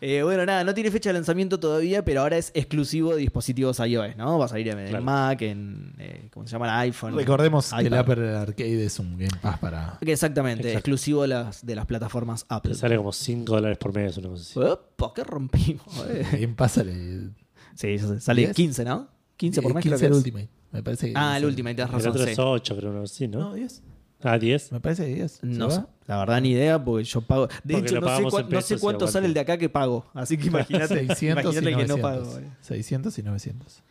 Eh, bueno, nada, no tiene fecha de lanzamiento todavía, pero ahora es exclusivo de dispositivos iOS, ¿no? Va a salir en el
Claro.
Mac, en, eh, ¿cómo se llama? iPhone.
Recordemos que el
iPad.
Apple Arcade es un Game Pass para.
Que Exactamente,
Exacto.
exclusivo de las, de las plataformas Apple.
Te sale como 5 dólares por mes. Una cosa así.
Opa, ¿Qué rompimos? eh?
Game Pass sale.
Sí, ya sé, sale
¿Diez?
15, ¿no? 15 por
eh,
mes.
15
creo
el
que es.
Ultimate. Me parece que
Ah,
es
el Ultimate, tenés
El
razón.
otro
sí.
es 8, creo, una cosa así, ¿no?
No, 10.
Ah, 10.
Me parece que 10.
No
¿Se
sé,
va?
la verdad ni idea, porque yo pago. De
Porque
hecho,
lo
no sé,
pagamos
cuá-
en
no sé
pesos y
cuánto
aguante.
sale el de acá que pago. Así que imagínate
600
imagínate
y
el que
900.
no pago. boludo.
600 y 900.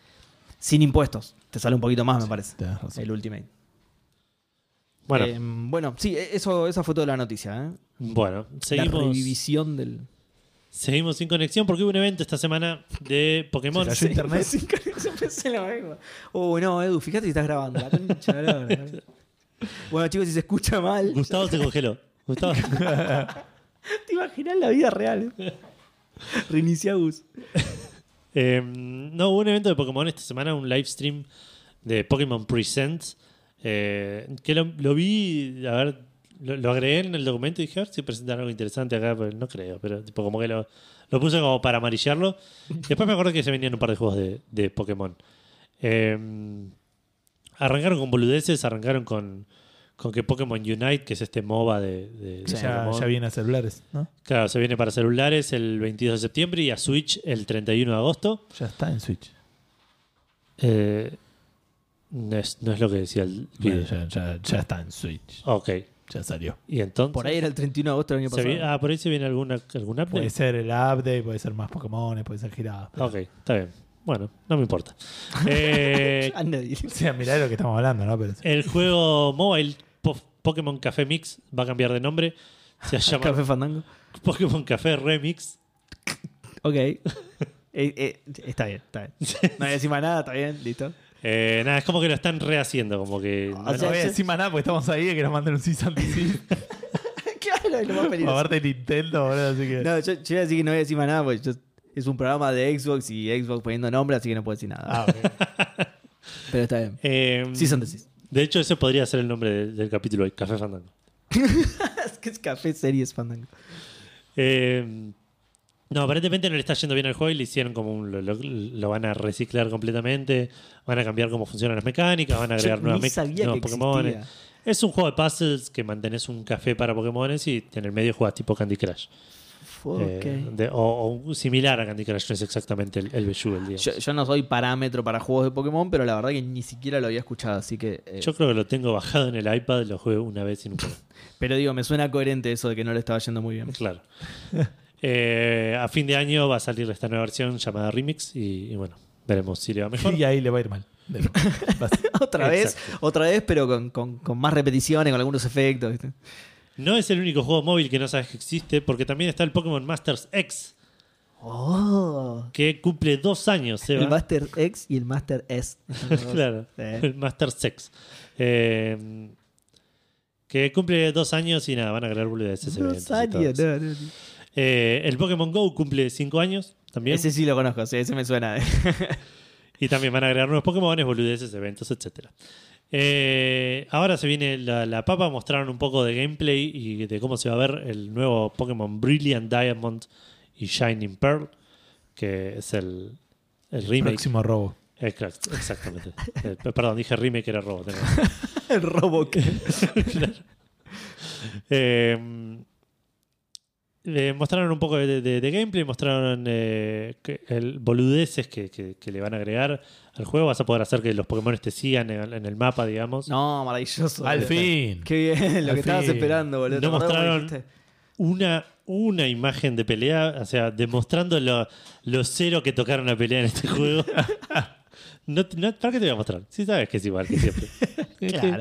Sin impuestos. Te sale un poquito más, me parece.
Tenés razón.
El Ultimate.
Bueno,
Eh, bueno, sí, e- eso, esa fue toda la noticia. ¿eh?
bueno.
La
Seguimos,
revisión del.
seguimos sin conexión porque hubo un evento esta semana de Pokémon.
Se cayó internet.
Sí, yo pensé lo mismo. Oh, no, Edu, fíjate si estás grabando. la concha de la lora. bueno, chicos, si se escucha mal,
Gustavo se congeló. Gustavo.
te imaginas la vida real. Reinicia Gus.
Eh, no, hubo un evento de Pokémon esta semana, un live stream de Pokémon Presents. eh, que lo, lo vi, a ver, lo, lo agregué en el documento y dije, a ver si presentan algo interesante acá, pero no creo, pero tipo como que lo, lo puse como para amarillarlo. Después me acuerdo que se venían un par de juegos de, de Pokémon. Eh, arrancaron con boludeces, arrancaron con, con que Pokémon Unite, que es este MOBA de, de- de
Que ya,
Pokémon.
ya viene a celulares, ¿no?
Claro, se viene para celulares el 22 de septiembre y a Switch el 31 de agosto.
Ya está en Switch.
Eh, No es, no es lo que decía el
Bueno,
video.
ya, ya- ya está en Switch.
Ok.
Ya salió.
Y entonces.
Por ahí era el 31 de agosto del año
se
pasado.
vi- ah, por ahí se viene alguna, alguna
Puede ser el update, puede ser más Pokémon, puede ser giradas. pero-
Ok, está bien. Bueno, no me importa. Eh,
Anda, y-
O sea, mirá de lo que estamos hablando, ¿no? Pero,
el juego mobile Po- Pokémon Café Mix va a cambiar de nombre. Se va a llamar
Café Fandango.
Pokémon Café Remix.
Ok. Eh, eh, está bien, está bien. No voy a decir más nada, está bien, listo.
Eh, nada, es como que lo están rehaciendo, como que...
O
no, no
sea,
voy a
yo-
decir más nada porque estamos ahí de que nos manden un Cis Anti
claro, es lo más
a
peligroso.
parte de Nintendo, boludo. Así que.
No, yo, yo iba a decir que no voy a decir más nada porque yo- es un programa de Xbox y Xbox poniendo nombre, así que no puedo decir nada.
Ah, ok.
Pero está bien.
eh,
Sí, son decís.
de hecho, ese podría ser el nombre del, del capítulo, el Café Fandango.
Es que es café series Fandango.
Eh, no, aparentemente no le está yendo bien al juego y le hicieron como un- lo, lo- lo van a reciclar completamente, van a cambiar cómo funcionan las mecánicas, van a agregar
Yo
nuevas
ni
mec-
sabía que
nuevos Pokémon. eh.
existía.
Es un juego de puzzles que mantenés un café para Pokémon y en el medio juegas tipo Candy Crush.
Ok.
Eh, de- o, o un similar a Candy Crush, no es exactamente el, el Bejeweled, digamos. Yo,
Yo, yo no soy parámetro para juegos de Pokémon, pero la verdad que ni siquiera lo había escuchado, así que... eh,
creo que lo tengo bajado en el iPad, lo jugué una vez y nunca más.
Pero digo, me suena coherente eso de que no le estaba yendo muy bien.
Claro. Eh, a fin de año va a salir esta nueva versión llamada Remix y, y bueno, veremos si le va mejor.
Y ahí le va a ir mal. De nuevo. Vas-
otra vez,
Exacto.
otra vez, pero con, con- con más repeticiones, con algunos efectos. ¿viste?
No es el único juego móvil que no sabes que existe, porque también está el Pokémon Masters X,
¡Oh!
que cumple dos años, Seba.
El Master X y el Master S.
claro,
Eh.
el Masters X. Eh, que cumple dos años y nada, van a agregar boludeces.
Dos
eventos y todo
años,
eso.
no, no, no.
Eh, el Pokémon Go cumple cinco años también.
Ese sí lo conozco, sí, ese me suena. eh.
Y también van a agregar nuevos Pokémon, boludeces, eventos, etc. Eh, ahora se viene la, la papa, mostraron un poco de gameplay y de cómo se va a ver el nuevo Pokémon Brilliant Diamond y Shining Pearl, que es el, el remake.
Próximo robo.
Exact- Exactamente. Eh, p- perdón, dije remake, era robo. tenés
el Roboc.
Eh, eh, mostraron un poco de, de- de gameplay, mostraron eh, que- el boludeces que, que- que le van a agregar al juego. Vas a poder hacer que los Pokémon te sigan en, en el mapa, digamos.
No, maravilloso. Este.
Al fin.
Qué bien, lo
Al
que estabas
fin.
esperando, boludo. ¿Te
No
acordás cuando
mostraron-
dijiste?
Una, una imagen de pelea, o sea, demostrando lo, lo cero que tocaron la pelea en este juego. No, te- no- ¿Para qué te voy a mostrar? Si sabes que es igual que siempre.
Claro.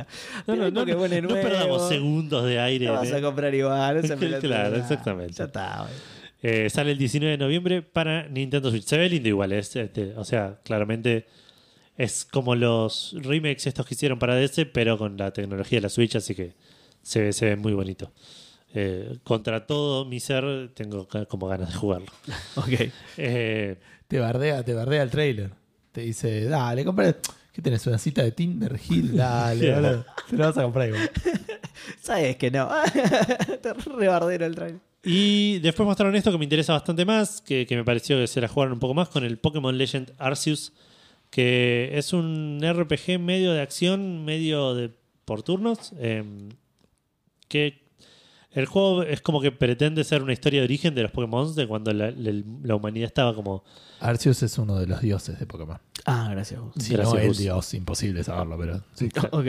No,
Pero
no,
hay
no,
Pokémon
no
nuevos.
perdamos segundos de aire. ¿eh?
Lo vas
en-
a comprar igual. no se me lo
Claro,
traes.
exactamente.
Ya está, boludo.
Eh, sale el 19 de noviembre para Nintendo Switch. Se ve lindo igual, es, este, o sea, claramente es como los remakes estos que hicieron para DS, pero con la tecnología de la Switch, así que se ve, se ve muy bonito. Eh, contra todo mi ser, tengo ca- como ganas de jugarlo.
Ok.
Eh,
Te bardea, te bardea el trailer. Te dice, dale, compra. ¿Qué tenés? ¿Una cita de Tinder, Gil? Dale,
Yeah.
boludo. Te lo vas a comprar igual.
Sabes que no. Te rebardero el trailer.
y después mostraron esto que me interesa bastante más, que, que me pareció que se la jugaron un poco más con el Pokémon Legend Arceus, que es un RPG medio de acción, medio de por turnos, eh, que el juego es como que pretende ser una historia de origen de los Pokémon, de cuando la, la- la humanidad estaba como...
Arceus es uno de los dioses de Pokémon.
Ah, gracias vos.
Si
Gracias,
no, el
Gus.
dios, imposible saberlo, pero. sí.
Ok.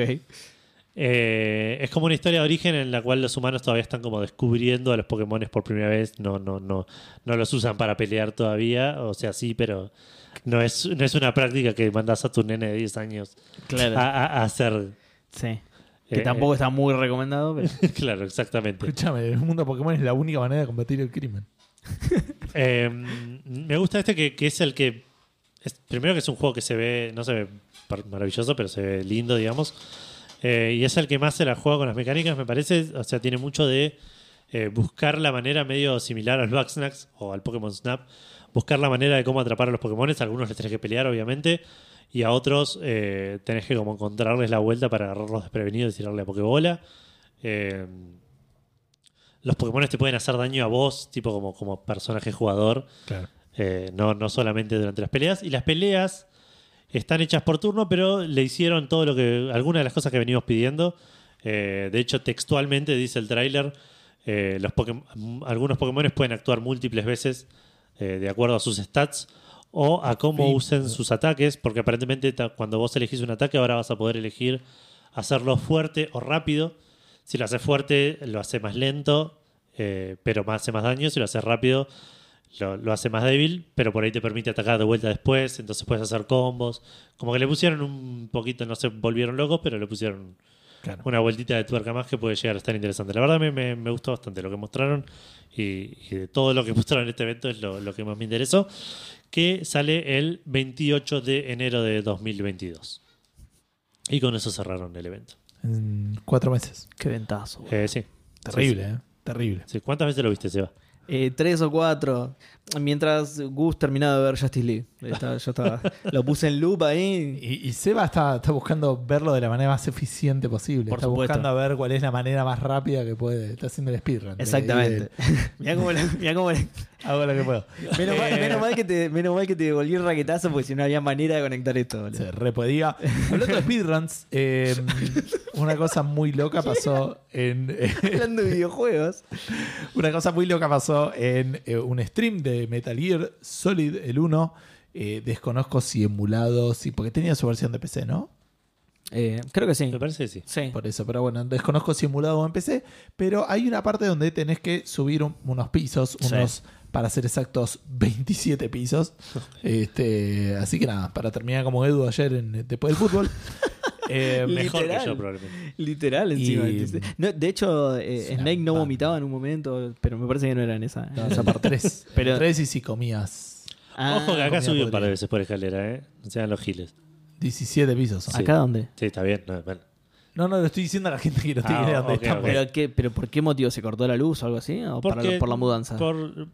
Eh, es como una historia de origen en la cual los humanos todavía están como descubriendo a los Pokémon por primera vez. No, no, no, no los usan para pelear todavía. O sea, sí, pero no es, no es una práctica que mandas a tu nene de 10 años
Claro.
a, a- a hacer.
sí. Ah. Que
Eh,
tampoco está muy recomendado, pero.
eh, claro, exactamente.
Escúchame, el mundo Pokémon es la única manera de combatir el crimen.
Eh, me gusta este que, que es el que. es- primero que es un juego que se ve. No se ve par- maravilloso, pero se ve lindo, digamos. Eh, y es el que más se la juega con las mecánicas, me parece. O sea, tiene mucho de eh, buscar la manera medio similar al Backsnacks o al Pokémon Snap. Buscar la manera de cómo atrapar a los Pokémon. A algunos les tenés que pelear, obviamente. Y a otros eh, tenés que como encontrarles la vuelta para agarrarlos desprevenidos y tirarle a Pokébola. Eh, los Pokémon te pueden hacer daño a vos, tipo como, como personaje jugador,
Claro.
eh, no, no solamente durante las peleas. Y las peleas están hechas por turno, pero le hicieron todo lo que. algunas de las cosas que venimos pidiendo. Eh, de hecho, textualmente dice el tráiler. eh, los Pokémon- algunos Pokémon pueden actuar múltiples veces eh, de acuerdo a sus stats. o a cómo
Fin.
usen sus ataques, porque aparentemente ta- cuando vos elegís un ataque ahora vas a poder elegir hacerlo fuerte o rápido. Si lo haces fuerte, lo hace más lento, eh, pero más- hace más daño. Si lo haces rápido, lo, lo hace más débil, pero por ahí te permite atacar de vuelta después, entonces puedes hacer combos. Como que le pusieron un poquito, no se volvieron locos, pero le pusieron
Claro.
una vueltita de tuerca más que puede llegar a estar interesante. La verdad me, me, me gustó bastante lo que mostraron y, y de todo lo que mostraron en este evento es lo, lo que más me interesó, que sale el 28 de enero de 2022. Y con eso cerraron el evento.
En cuatro meses.
Qué ventazo. boludo.
Eh, sí.
Terrible,
Sí,
¿eh? Terrible.
sí. Sí, ¿Cuántas veces lo viste, Seba?
Eh, tres o cuatro. Mientras Gus terminaba de ver Justice League. Está- yo estaba- lo puse en loop ahí.
Y, y Seba está, está buscando verlo de la manera más eficiente posible.
Por
está
supuesto.
buscando a ver cuál es la manera más rápida que puede. Está haciendo el speedrun.
Exactamente. mirá cómo, le- mirá cómo le-
Eh, hago lo que puedo.
menos, mal, menos mal que te, menos mal que te devolví el raquetazo porque si no había manera de conectar esto. boludo.
Se repodía. Hablando de speedruns, eh, una cosa muy loca pasó en.
Hablando de videojuegos.
Una cosa muy loca pasó en eh, un stream de Metal Gear Solid, el 1. Eh, desconozco si emulado, si, porque tenía su versión de PC, ¿no?
Eh, creo que sí.
Me parece que sí.
Sí.
Por eso, pero bueno, desconozco si emulado o en PC. Pero hay una parte donde tenés que subir un- unos pisos,
Sí.
unos, para ser exactos, 27 pisos. este, así que nada, para terminar como Edu ayer en- después del fútbol. Eh,
Mejor
Literal.
que yo, probablemente.
Literal, encima.
Y-
No, de hecho, eh,
Es una
Snake no
banda.
vomitaba en un momento, pero me parece que no era en esa. en
no,
esa
esa parte 3.
Pero-
y si comías
Ah,
Ojo que acá
comida
subió un par
podrida.
de veces por escalera, ¿eh? No sean los giles.
17 pisos. son.
Sí.
¿Acá dónde?
Sí, está bien. no, bueno.
No, no, lo estoy diciendo a la gente que lo estoy
Ah,
viendo donde
ok,
estamos.
ok.
¿Pero, qué, ¿Pero por qué motivo? ¿Se cortó la luz o algo así? ¿O para-
Porque-
por la mudanza?
por-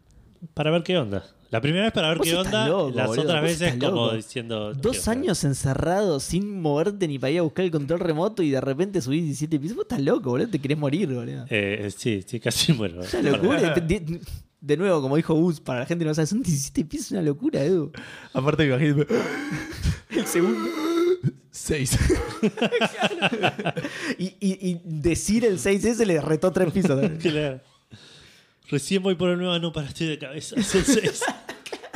para ver qué onda. La primera vez para ver
Vos
qué
estás
onda,
loco,
las
boludo,
otras
vos
veces
estás
como
loco.
diciendo... no quiero
Dos
saber.
años encerrado sin moverte ni para ir a buscar el control remoto y de repente subís 17 pisos. Vos estás loco, boludo. Te querés morir, boludo.
Eh, sí, sí, casi muero.
Es una locura. De, de- de nuevo, como dijo Gus, para la gente que no sabe, son 17 pisos, es una locura, Edu.
Aparte, me imagino.
El segundo.
6.
Y, y- y decir el 6S le retó tres pisos.
Claro. Recién voy por el nuevo, no, para, estoy de cabeza. Es el seis.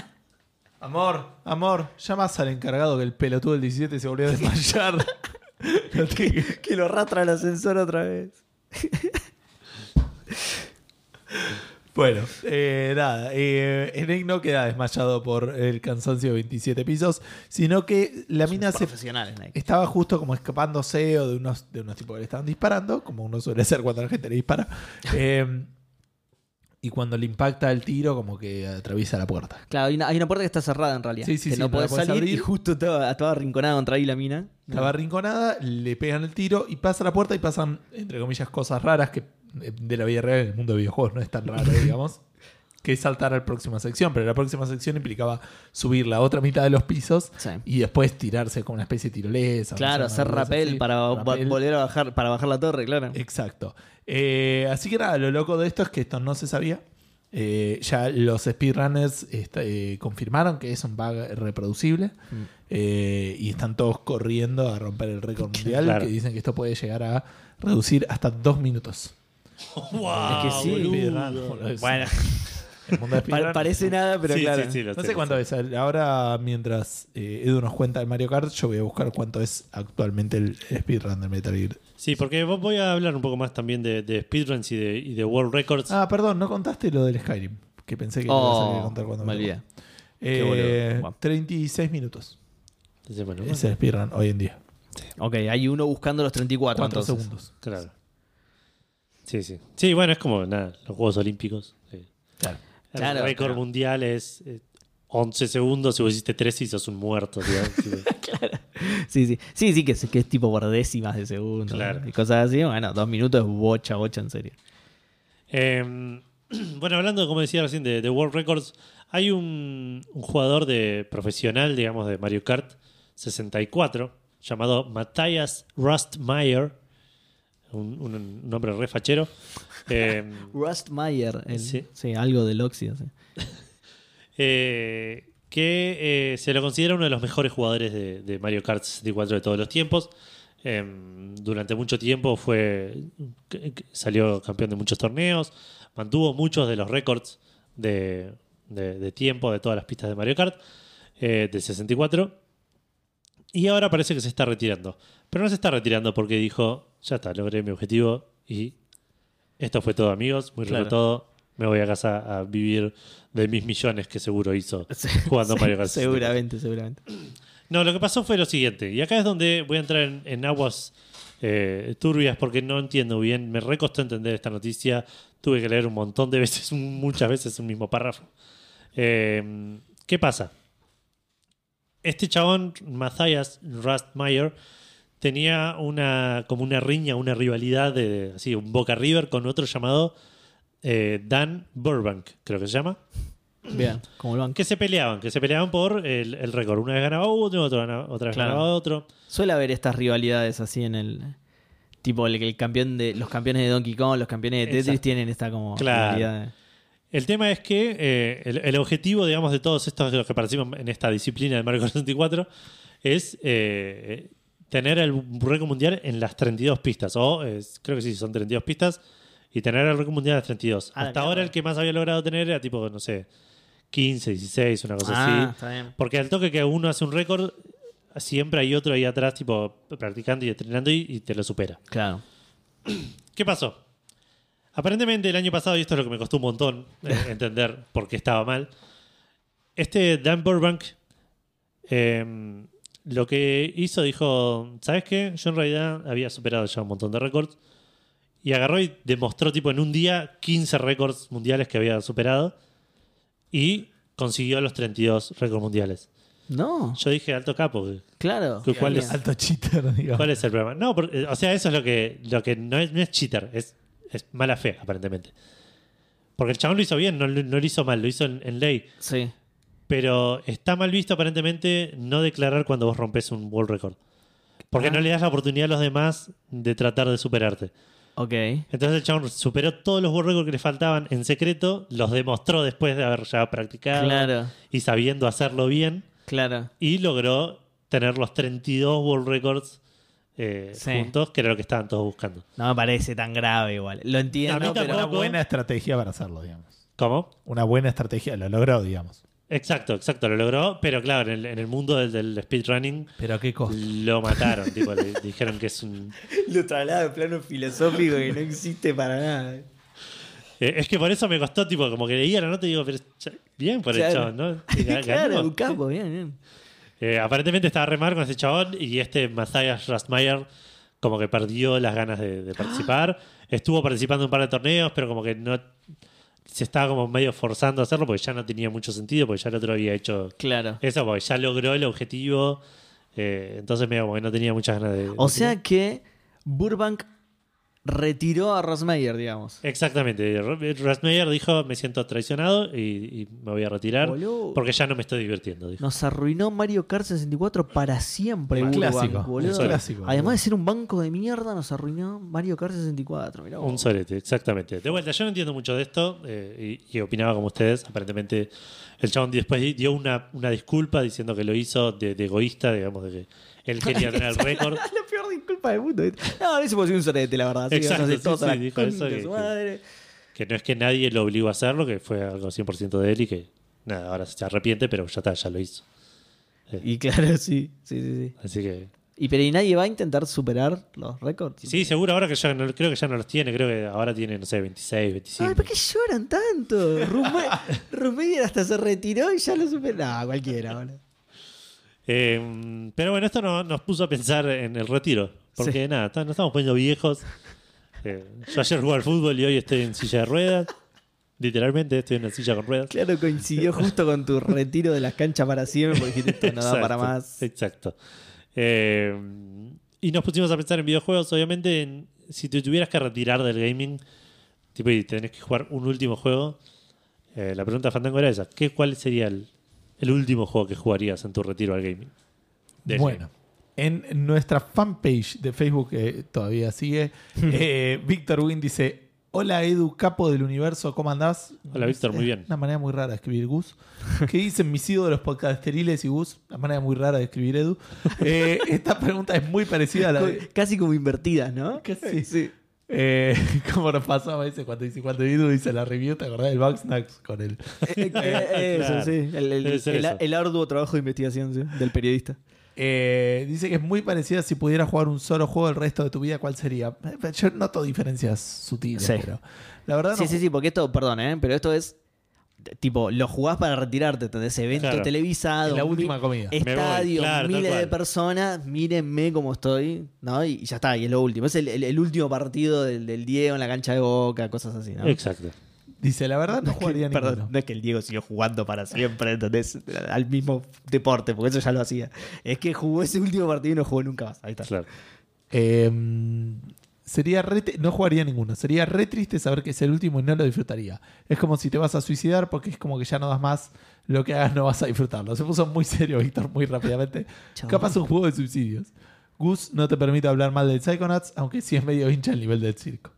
Amor, amor, llamas al encargado que el pelotudo del 17 se volvió a desmayar. No te-
que lo arrastra al ascensor otra vez.
bueno, eh, nada. Eh, Snake no queda desmayado por el cansancio de 27 pisos, sino que la mina se
Profesional, Snake.
estaba justo como escapándose o de unos, de unos tipos que le estaban disparando, como uno suele hacer cuando la gente le dispara. Eh, y cuando le impacta el tiro, como que atraviesa la puerta.
Claro, hay una, hay una puerta que está cerrada en realidad.
Sí, sí,
que
sí,
no
no la
podés
podés
salir y
abrir.
justo estaba, estaba arrinconada contra ahí la mina.
Estaba arrinconada, le pegan el tiro y pasa la puerta y pasan, entre comillas, cosas raras que eh, de la vida real en el mundo de videojuegos no es tan raro, digamos, que es saltar a la próxima sección. Pero la próxima sección implicaba subir la otra mitad de los pisos
Sí.
y después tirarse con una especie de tirolesa.
Claro,
no sé,
hacer
una cosa
rapel
así.
para vo-
Rapel.
volver a bajar, para bajar la torre, claro.
Exacto. Eh, así que nada, lo loco de esto es que esto no se sabía. Eh, ya los speedrunners esta- eh, confirmaron que es un bug reproducible
Mm.
Eh, y están todos corriendo a romper el récord mundial
Claro.
que dicen que esto puede llegar a reducir hasta dos minutos.
Guau,
Es que sí.
boludo.
Bueno, el mundo de
Pa-
speedrun-
parece nada, pero
Sí,
claro.
sí, sí, lo
no
tengo.
sé cuánto es. Ahora, mientras eh, Edu nos cuenta el Mario Kart, yo voy a buscar cuánto es actualmente el speedrun del Metal Gear.
Sí, porque vos voy a hablar un poco más también de, de speedruns y de, y de world records.
Ah, perdón, no contaste lo del Skyrim. Que pensé que lo ibas a
Oh,
contar cuando
me
te-
olvidé.
Eh,
Qué boludo. Bueno.
36 minutos.
Entonces, bueno,
Es el speedrun hoy en día.
Ok, hay uno buscando los 34
4
entonces.
segundos.
claro. Sí, sí. Sí, bueno, es como nada, los Juegos Olímpicos. eh. sí.
Claro.
El
Claro,
récord
claro.
mundial es eh, 11 segundos. Si vos hiciste 3 y sos un muerto. digamos.
Sí, sí. Sí, sí, que es, que es tipo por décimas de segundo.
Claro.
Y cosas así. Bueno, dos minutos es bocha, bocha, en serio.
Eh, bueno, hablando, como decía recién, de, de World Records, hay un, un jugador de profesional, digamos, de Mario Kart 64, llamado Matthias Rustmeyer, un, un nombre re fachero. Eh,
Rust Meyer, el-
Sí.
sí. algo del óxido. sí.
eh, que eh, se lo considera uno de los mejores jugadores de, de Mario Kart 64 de todos los tiempos. Eh, durante mucho tiempo fue que- que salió campeón de muchos torneos, mantuvo muchos de los récords de, de- de tiempo de todas las pistas de Mario Kart. eh, de 64. Y ahora parece que se está retirando. Pero no se está retirando porque dijo, ya está, logré mi objetivo y esto fue todo amigos, muy rico
Claro.
todo. Me voy a casa a vivir de mis millones que seguro hizo jugando Mario Kart. 64.
Seguramente, seguramente.
No, lo que pasó fue lo siguiente. Y acá es donde voy a entrar en, en aguas eh, turbias porque no entiendo bien. Me recostó entender esta noticia. Tuve que leer un montón de veces, muchas veces, un mismo párrafo. Eh, ¿Qué pasa? Este chabón, Matthias Rastmeyer, tenía una como una riña, una rivalidad de así, un Boca River con otro llamado eh, Dan Burbank, creo que se llama
Bien, como el banco.
que se peleaban, que se peleaban por el, el récord. Una vez ganaba uno, otra, gana- otra vez
Claro.
ganaba otro.
Suele haber estas rivalidades así en el. Tipo, el, el campeón de, los campeones de Donkey Kong, los campeones de Tetris
Exacto.
tienen esta como
Claro.
rivalidad.
El tema es que eh, el, el objetivo, digamos, de todos estos de los que participan en esta disciplina de Mario Kart 64 es eh, tener el récord mundial en las 32 pistas. O eh, creo que sí, son 32 pistas. Y tener el récord mundial en las 32.
Ah, la
Hasta
mierda.
ahora el que más había logrado tener era tipo, no sé, 15, 16, una cosa
Ah,
así.
está bien.
Porque al toque que uno hace un récord, siempre hay otro ahí atrás, tipo, practicando y entrenando y- y te lo supera.
Claro.
¿Qué pasó? Aparentemente el año pasado, y esto es lo que me costó un montón eh, entender por qué estaba mal, este Dan Burbank eh, lo que hizo dijo, ¿sabes qué? Yo en realidad había superado ya un montón de récords y agarró y demostró tipo en un día 15 récords mundiales que había superado y consiguió los 32 récords mundiales.
No,
Yo dije, alto capo,
claro.
¿Cu- cuál
Ah,
es?
Alto cheater, digamos.
¿Cuál es el problema? No, por- eh, o sea, eso es lo que, lo que no, es, no es cheater, es, es mala fe, aparentemente. Porque el chabón lo hizo bien, no, lo- no lo hizo mal, lo hizo en, en ley.
Sí.
Pero está mal visto, aparentemente, no declarar cuando vos rompes un world record. Porque
Ah.
no le das la oportunidad a los demás de tratar de superarte.
Ok.
Entonces el chabón superó todos los world records que le faltaban en secreto, los demostró después de haber ya practicado
Claro,
y sabiendo hacerlo bien
claro.
y logró tener los 32 World Records eh,
Sí.
juntos, que era lo que estaban todos buscando.
No me parece tan grave igual. Lo entiendo,
A mí
pero.
Una
tampoco.
buena estrategia para hacerlo, digamos.
¿Cómo?
Una buena estrategia, lo logró, digamos.
Exacto, exacto, lo logró, pero claro, en el, en el mundo del, del speedrunning
Pero a qué
Oh.
costo.
lo mataron, tipo, le dijeron que es un...
Lo traslada de plano filosófico que no existe para nada.
Eh, es que por eso me costó, tipo, como que leía la nota y digo, pero cha- bien por el
Claro.
chabón, ¿no? Ganó.
claro, un capo, bien, bien.
Eh, aparentemente estaba re mal con ese chabón y este Matthias Rastmeyer como que perdió las ganas de, de participar.
Ah.
Estuvo participando en un par de torneos, pero como que no se estaba como medio forzando a hacerlo porque ya no tenía mucho sentido, porque ya el otro había hecho
Claro.
eso, porque ya logró el objetivo. Eh, entonces medio como que no tenía muchas ganas de...
O
de-
sea que Burbank retiró a Rosmeyer, digamos.
Exactamente. R- Rastmeyer dijo, me siento traicionado y, y me voy a retirar
Boludo.
porque ya no me estoy divirtiendo. Dijo.
Nos arruinó Mario Kart 64 para siempre,
Un
Burbank,
clásico, un
boludo.
clásico,
Además
boludo.
de ser un banco de mierda, nos arruinó Mario Kart 64. mirá vos.
Un solete, exactamente. De vuelta, yo no entiendo mucho de esto eh, y, y opinaba como ustedes. Aparentemente, el chabón después di- dio una, una disculpa diciendo que lo hizo de, de egoísta, digamos, de que él quería tener el récord.
la peor disculpa del mundo. No, eso puede ser un sorete, la verdad. Sí,
Exacto,
no sé,
sí,
todos
sí,
a la
dijo eso
concha de
que-
su madre.
Que no es que nadie lo obligó a hacerlo, que fue algo 100% de él y que nada, ahora se arrepiente, pero ya está, ya lo hizo. Eh,
Y claro, sí, sí, sí, sí.
Así que.
Y pero ¿y nadie va a intentar superar los récords.
Sí, seguro ahora que ya no, creo que ya no los tiene, creo que ahora tiene, no sé, 26, 25.
Ay, ¿por qué lloran tanto? Rumbe- Rumbeyer hasta se retiró y ya lo superó. No, cualquiera, boludo.
Eh, pero bueno, esto no- nos puso a pensar en el retiro. Porque nada, ta- nos estamos poniendo viejos. Eh, yo ayer jugué al fútbol y hoy estoy en silla de ruedas. Literalmente estoy en una silla con ruedas.
Claro, coincidió justo con tu retiro de las canchas para siempre porque dijiste esto no da para
Exacto,
más.
Exacto. Eh, y nos pusimos a pensar en videojuegos. Obviamente, en- si te tuvieras que retirar del gaming tipo, y tenés que jugar un último juego, eh, la pregunta de Fandango era esa. ¿Qué, ¿Cuál sería el, el último juego que jugarías en tu retiro al gaming? Del
Bueno, en nuestra fanpage de Facebook, que todavía sigue, eh, Víctor Win dice: Hola Edu, capo del universo, ¿cómo andás?
Hola, Víctor, muy bien.
Una manera muy rara de escribir Gus. ¿Qué dicen mis ídolos podcasteriles y Gus? Una manera muy rara de escribir Edu. Eh, esta pregunta es muy parecida a la de.
Casi como invertidas, ¿no?
Casi.
Sí.
Eh, como nos pasaba a veces cuando, hice- cuando Edu hice la review, ¿te acordás del Bug Snacks con él?
Eh, eh, eso,
Claro.
sí. El, el-
Debe ser
el-
eso.
el arduo trabajo de investigación sí, del periodista.
Eh, dice que es muy parecida si pudieras jugar un solo juego el resto de tu vida, ¿cuál sería? Eh, Yo noto diferencias sutiles,
Sí.
pero la verdad
Sí,
no,
sí, sí, porque esto, perdón, ¿eh? pero esto es t- tipo, lo jugás para retirarte, ¿entendés? Evento
Claro.
televisado.
es la
mi-
última comida.
Eh,
voy,
Estadio,
claro, tal
miles de
cual.
personas, mírenme cómo estoy, ¿no? Y ya está, y es lo último. Es el, el- el último partido del, del Diego en la cancha de Boca, cosas así, ¿no?
Exacto.
Dice, la verdad no
Es que,
jugaría
perdón,
ninguno.
no es que el Diego siguió jugando para siempre, ¿entendés? Al mismo deporte, porque eso ya lo hacía. Es que jugó ese último partido y no jugó nunca más. Ahí está.
Claro.
Eh, sería re te- no jugaría ninguno. Sería re triste saber que es el último y no lo disfrutaría. Es como si te vas a suicidar porque es como que ya no das más. Lo que hagas no vas a disfrutarlo. Se puso muy serio, Víctor, muy rápidamente.
Chau.
Capaz un juego de suicidios. Gus no te permite hablar mal del Psychonauts, aunque sí es medio hincha al nivel del circo.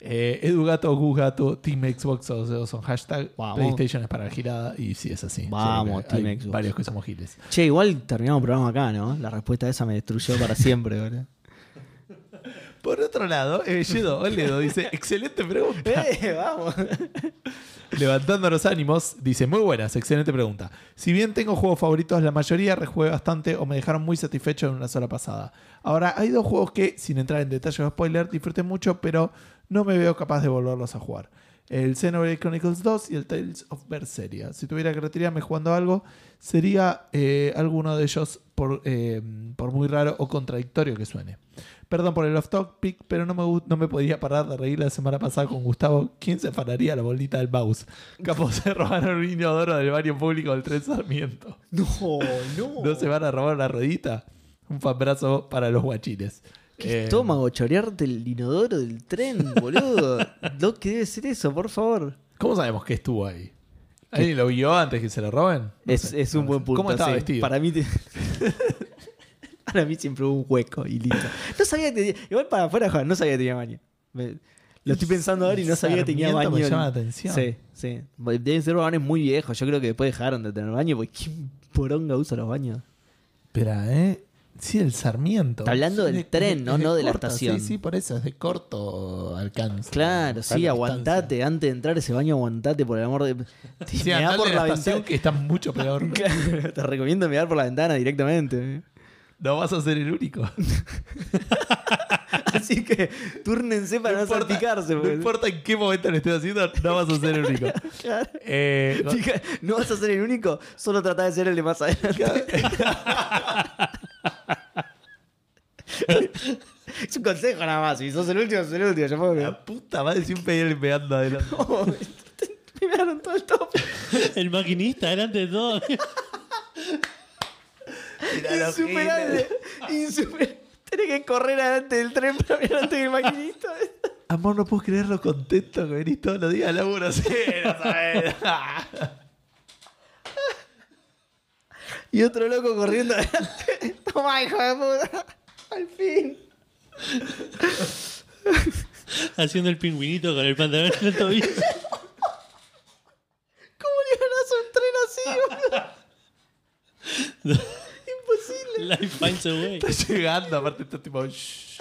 Eh, Edu Gato, Gus Gato, Team Xbox o sea, son hashtag.
Vamos.
PlayStation es para girada y sí es así.
Vamos,
Sí, hay
Team Xbox.
Varios que somos giles.
Che, igual terminamos el programa acá, ¿no? La respuesta esa me destruyó para siempre, ¿verdad?
Por otro lado, Belledo Oledo dice: Excelente pregunta.
¡Eh, vamos!
Levantando los ánimos, dice, muy buenas, excelente pregunta. Si bien tengo juegos favoritos, la mayoría rejugué bastante o me dejaron muy satisfecho en una sola pasada. Ahora, hay dos juegos que, sin entrar en detalles o spoiler, disfruté mucho, pero no me veo capaz de volverlos a jugar. El Xenoblade Chronicles 2 y el Tales of Berseria. Si tuviera que retirarme jugando algo, sería eh, alguno de ellos, por, eh, por muy raro o contradictorio que suene. Perdón por el off topic, pero no me, gu- no me podía parar de reír la semana pasada con Gustavo. ¿Quién se pararía la bolita del mouse? Capaz se robaron un inodoro del barrio público del tren Sarmiento.
No, no.
¿No se van a robar una rodita? Un fanbrazo para los guachines.
¿Qué
Eh,
estómago chorearte el inodoro del tren, boludo? no, que debe ser eso, por favor.
¿Cómo sabemos que estuvo ahí? ¿Alguien lo vio antes que se lo roben? No
es,
sé,
es un
no
buen
sé.
punto.
¿Cómo estaba
sí.
vestido?
Para mí, te- para mí siempre hubo un hueco y listo. No sabía que tenía. Igual para afuera, joder, no sabía que tenía baño. Me- lo estoy pensando ahora y no sabía que tenía
Sarmiento
baño.
me
en-
llama la atención.
Sí, sí. Deben ser baños muy viejos. Yo creo que después dejaron de tener baño porque ¿quién poronga usa los baños?
Espera, ¿eh? Sí, el Sarmiento.
Está hablando
Sí,
del
es-
tren,
es
¿no? No de la
corta,
estación.
Sí, sí, por eso, es de corto alcance.
Claro, sí,
Alta
aguantate. Antes de entrar a ese baño, aguantate, por el amor de.
distancia. Sí,
me
andá
da
al
por
de
la
la estación
ventana.
que está mucho peor.
Claro, te recomiendo mirar por la ventana directamente.
No vas a ser el único.
Así que túrnense para no,
importa-
salpicarse.
No
porque-
importa en qué momento lo estés haciendo, no vas a ser el único.
Claro.
Eh, go-
Fija- no vas a ser el único, solo trata de ser el de más adelante. es un consejo nada más. Si sos el último, sos el último. Oh, Yo puedo
la puta madre siempre él me anda adelante.
Me ganaron todo el top.
El maquinista, delante de todo.
Insuperable. Insuperable. Tenés que correr adelante del tren para mirar antes del maquinista.
Amor, no puedo creer lo contento que venís todos los días al laburo. Sí, no sabés.
Y otro loco corriendo adelante. Toma, hijo de puta. Al fin.
haciendo el pingüinito con el pantalón en el tobillo.
¿Cómo le ganás a un tren así, boludo? Imposible.
Life finds a way.
Está llegando, aparte está tipo... shh.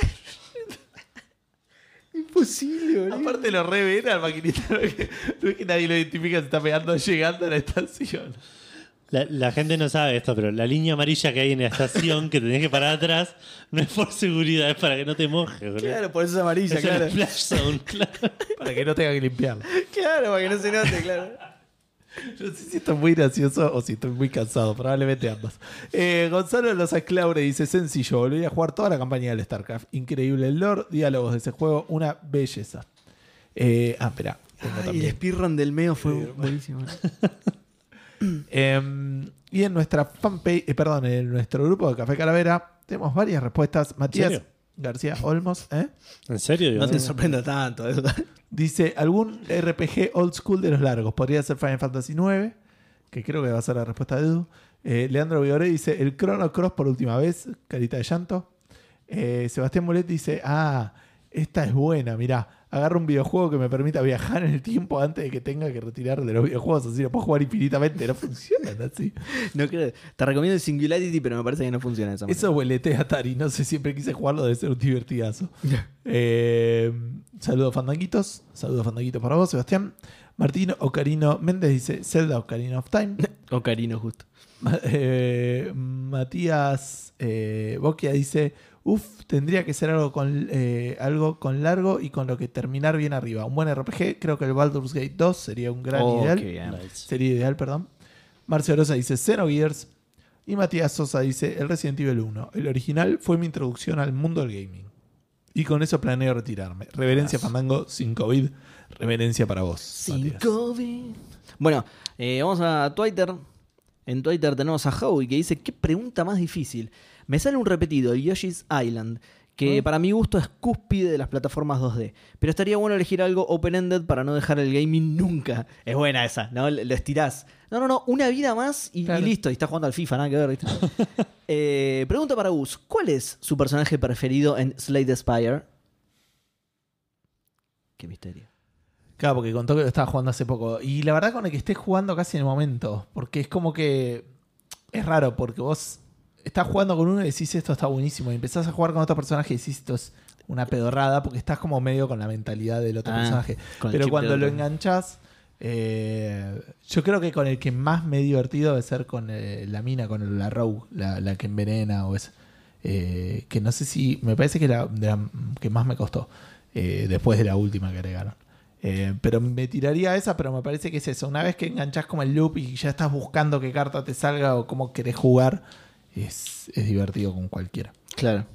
Imposible, boludo.
Aparte lo revela al maquinista. No es, que, no es que nadie lo identifica, se está pegando llegando a la estación.
La, la gente no sabe esto, pero la línea amarilla que hay en la estación que tenés que parar atrás no es por seguridad, es para que no te mojes. boludo.
Claro, por eso es amarilla,
es
claro.
el splash zone, claro.
Para que no tenga que limpiarla.
Claro, para que no se note, claro.
Yo no sé si estoy muy gracioso o si estoy muy cansado, probablemente ambas. Eh, Gonzalo Loza Claure dice: Sencillo, volví a jugar toda la campaña del StarCraft. Increíble el lore, diálogos de ese juego, una belleza. Eh, ah, espera, tengo
Ay, el
también.
speedrun del Meo fue buenísimo.
Em, y en nuestra fanpage, eh, perdón, en nuestro grupo de Café Calavera, tenemos varias respuestas. Matías
serio?
García Olmos, ¿eh?
¿En serio?
No te sorprenda tanto. eso.
Dice, algún RPG old school de los largos. Podría ser Final Fantasy IX, que creo que va a ser la respuesta de Edu. Eh, Leandro Viore dice, el Chrono Cross por última vez, carita de llanto. Eh, Sebastián Molet dice, ah, esta es buena, mirá. agarro un videojuego que me permita viajar en el tiempo antes de que tenga que retirar de los videojuegos. Así lo puedo jugar infinitamente. No funciona así.
No creo. Te recomiendo el Singularity, pero me parece que no funciona de esa manera.
Eso huelete Atari. No sé, siempre quise jugarlo. Debe ser un divertidazo. Eh, saludos, fandanguitos. Saludos, fandanguitos para vos, Sebastián. Martín Ocarino Méndez dice Zelda Ocarina of Time.
Ocarino, justo.
Ma- eh, Matías eh, Boquia dice: Uf, tendría que ser algo con, eh, algo con largo y con lo que terminar bien arriba. Un buen RPG, creo que el Baldur's Gate 2 sería un gran
Oh,
ideal.
qué bien.
Nice.
Sería ideal, perdón. Marcio Rosa dice Xenogears. Y Matías Sosa dice el Resident Evil 1. El original fue mi introducción al mundo del gaming. Y con eso planeo retirarme. Reverencia Fandango sin COVID. Reverencia para vos. Matías.
Bueno, eh, vamos a Twitter. En Twitter tenemos a Howie que dice, qué pregunta más difícil. Me sale un repetido, el Yoshi's Island, que para mi gusto es cúspide de las plataformas 2D. Pero estaría bueno elegir algo open-ended para no dejar el gaming nunca. Es buena esa, ¿no? Lo estirás. No, no, no, una vida más y, y
Claro.
listo. Y está jugando al FIFA, nada que ver. ¿viste? Eh, pregunta para Gus, ¿cuál es su personaje preferido en Slade the Spire? Qué misterio.
Claro, porque contó que lo estaba jugando hace poco. Y la verdad con el que estés jugando casi en el momento. Porque es como que. Es raro, porque vos estás jugando con uno y decís esto está buenísimo. Y empezás a jugar con otro personaje y decís esto es una pedorrada. Porque estás como medio con la mentalidad del otro
Ah,
personaje.
con el chip
Pero
del
cuando
otro.
lo enganchás. eh, yo creo que con el que más me he divertido debe ser con eh, la mina, con el- la Rogue, la, la que envenena o es. eh, que no sé si. Me parece que la, de la que más me costó. eh, después de la última que agregaron. Eh, pero me tiraría a esa, pero me parece que es eso. Una vez que enganchás como el loop y ya estás buscando qué carta te salga o cómo querés jugar, es, es divertido con cualquiera.
Claro.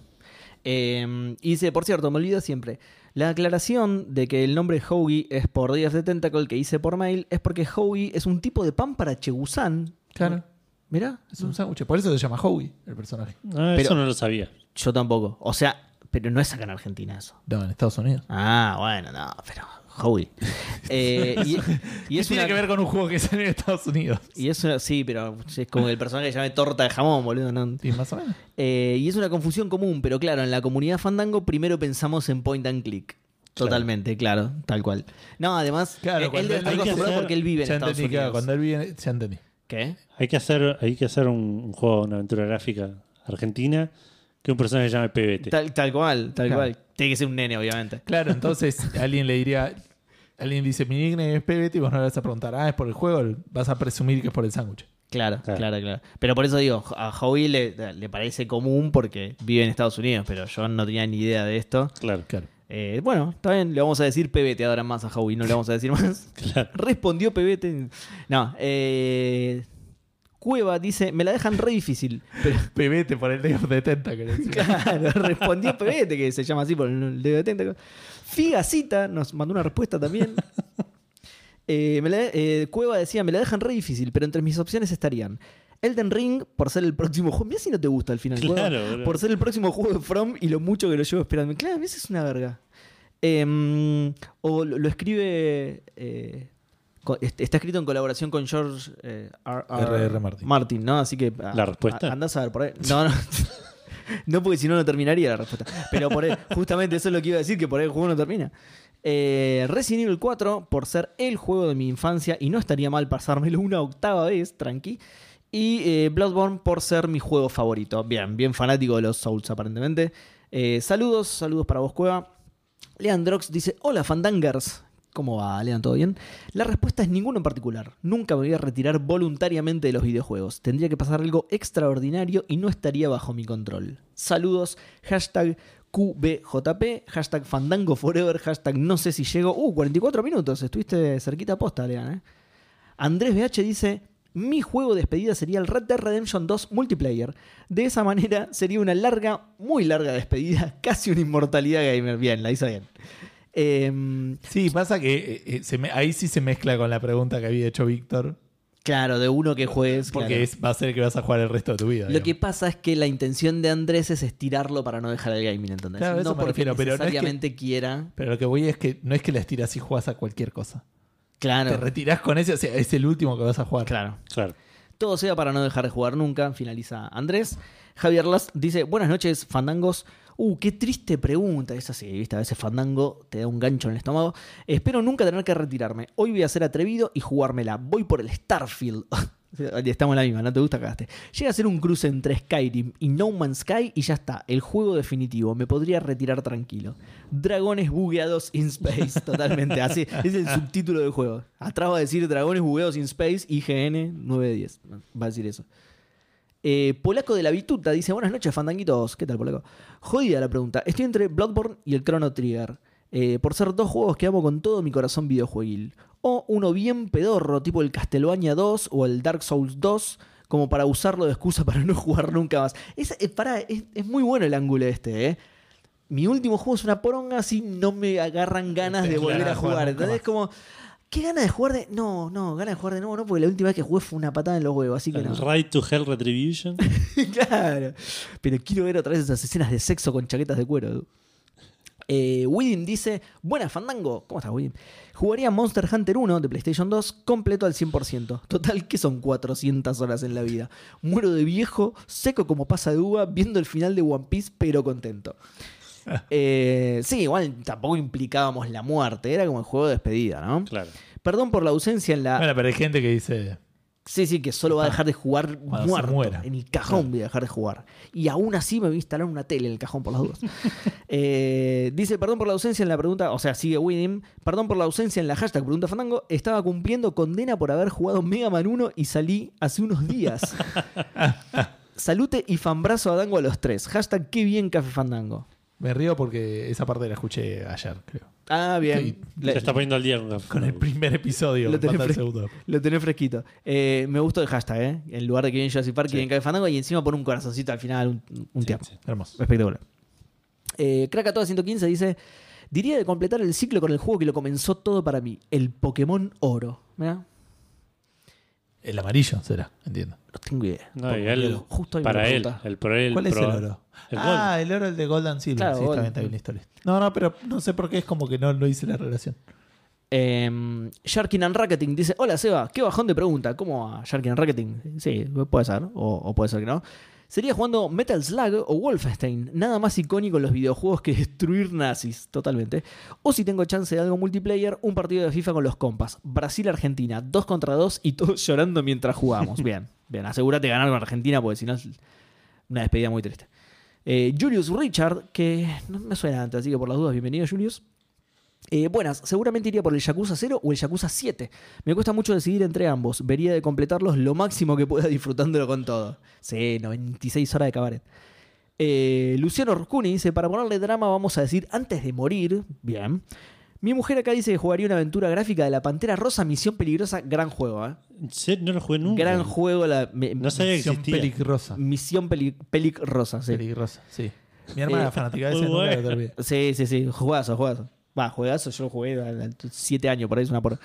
Eh, y dice, por cierto, me olvido siempre. La aclaración de que el nombre Hoagie es por Días de Tentacle que hice por mail es porque Hoagie es un tipo de pan para Chegusán.
Claro.
Mirá,
Es un sándwich. Por eso se llama Howie, el personaje.
Ah, eso
Pero-
no lo sabía.
yo tampoco. O sea, pero no es acá en Argentina eso.
No, en Estados Unidos.
Ah, bueno, no, pero Hoagie. Eh, y, y
¿Qué
es
tiene
una-
que ver con un juego que sale en Estados Unidos?
y es una- sí, pero es como el personaje que llame torta de jamón, boludo. no-
Sí, más o menos.
Eh, y es una confusión común, pero claro, en la comunidad Fandango primero pensamos en point and click. Totalmente, claro, tal cual. No, además,
Claro,
eh, él,
cuando
debe
él
estar
hay que
acostumbrado
hacer-
porque él vive en
Ya
Estados
entendí, claro,
Unidos.
cuando él viene, ya entendí.
¿Qué?
Hay que hacer, hay que hacer un, un juego, una aventura gráfica argentina que un personaje se llame PBT.
Tal, tal cual, tal
Claro.
cual. Tiene que ser un nene, obviamente.
Claro, entonces alguien le diría. Alguien dice, mi nickname es PBT y vos no le vas a preguntar, ah, es por el juego, vas a presumir que es por el sándwich.
Claro,
Claro.
claro, claro, Pero por eso digo, a Howie le, le parece común porque vive en Estados Unidos, pero yo no tenía ni idea de esto.
Claro.
Claro.
Eh, bueno, está bien, le vamos a decir pebete ahora más a Howie, no le vamos a decir más.
Claro.
Respondió pebete. No, eh, Cueva dice, me la dejan re difícil, pero...
PBT por el Day of the Tentacle.
Claro, respondió Pebete, que se llama así por el dedo de tentáculo. Figacita nos mandó una respuesta también. Eh, me la- eh, Cueva decía, me la dejan re difícil, pero entre mis opciones estarían Elden Ring, por ser el próximo juego. Mira si no te gusta al final, Cueva.
Claro, boludo.
Por ser el próximo juego de From y lo mucho que lo llevo esperando. Claro, esa es una verga. Eh, o lo, lo escribe. eh, co- est- está escrito en colaboración con George eh, R.
R.R. Martin.
¿no? Así que. a-
¿La respuesta?
a- andás a ver por ahí. No, no. No, porque si no, no terminaría la respuesta. Pero por ahí- justamente eso es lo que iba a decir, que por ahí el juego no termina. Eh, Resident Evil 4, por ser el juego de mi infancia, y no estaría mal pasármelo una octava vez, tranqui. Y eh, Bloodborne, por ser mi juego favorito. Bien, bien fanático de los Souls, aparentemente. Eh, saludos, saludos para vos, Cueva. Leandrox dice: Hola, Fandangers. ¿Cómo va, Lean? ¿Todo bien? La respuesta es ninguna en particular. Nunca me voy a retirar voluntariamente de los videojuegos. Tendría que pasar algo extraordinario y no estaría bajo mi control. Saludos, hashtag QBJP, hashtag Fandango Forever, hashtag no sé si llego. Uh, 44 minutos, estuviste cerquita posta, Lean, ¿eh? Andrés BH dice, mi juego de despedida sería el Red Dead Redemption 2 multiplayer. De esa manera sería una larga, muy larga despedida, casi una inmortalidad gamer. Bien, la hizo bien. Em,
Sí, pasa que eh, eh, se me- ahí sí se mezcla con la pregunta que había hecho Víctor.
claro, de uno que juegues.
Porque
claro.
es- va a ser que vas a jugar el resto de tu vida.
Lo que
digamos.
pasa es que la intención de Andrés es estirarlo para no dejar el gaming, ¿entendés?
Claro,
no
eso me
porque
refiero, pero no es que-
necesariamente quiera.
Pero lo que voy es que no es que la estiras y jugás a cualquier cosa. Te
Claro,
retirás con ese, o sea, es el último que vas a jugar.
claro.
Claro.
Todo sea para no dejar de jugar nunca, finaliza Andrés. Javier Las dice, buenas noches, fandangos. Uh, qué triste pregunta. Es así, ¿viste? A veces Fandango te da un gancho en el estómago. Espero nunca tener que retirarme. Hoy voy a ser atrevido y jugármela. Voy por el Starfield. Estamos en la misma, no te gusta, cagaste. Llega a ser un cruce entre Skyrim y No Man's Sky y ya está. El juego definitivo. Me podría retirar tranquilo. Dragones bugueados in space. Totalmente. Así es el subtítulo del juego. Atrás va a decir Dragones bugueados in space IGN 910. Va a decir eso. Eh, Polaco de la Bituta dice: Buenas noches, fandanguitos. ¿Qué tal, Polaco? Jodida la pregunta. Estoy entre Bloodborne y el Chrono Trigger. eh, por ser dos juegos que amo con todo mi corazón videojueguil. O uno bien pedorro, tipo el Castlevania 2 o el Dark Souls 2, como para usarlo de excusa para no jugar nunca más. Es, eh, pará, es, es muy bueno el ángulo este, ¿eh? Mi último juego es una poronga, así no me agarran ganas de
Claro,
volver a
jugar
jugar.
nunca
Entonces,
más.
como, ¿qué ganas de jugar de.? No, no, ganas de jugar de nuevo, no, porque la última vez que jugué fue una patada en los huevos, así que no.
El Right to Hell Retribution.
claro. Pero quiero ver otra vez esas escenas de sexo con chaquetas de cuero. du. Eh, Widim dice, buenas Fandango. ¿Cómo estás, Widim? Jugaría Monster Hunter 1 de PlayStation 2 completo al 100%. Total, que son 400 horas en la vida. Muero de viejo, seco como pasa de uva, viendo el final de One Piece, pero contento. Eh, sí, igual tampoco implicábamos la muerte, era como el juego de despedida, ¿no?
Claro.
Perdón por la ausencia en la
Bueno, pero hay gente que dice.
Sí, sí, que solo va a dejar de jugar
Cuando se
muerto.
muera.
En el cajón voy a dejar de jugar. Y aún así me voy a instalar una tele en el cajón por las dudas. Eh, dice, perdón por la ausencia en la pregunta, o sea, sigue Winim. Perdón por la ausencia en la hashtag pregunta fandango. Estaba cumpliendo condena por haber jugado Mega Man 1 y salí hace unos días. Salute y fanbrazo a Dango a los tres. Hashtag qué bien Café Fandango.
Me río porque esa parte la escuché ayer, creo.
Ah, bien.
Se
Le-
está poniendo al día con,
Con el primer episodio.
Lo tenés
falta el
fres-
segundo.
Lo tenés fresquito. Eh, me gustó el hashtag, ¿eh? En lugar de que bien Jurassic Park, que bien Café Fandango. Y encima pone un corazoncito al final, un, un tiempo.
Hermoso.
Espectacular. Eh, Krakatoa 115 dice: Diría de completar el ciclo con el juego que lo comenzó todo para mí, el Pokémon Oro. Mirá,
El amarillo será, entiendo.
no tengo idea.
No, y
Porque
él,
justo ahí me
para
lo
él,
pregunta.
el pro, el
¿Cuál
pro-
es el oro?
El
ah, el oro, el de Gold and Silver.
Claro,
sí, está
Gold.
bien, está bien, listo, listo. No, no, pero no sé por qué es como que no, no hice la relación.
Em, Sharkin and Racketing dice: Hola Seba, qué bajón de pregunta. ¿Cómo a Sharkin and Racketing? Sí, puede ser, o, o puede ser que no. Sería jugando Metal Slug o Wolfenstein. Nada más icónico en los videojuegos que destruir nazis, totalmente. O si tengo chance de algo multiplayer, un partido de FIFA con los compas. Brasil-Argentina, dos contra dos y todos llorando mientras jugamos. bien, bien, asegúrate de ganar con Argentina porque si no es una despedida muy triste. Eh, Julius Richard, que no me suena antes, así que por las dudas, bienvenido Julius. Eh, buenas, seguramente iría por el Yakuza 0 o el Yakuza 7. Me cuesta mucho decidir entre ambos. Vería de completarlos lo máximo que pueda disfrutándolo con todo. Sí, 96 horas de cabaret. Eh, Luciano Ruscuni dice, para ponerle drama vamos a decir antes de morir. Bien. Mi mujer acá dice que jugaría una aventura gráfica de la Pantera Rosa, Misión Peligrosa, gran juego. ¿eh?
En serio, No lo jugué nunca.
Gran juego la me-
Mm. No sabía que
Misión
existía.
peligrosa.
Misión Peli- Pelic Rosa. Sí.
Peligrosa, sí. Mi hermana
Eh,
fanática de ese
muy
nunca
bueno.
lo terminé.
Sí, sí, sí. Juegazo, juegazo. Va, juegazo. Yo lo jugué a los siete años, por ahí es una por.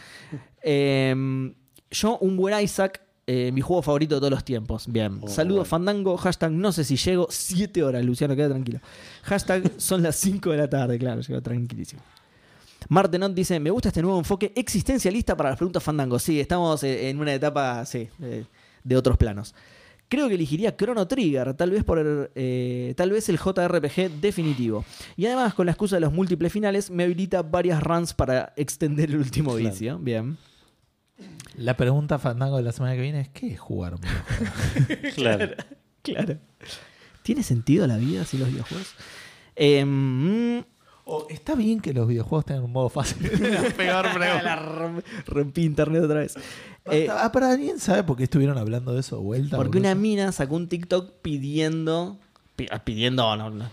Eh, yo, un buen Isaac, eh, mi juego favorito de todos los tiempos. Bien.
Oh,
Saludos,
bueno.
Fandango. Hashtag no sé si llego. Siete horas, Luciano, queda tranquilo. Hashtag son las cinco de la tarde, claro, llegó tranquilísimo. Martenot dice, me gusta este nuevo enfoque existencialista para las preguntas Fandango. Sí, estamos eh, en una etapa, sí, eh, de otros planos. Creo que elegiría Chrono Trigger, tal vez por eh, tal vez el JRPG definitivo. Y además, con la excusa de los múltiples finales, me habilita varias runs para extender el último
Claro.
vicio. Bien.
La pregunta fandango de la semana que viene es: ¿qué es jugar un videojuego?
Claro.
Claro. ¿Tiene sentido la vida sin los videojuegos? Em,
O, está bien que los videojuegos tengan un modo fácil. la peor
la rom- rompí internet otra vez. Eh,
ah, para alguien sabe por qué estuvieron hablando de eso de vuelta.
Porque una
boludo?
mina sacó un TikTok pidiendo. pi- ah, pidiendo, no, no.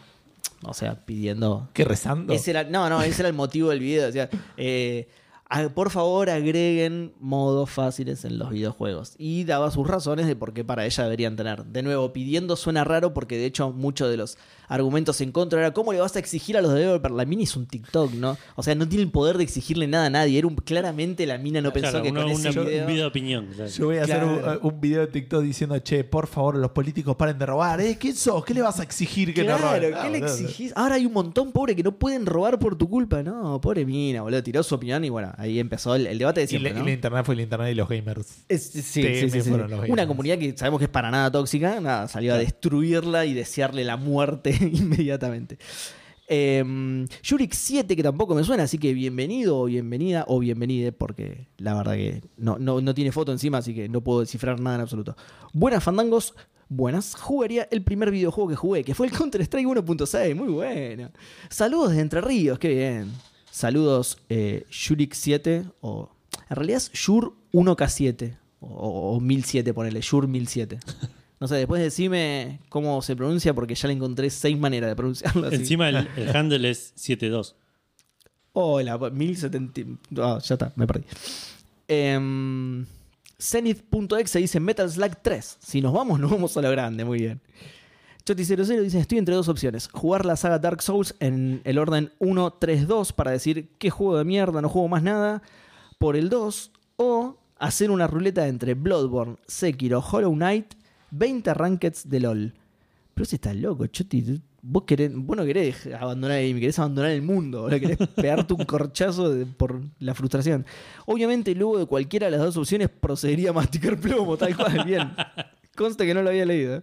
O sea, pidiendo.
¿Qué rezando?
Ese era, no, no, ese era el motivo del video. O sea, eh, a- por favor agreguen modos fáciles en los videojuegos. Y daba sus razones de por qué para ella deberían tener. De nuevo, pidiendo suena raro porque de hecho muchos de los argumentos en contra era cómo le vas a exigir a los developers. La mina es un TikTok, ¿no? O sea, no tiene el poder de exigirle nada a nadie. Era un- claramente la mina no pensó
Claro,
que
una-
con ese
una-
video...
un video de opinión. claro.
Yo voy a hacer
Claro.
un, un video de TikTok diciendo, che, por favor, los políticos paren de robar. ¿Eh? ¿Quién sos? ¿Qué le vas a exigir que no
Claro,
roben?
¿qué
Ah,
le
boludo.
exigís? Ahora hay un montón, pobre, que no pueden robar por tu culpa. No, pobre mina, boludo. Tiró su opinión y bueno, Ahí empezó el, el debate de
Y, la,
siempre,
y
¿no?
la internet fue el internet y los gamers.
Es- sí, sí,
TM
sí, sí.
fueron los
Una
gamers.
comunidad que sabemos que es para nada tóxica, nada, salió a destruirla y desearle la muerte inmediatamente. Eh, Yurik 7, que tampoco me suena, así que bienvenido o bienvenida o bienvenide, porque la verdad que no, no, no tiene foto encima, así que no puedo descifrar nada en absoluto. Buenas fandangos, buenas. Jugaría el primer videojuego que jugué, que fue el Counter-Strike 1.6, muy bueno. Saludos desde Entre Ríos, qué bien. Saludos, eh, Yurik 7, o en realidad es Yur 1K7, o, o 1007, ponele, Yur 1007. No sé, después decime cómo se pronuncia, porque ya le encontré seis maneras de pronunciarlo. así.
Encima el, el handle es 72.
Hola, 1070. Ah, ya está, me perdí. Em, Zenith.exe dice Metal Slug 3. Si nos vamos, nos vamos a lo grande. Muy bien. Choti00 dice: Estoy entre dos opciones. Jugar la saga Dark Souls en el orden 1-3-2 para decir qué juego de mierda, no juego más nada, por el 2. O hacer una ruleta entre Bloodborne, Sekiro, Hollow Knight, 20 rankets de LOL. Pero si estás loco, Choti. Vos, querés, vos no querés abandonar el game, querés abandonar el mundo. Ahora querés pegarte un corchazo de- por la frustración. Obviamente, luego de cualquiera de las dos opciones, procedería a masticar plomo, tal cual. Bien. Consta que no lo había leído. ¿eh?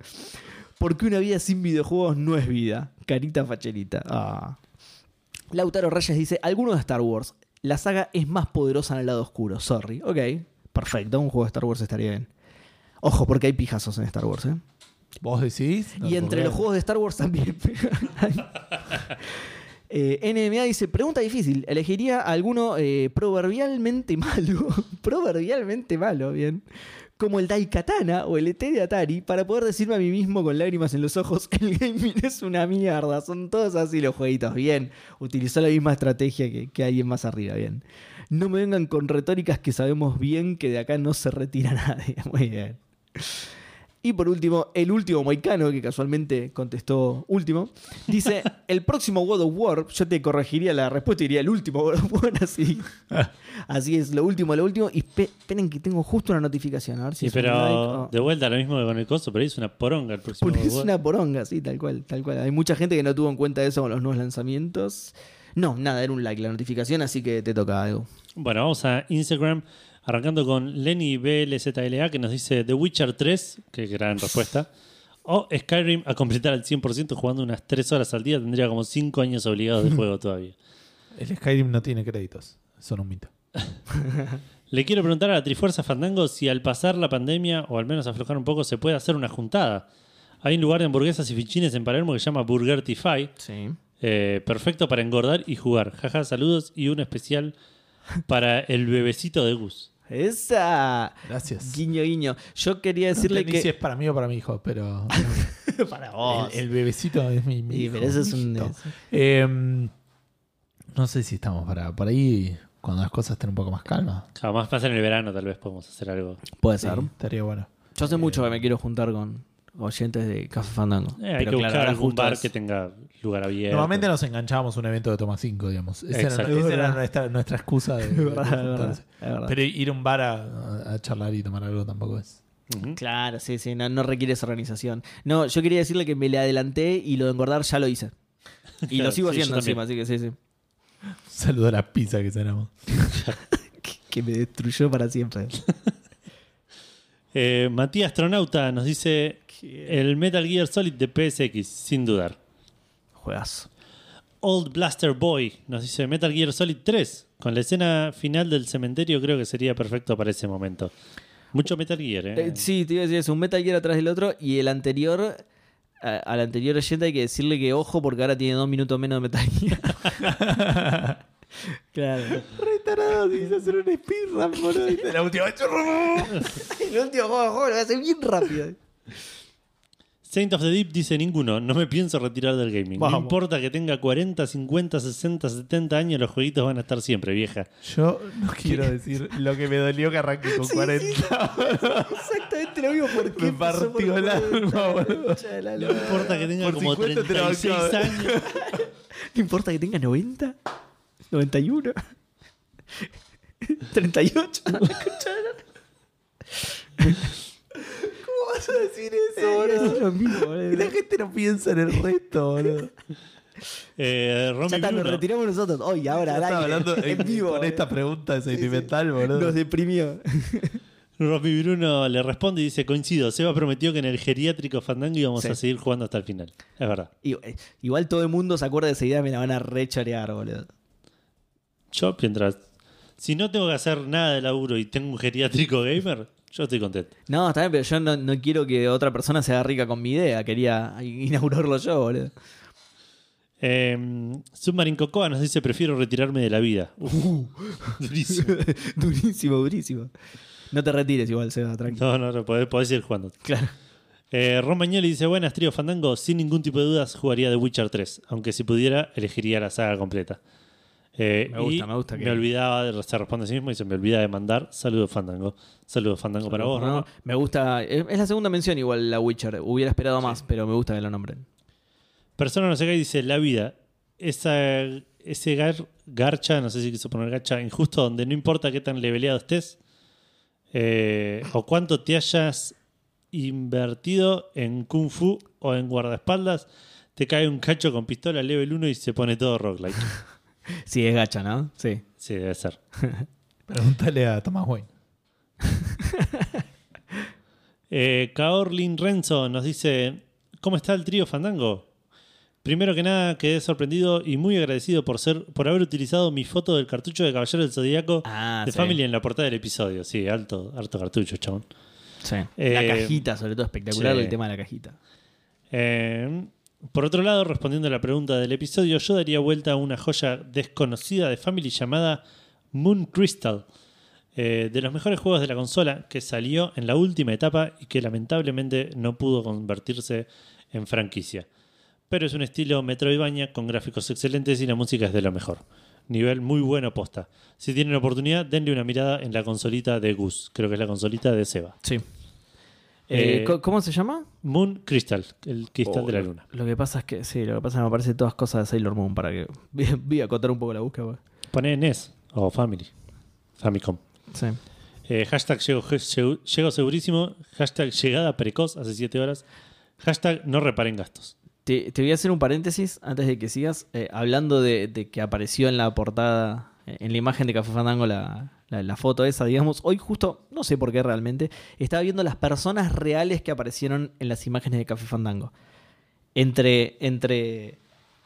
Porque una vida sin videojuegos no es vida. Carita facherita. Ah. Lautaro Reyes dice: Alguno de Star Wars. La saga es más poderosa en el lado oscuro. Sorry. Ok. Perfecto. Un juego de Star Wars estaría bien. Ojo, porque hay pijazos en Star Wars, ¿eh?
¿Vos decís? No,
y entre
porque-
los juegos de Star Wars también. Eh, NMA dice, pregunta difícil, elegiría alguno eh, proverbialmente malo, proverbialmente malo, bien, como el Daikatana o el ET de Atari, para poder decirme a mí mismo con lágrimas en los ojos, el gaming es una mierda, son todos así los jueguitos, bien, utilizó la misma estrategia que, que alguien más arriba, bien. No me vengan con retóricas que sabemos bien que de acá no se retira nadie, muy bien. Y por último, el último moicano, que casualmente contestó último, dice: El próximo God of War, yo te corregiría la respuesta y diría el último God of War, así.
Ah.
Así es, lo último, lo último. Y pe- esperen que tengo justo una notificación, a ver si
Sí,
es un like
pero
o-
de vuelta lo mismo que con el coso, pero ahí es una poronga el próximo.
es
juego.
una poronga, sí, tal cual, tal cual. Hay mucha gente que no tuvo en cuenta eso con los nuevos lanzamientos. No, nada, era un like la notificación, así que te toca algo.
Bueno, vamos a Instagram, arrancando con Lenny BLZLA, que nos dice The Witcher 3, que gran respuesta. O Skyrim a completar al 100% jugando unas 3 horas al día, tendría como 5 años obligados de juego todavía.
El Skyrim no tiene créditos. Son un mito.
Le quiero preguntar a la Trifuerza Fandango si al pasar la pandemia, o al menos aflojar un poco, se puede hacer una juntada. Hay un lugar de hamburguesas y fichines en Palermo que se llama Burgertify,
Sí.
eh, perfecto para engordar y jugar. Jaja, saludos y un especial para el bebecito de Gus.
Esa.
Gracias.
Guiño, guiño. Yo quería decirle
Entendí
que.
si es para mí o para mi hijo, pero
Para vos.
el, el bebecito es mi, mi
Y,
hijo,
pero ese es un- eh,
hijito. Em, no sé si estamos para por ahí cuando las cosas estén un poco más calmas.
Jamás pasa en el verano, tal vez podemos hacer algo.
Puede
Sí,
ser.
estaría bueno.
Yo hace mucho que me quiero juntar con oyentes de Café Fandango.
Eh,
Pero
hay que
claro,
buscar
ahora
algún
justo
bar
es-
que tenga lugar abierto.
Normalmente nos enganchábamos a un evento de Toma 5, digamos. Esa era,
Exacto.
esa era
Es verdad.
nuestra, nuestra excusa de,
Es verdad,
de
es verdad,
juntarse.
es verdad.
Pero ir a un bar a, a charlar y tomar algo tampoco es.
Ujú.
Claro, sí, sí, no, no requiere esa organización. No, yo quería decirle que me le adelanté y lo de engordar ya lo hice. Y lo
Claro,
sigo
sí,
haciendo
yo también.
encima, así que sí, sí.
Saludo a la pizza que cenamos.
Que, que me destruyó para siempre.
Eh, Matías Astronauta nos dice el Metal Gear Solid de PSX, sin dudar.
Juegazo.
Old Blaster Boy nos dice Metal Gear Solid 3. Con la escena final del cementerio creo que sería perfecto para ese momento. Mucho Metal Gear, ¿eh?
Eh, sí, te iba a decir eso, un Metal Gear atrás del otro y el anterior, a- al anterior oyente hay que decirle que ojo porque ahora tiene dos minutos menos de Metal Gear. claro.
Retarado, se hizo hacer un speedrun, boludo. La última vez,
El último juego, juego lo hace bien rápido.
Saint of the Deep dice ninguno, no me pienso retirar del gaming. No
Vamos.
importa que tenga 40, 50, 60, 70 años, los jueguitos van a estar siempre, vieja.
Yo no quiero decir lo que me dolió que arranqué con 40.
Exactamente lo mismo. ¿Por qué
Me
pasó por
partió el
cuenta?
alma, boludo.
Che, la-
No
la-
importa que tenga
Por
como
50 te la
36
bancaba.
años.
¿No importa que tenga 90? ¿91? ¿38? La concha de la-
¿Cómo vas a decir
Eso es lo mismo, boludo.
gente no piensa en el resto, boludo.
Eh, Romy
Ya está, nos
Bruno.
retiramos nosotros hoy, ahora, al
Estaba
aire,
hablando
en vivo.
con
eh.
esta pregunta sentimental, boludo.
Nos deprimió.
Romy Bruno le responde y dice: Coincido, Seba prometió que en el geriátrico Fandango íbamos
Sí.
a seguir jugando hasta el final. Es verdad.
Y- eh, Igual todo el mundo se acuerda de esa idea, me la van a rechorear, boludo.
Yo, mientras. Si no tengo que hacer nada de laburo y tengo un geriátrico gamer, yo estoy contento.
No, está bien, pero yo no, no quiero que otra persona se haga rica con mi idea. Quería inaugurarlo yo, boludo.
Eh, Submarine Cocoa nos dice: Prefiero retirarme de la vida. Uf,
Uh,
durísimo.
durísimo, durísimo. No te retires igual, Seba, tranquilo.
No, no, no, podés, podés ir jugando.
Claro.
Eh, Ron Magnoli dice: Buenas, trío Fandango. Sin ningún tipo de dudas, jugaría The Witcher 3. Aunque si pudiera, elegiría la saga completa. Eh,
Me gusta,
y
me gusta que-
Me olvidaba, de, se responde a sí mismo y se me olvida de mandar saludos Fandango. Saludos Fandango para vos,
No,
Ron.
Me gusta. Es es la segunda mención igual la Witcher. Hubiera esperado más, pero me gusta que lo nombren.
Persona no sé qué dice: La vida. Esa, ese gar- garcha, no sé si quiso poner garcha, injusto, donde no importa qué tan leveleado estés eh, o cuánto te hayas invertido en Kung Fu o en guardaespaldas. Te cae un cacho con pistola level 1 y se pone todo roguelike.
Sí, es gacha, ¿no? Sí.
Sí, debe ser.
Pregúntale a Thomas Wayne.
Eh, Kaorlin Renzo nos dice: ¿Cómo está el trío Fandango? Primero que nada, quedé sorprendido y muy agradecido por ser por haber utilizado mi foto del cartucho de Caballero del Zodíaco
Ah,
de
sí.
Family en la portada del episodio. Sí, alto, harto cartucho, chabón.
Sí.
Eh,
la cajita, sobre todo, espectacular
sí.
el tema de la cajita.
Eh, por otro lado, respondiendo a la pregunta del episodio, yo daría vuelta a una joya desconocida de Family llamada Moon Crystal, eh, de los mejores juegos de la consola que salió en la última etapa y que lamentablemente no pudo convertirse en franquicia. Pero es un estilo Metroidvania con gráficos excelentes y la música es de lo mejor. Nivel muy bueno posta. Si tienen oportunidad, denle una mirada en la consolita de Goose. Creo que es la consolita de Seba.
Sí. Eh,
Eh,
¿co- ¿Cómo se llama?
Moon Crystal, el cristal
Oh,
de la luna.
Lo que pasa es que, sí, lo que pasa es que me aparecen todas cosas de Sailor Moon para que. Voy a acotar un poco la búsqueda. pues.
Poné NES E o Family. Famicom.
Sí.
Eh, hashtag llego, llego- llego segurísimo. Hashtag llegada precoz hace 7 horas. Hashtag no reparen gastos.
Te, te voy a hacer un paréntesis antes de que sigas. eh, hablando de, de que apareció en la portada, eh, en la imagen de Café Fandango, la, la- la foto esa, digamos. Hoy, justo, no sé por qué realmente, estaba viendo las personas reales que aparecieron en las imágenes de Café Fandango. Entre. entre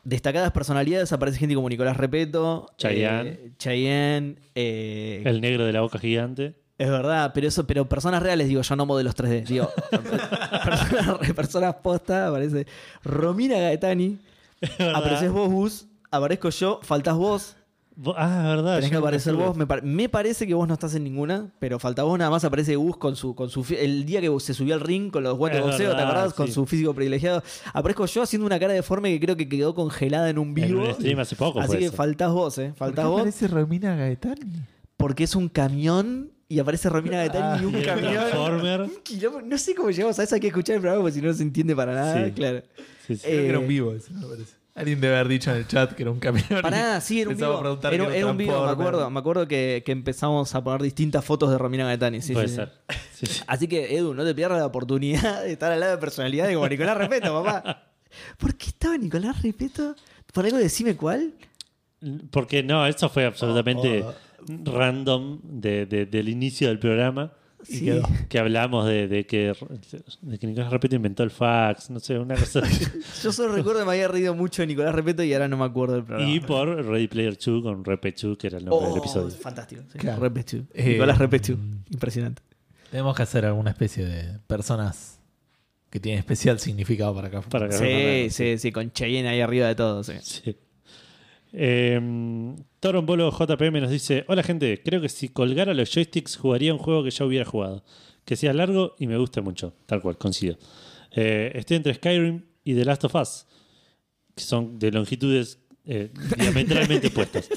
Destacadas personalidades aparece gente como Nicolás Repeto,
Chayanne.
eh, Chayanne, eh,
El negro de la boca gigante.
Es verdad, pero eso, pero personas reales, digo, yo no modelos 3D, digo, personas, personas posta, aparece Romina Gaetani,
verdad.
apareces vos, Gus, aparezco yo, faltás vos,
Vo- Ah, es verdad.
tenés
ya
que
no me
aparecer
acuerdo.
vos, me, par- me parece que vos no estás en ninguna, pero falta vos, nada más aparece Gus con su, con su, fi- el día que se subió al ring con los guantes de
Es
boxeo, ¿te
verdad,
acordás? Con
sí.
su físico privilegiado, aparezco yo haciendo una cara deforme que creo que quedó congelada en un
En
vivo,
un stream hace poco.
así
fue
que
eso.
faltás vos, eh, faltás vos,
parece Romina Gaetani?
porque es un camión y aparece Romina Gaetani y
Ah, Y
un
el
camión.
Transformer.
Quilombo. No sé cómo llegamos a eso, hay que escuchar el programa porque si no se entiende para nada,
Sí.
claro.
Sí, sí.
Eh,
Creo que era un vivo ese, me parece. Alguien debe haber dicho en el chat que era un camión.
Pará, sí, era un
Empezamos
vivo.
a preguntar
Era,
que
era un vivo, me
Transformer.
acuerdo. Me acuerdo que, que empezamos a poner distintas fotos de Romina Gaetani. sí,
Puede
sí, sí.
ser. Sí, sí.
Así que, Edu, no te pierdas la oportunidad de estar al lado de personalidades como Nicolás Repeto, papá. ¿Por qué estaba Nicolás Repeto? ¿Por algo decime cuál?
Porque no, eso fue absolutamente
Oh, oh.
random de- de- del inicio del programa.
Sí.
quedó.
Que hablamos de, de que, de que Nicolás Repeto inventó el fax, no sé, una cosa así.
Yo solo recuerdo que me había reído mucho de Nicolás Repeto y ahora no me acuerdo del programa.
Y por Ready Player 2 con Repechu, que era el nombre
Oh,
del episodio.
fantástico. sí.
Claro.
Repetu.
Eh,
Nicolás Repetu. Impresionante.
Tenemos que hacer alguna especie de personas que tienen especial significado para acá.
Para que-
Sí, sí, sí, con Cheyenne ahí arriba de todo, sí.
Sí. Eh, Torombolo JPM nos dice: Hola gente, creo que si colgara los joysticks jugaría un juego que ya hubiera jugado. Que sea largo y me guste mucho. Tal cual, coincido. Eh, estoy entre Skyrim y The Last of Us, que son de longitudes eh, diametralmente opuestas.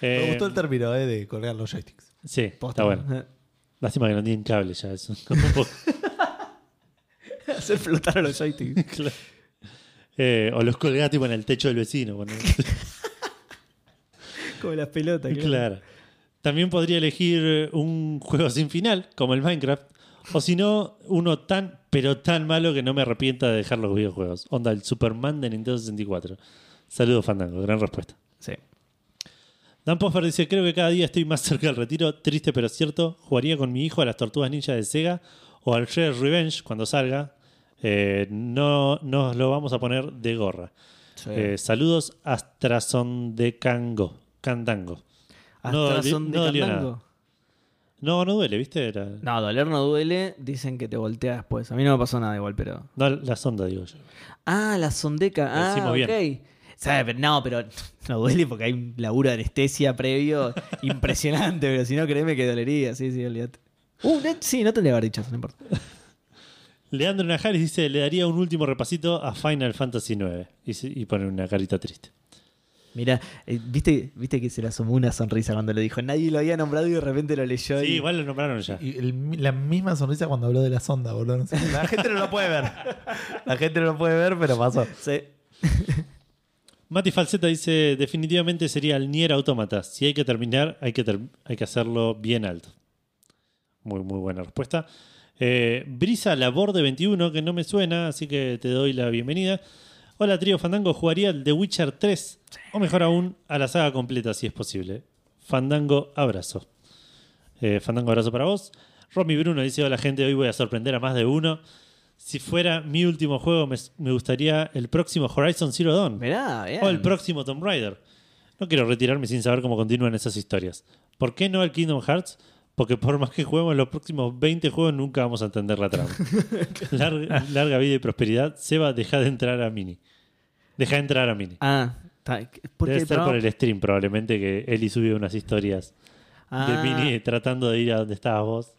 Me
Eh,
gustó el término eh, de colgar los joysticks.
Sí, está bueno. Lástima que no tienen cable ya, eso. Como un poco-
Hacer flotar a los joysticks.
Claro. Eh, o los colgás tipo, en el techo del vecino. bueno.
Como las pelotas.
Claro. También podría elegir eh, un juego sin final, como el Minecraft, o si no, uno tan, pero tan malo que no me arrepienta de dejar los videojuegos. Onda, el Superman de Nintendo 64. Saludos, Fandango. Gran respuesta.
Sí.
Dan Poffer dice: Creo que cada día estoy más cerca del retiro. Triste pero cierto. Jugaría con mi hijo a las tortugas ninja de Sega o al Shredder's Revenge cuando salga. Eh, no nos lo vamos a poner de gorra. Eh, saludos, Astrazón de Cango. Candango. No,
Hasta
doli-
son de
no dolió
candango.
nada. No, no duele, ¿viste? La-
No, doler no duele, dicen que te voltea después. A mí no me pasó nada igual, pero.
no, la sonda, digo yo.
Ah, la sondeca.
Lo
Ah,
hicimos
ok.
bien.
Sabe, pero no, pero no duele porque hay un laburo de anestesia previo impresionante, pero si no, créeme que dolería. Sí, sí, olvídate. Uh, no- sí, no tendría que haber dicho eso, no importa.
Leandro Najares dice, le daría un último repasito a Final Fantasy IX. Y, se- y pone una carita triste.
Mira, eh, ¿viste, viste que se le asomó una sonrisa cuando lo dijo. Nadie lo había nombrado y de repente lo leyó.
Sí,
y-
igual lo nombraron ya.
Y el- la misma sonrisa cuando habló de la sonda, boludo. No sé. La gente no lo puede ver. La gente no lo puede ver, pero pasó.
Sí.
Mati Falseta dice, definitivamente sería el Nier Automata. Si hay que terminar, hay que, ter- hay que hacerlo bien alto. Muy, muy buena respuesta. Eh, Brisa Laborde 21, que no me suena, así que te doy la bienvenida. Hola, trío Fandango. Jugaría el The Witcher 3, o mejor aún, a la saga completa, si es posible. Fandango, abrazo. Eh, Fandango, abrazo para vos. Romy Bruno dice, hola gente, hoy voy a sorprender a más de uno. Si fuera mi último juego, me, me gustaría el próximo Horizon Zero Dawn.
Mirá, bien.
O Oh, el próximo Tomb Raider. No quiero retirarme sin saber cómo continúan esas historias. ¿Por qué no el Kingdom Hearts? Porque por más que juguemos los próximos 20 juegos nunca vamos a entender la trama. Lar- larga vida y prosperidad. Seba, deja de entrar a Mini. Deja de entrar a Mini.
Ah, está. ¿por
Debe
qué?
estar
Pero-
por el stream probablemente que Eli subió unas historias
Ah.
de Mini tratando de ir a donde estabas vos.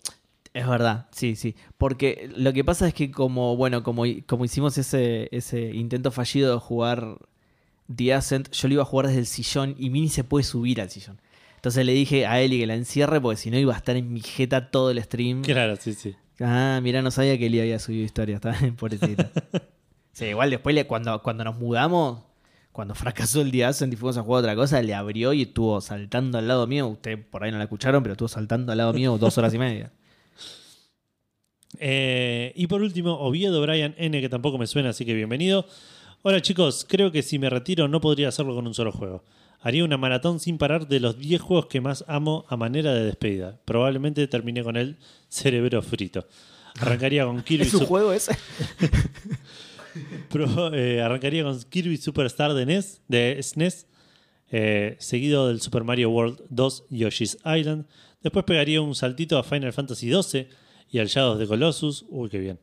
Es verdad, sí, sí. Porque lo que pasa es que como, bueno, como, como hicimos ese, ese intento fallido de jugar The Ascent, yo lo iba a jugar desde el sillón y Mini se puede subir al sillón. Entonces le dije a Eli que la encierre porque si no iba a estar en mi jeta todo el stream.
Claro, sí, sí.
Ah, mirá, no sabía que Eli había subido historia, está bien, pobrecita. sí, igual después le- cuando, cuando nos mudamos, cuando fracasó el día Ascent y fuimos a jugar a otra cosa, le abrió y estuvo saltando al lado mío. Ustedes por ahí no la escucharon, pero estuvo saltando al lado mío dos horas y media.
Eh, y por último, Oviedo Brian N, que tampoco me suena, así que bienvenido. Hola chicos, creo que si me retiro no podría hacerlo con un solo juego. Haría una maratón sin parar de los 10 juegos que más amo a manera de despedida. Probablemente terminé con el cerebro frito. Arrancaría con Kirby,
¿Es un
Sup-
juego ese?
Pro- eh, arrancaría con Kirby Superstar de NES, de SNES, eh, seguido del Super Mario World 2 Yoshi's Island. Después pegaría un saltito a Final Fantasy XII y al Shadows de Colossus. Uy, qué bien.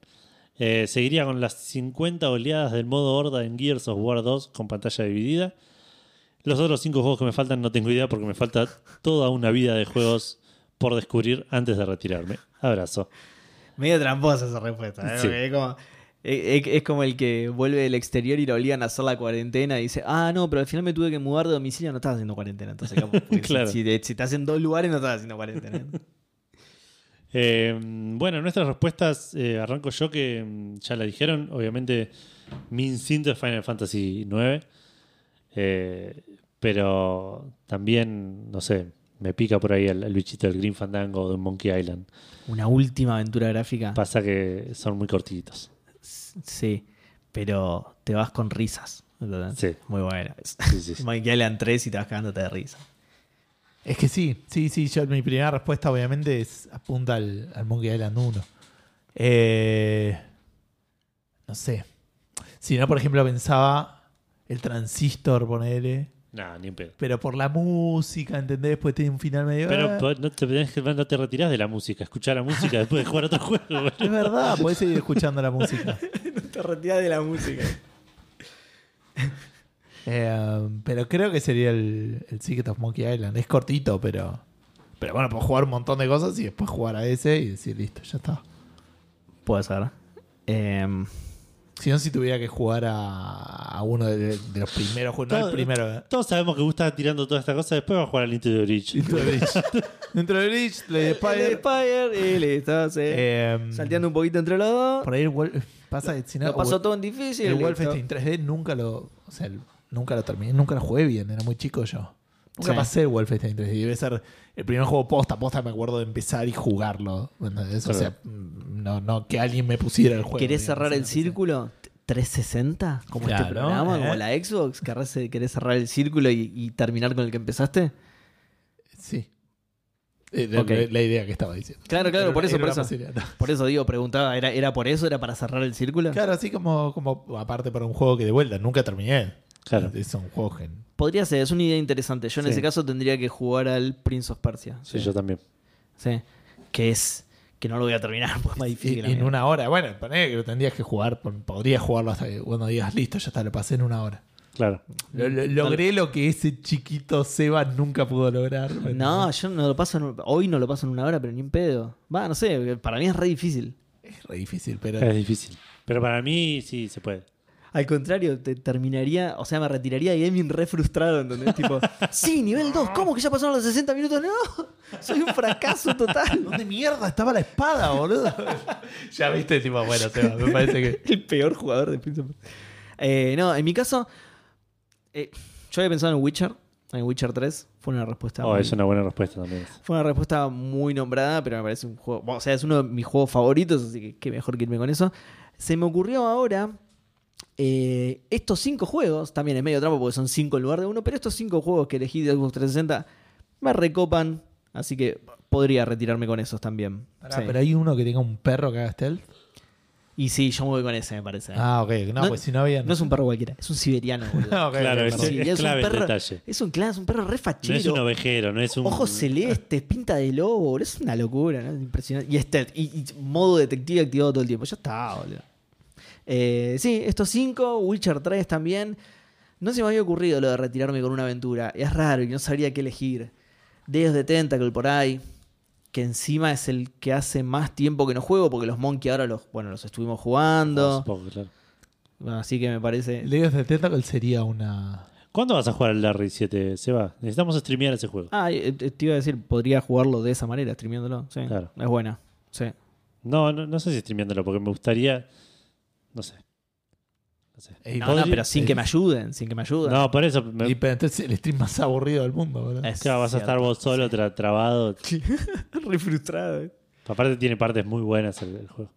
Eh, seguiría con las 50 oleadas del modo horda en Gears of War 2 con pantalla dividida. Los otros 5 juegos que me faltan no tengo idea porque me falta toda una vida de juegos por descubrir antes de retirarme. Abrazo.
Medio tramposa esa respuesta. ¿eh?
Sí.
Porque Es, como, es- es- es como el que vuelve del exterior y lo obligan a hacer la cuarentena y dice, ah, no, pero al final me tuve que mudar de domicilio, no estás haciendo cuarentena. Entonces, capaz, porque si-
Claro.
si, si estás en dos lugares, no estás haciendo cuarentena.
Eh, bueno, nuestras respuestas eh, arranco yo que mm, ya la dijeron. Obviamente, mi instinto es Final Fantasy IX. eh, pero también, no sé, me pica por ahí el, el bichito del Green Fandango o de un Monkey Island.
Una última aventura gráfica.
Pasa que son muy cortitos.
sí, pero te vas con risas. ¿verdad?
Sí.
Muy buena.
Sí, sí, sí.
Mike Island 3 y te vas cagándote de risa.
Es que sí, sí, sí. Yo, mi primera respuesta, obviamente, es apunta al, al Monkey Island 1. Eh, no sé. Si no, por ejemplo, pensaba el transistor, ponele.
Nah, ni un pedo.
Pero por la música, ¿entendés? Después tiene un final medio.
Pero
"Ah".
po- no te, tenés que- no te retirás de la música, escuchar la música después de jugar otro juego. boludo.
Es verdad, podés seguir escuchando la música.
Te retiras de la música.
Eh, pero creo que sería el, el Secret of Monkey Island. Es cortito, pero. Pero bueno, puedo jugar un montón de cosas y después jugar a ese y decir, listo, ya está.
Puede ser. Em,
Si no, si tuviera que jugar a, a uno de, de los primeros juegos. No
Todo-
el primero, ¿eh?
Todos sabemos que gusta tirando toda esta cosa, después va a jugar al Into the Bridge.
Dentro de Bridge. Dentro de Bridge, Lady
El
Spider.
Spire, y listo, sí.
eh,
Eh, Salteando un poquito entre los dos.
Por ahí el Wolf. Pasa que si no.
Lo pasó
Wol-
todo en difícil.
El
listo.
Wolfenstein 3D nunca lo. O sea, el- nunca lo terminé. Nunca lo jugué bien. Era muy chico yo. Nunca
Sí.
pasé el Wolfenstein 3D. Debe ser el primer juego posta. Posta me acuerdo de empezar y jugarlo. ¿entendés? O
Claro.
sea, mm, no, no que alguien me pusiera el juego.
¿Querés
digamos,
cerrar
sino
el
que sea-
círculo? T- 360, como este
Claro,
programa,
¿eh?
como la Xbox, que ahora se- querés cerrar el círculo y, y terminar con el que empezaste.
Sí. Eh, de-
Ok.
de- La idea que estaba diciendo.
Claro, claro,
Era
por
una-
eso,
era
por eso.
una facilidad.
Por eso digo, preguntaba, ¿era, ¿era por eso? ¿Era para cerrar el círculo?
Claro, así como, como aparte para un juego que de vuelta nunca terminé.
Claro.
Es un juego que-
Podría ser, es una idea interesante. Yo en
Sí.
ese caso tendría que jugar al Prince of Persia.
Sí, yo también.
Sí. Que es. Que no lo voy a terminar, pues es más difícil. que
en
la mierda.
una hora. Bueno, poné que lo tendrías que jugar. pon- Podrías jugarlo hasta que cuando digas listo, ya está, lo pasé en una hora.
Claro.
Lo- lo- logré lo que ese chiquito Seba nunca pudo lograr.
No, yo no lo paso. en- hoy no lo paso en una hora, pero ni un pedo. Va, no sé, para mí es re difícil.
Es re difícil, pero.
Es difícil. Pero para mí sí se puede.
Al contrario, te terminaría, o sea, me retiraría de gaming re frustrado, ¿entendés? tipo, sí, nivel 2, ¿cómo que ya pasaron los 60 minutos? No, soy un fracaso total.
¿Dónde mierda estaba la espada, boludo? ya viste, tipo, bueno, Seba, me parece que.
El peor jugador de Prince of Persia. Eh, no, en mi caso, eh, yo había pensado en Witcher, en Witcher 3, fue una respuesta.
Oh,
muy-
es una buena respuesta también.
Fue una respuesta muy nombrada, pero me parece un juego. O sea, es uno de mis juegos favoritos, así que qué mejor que irme con eso. Se me ocurrió ahora. eh, estos cinco juegos, también es medio trampa porque son cinco en lugar de uno, pero estos cinco juegos que elegí de Xbox 360 me recopan, así que podría retirarme con esos también.
Pará,
Sí.
Pero hay uno que tenga un perro que haga stealth.
Y sí, yo me voy con ese, me parece.
Ah, ok. No,
No-
pues si no había.
no es un perro cualquiera, es un siberiano, boludo.
Ah, ok,
Claro,
ok,
es,
perdón.
Sí,
es
es un
clave el
perro-
detalle.
Es un clan, es un perro re
No es un
fachero.
ovejero, no es un.
Ojos celestes, pinta de lobo, boludo. Es una locura, ¿no? Impresionante. Y este, y, y modo detective activado todo el tiempo. Ya está, boludo. Eh, sí, estos cinco, Witcher 3 también. No se me había ocurrido lo de retirarme con una aventura. Es raro y no sabría qué elegir. Dedos de Tentacle por ahí. Que encima es el que hace más tiempo que no juego, porque los Monkey ahora los, bueno, los estuvimos jugando.
Supongo, claro.
Bueno, así que me parece.
Legos de Tentacle sería una.
¿Cuándo vas a jugar al Larry 7, Seba? Necesitamos streamear ese juego.
Ah, eh, eh, te iba a decir, podría jugarlo de esa manera, streameándolo. Sí,
Claro.
es buena. Sí.
No, no, no sé si streameándolo, porque me gustaría. No sé. No, sé.
Ey,
No,
podría-
no, pero sin
eh,
que me ayuden, sin que me ayuden.
No, Eh, por eso. me-
Y, pero entonces el stream más aburrido del mundo, boludo.
Es
claro, vas a estar
cierto.
vos solo, tra- trabado.
re frustrado. eh.
Aparte, tiene partes muy buenas el, el juego.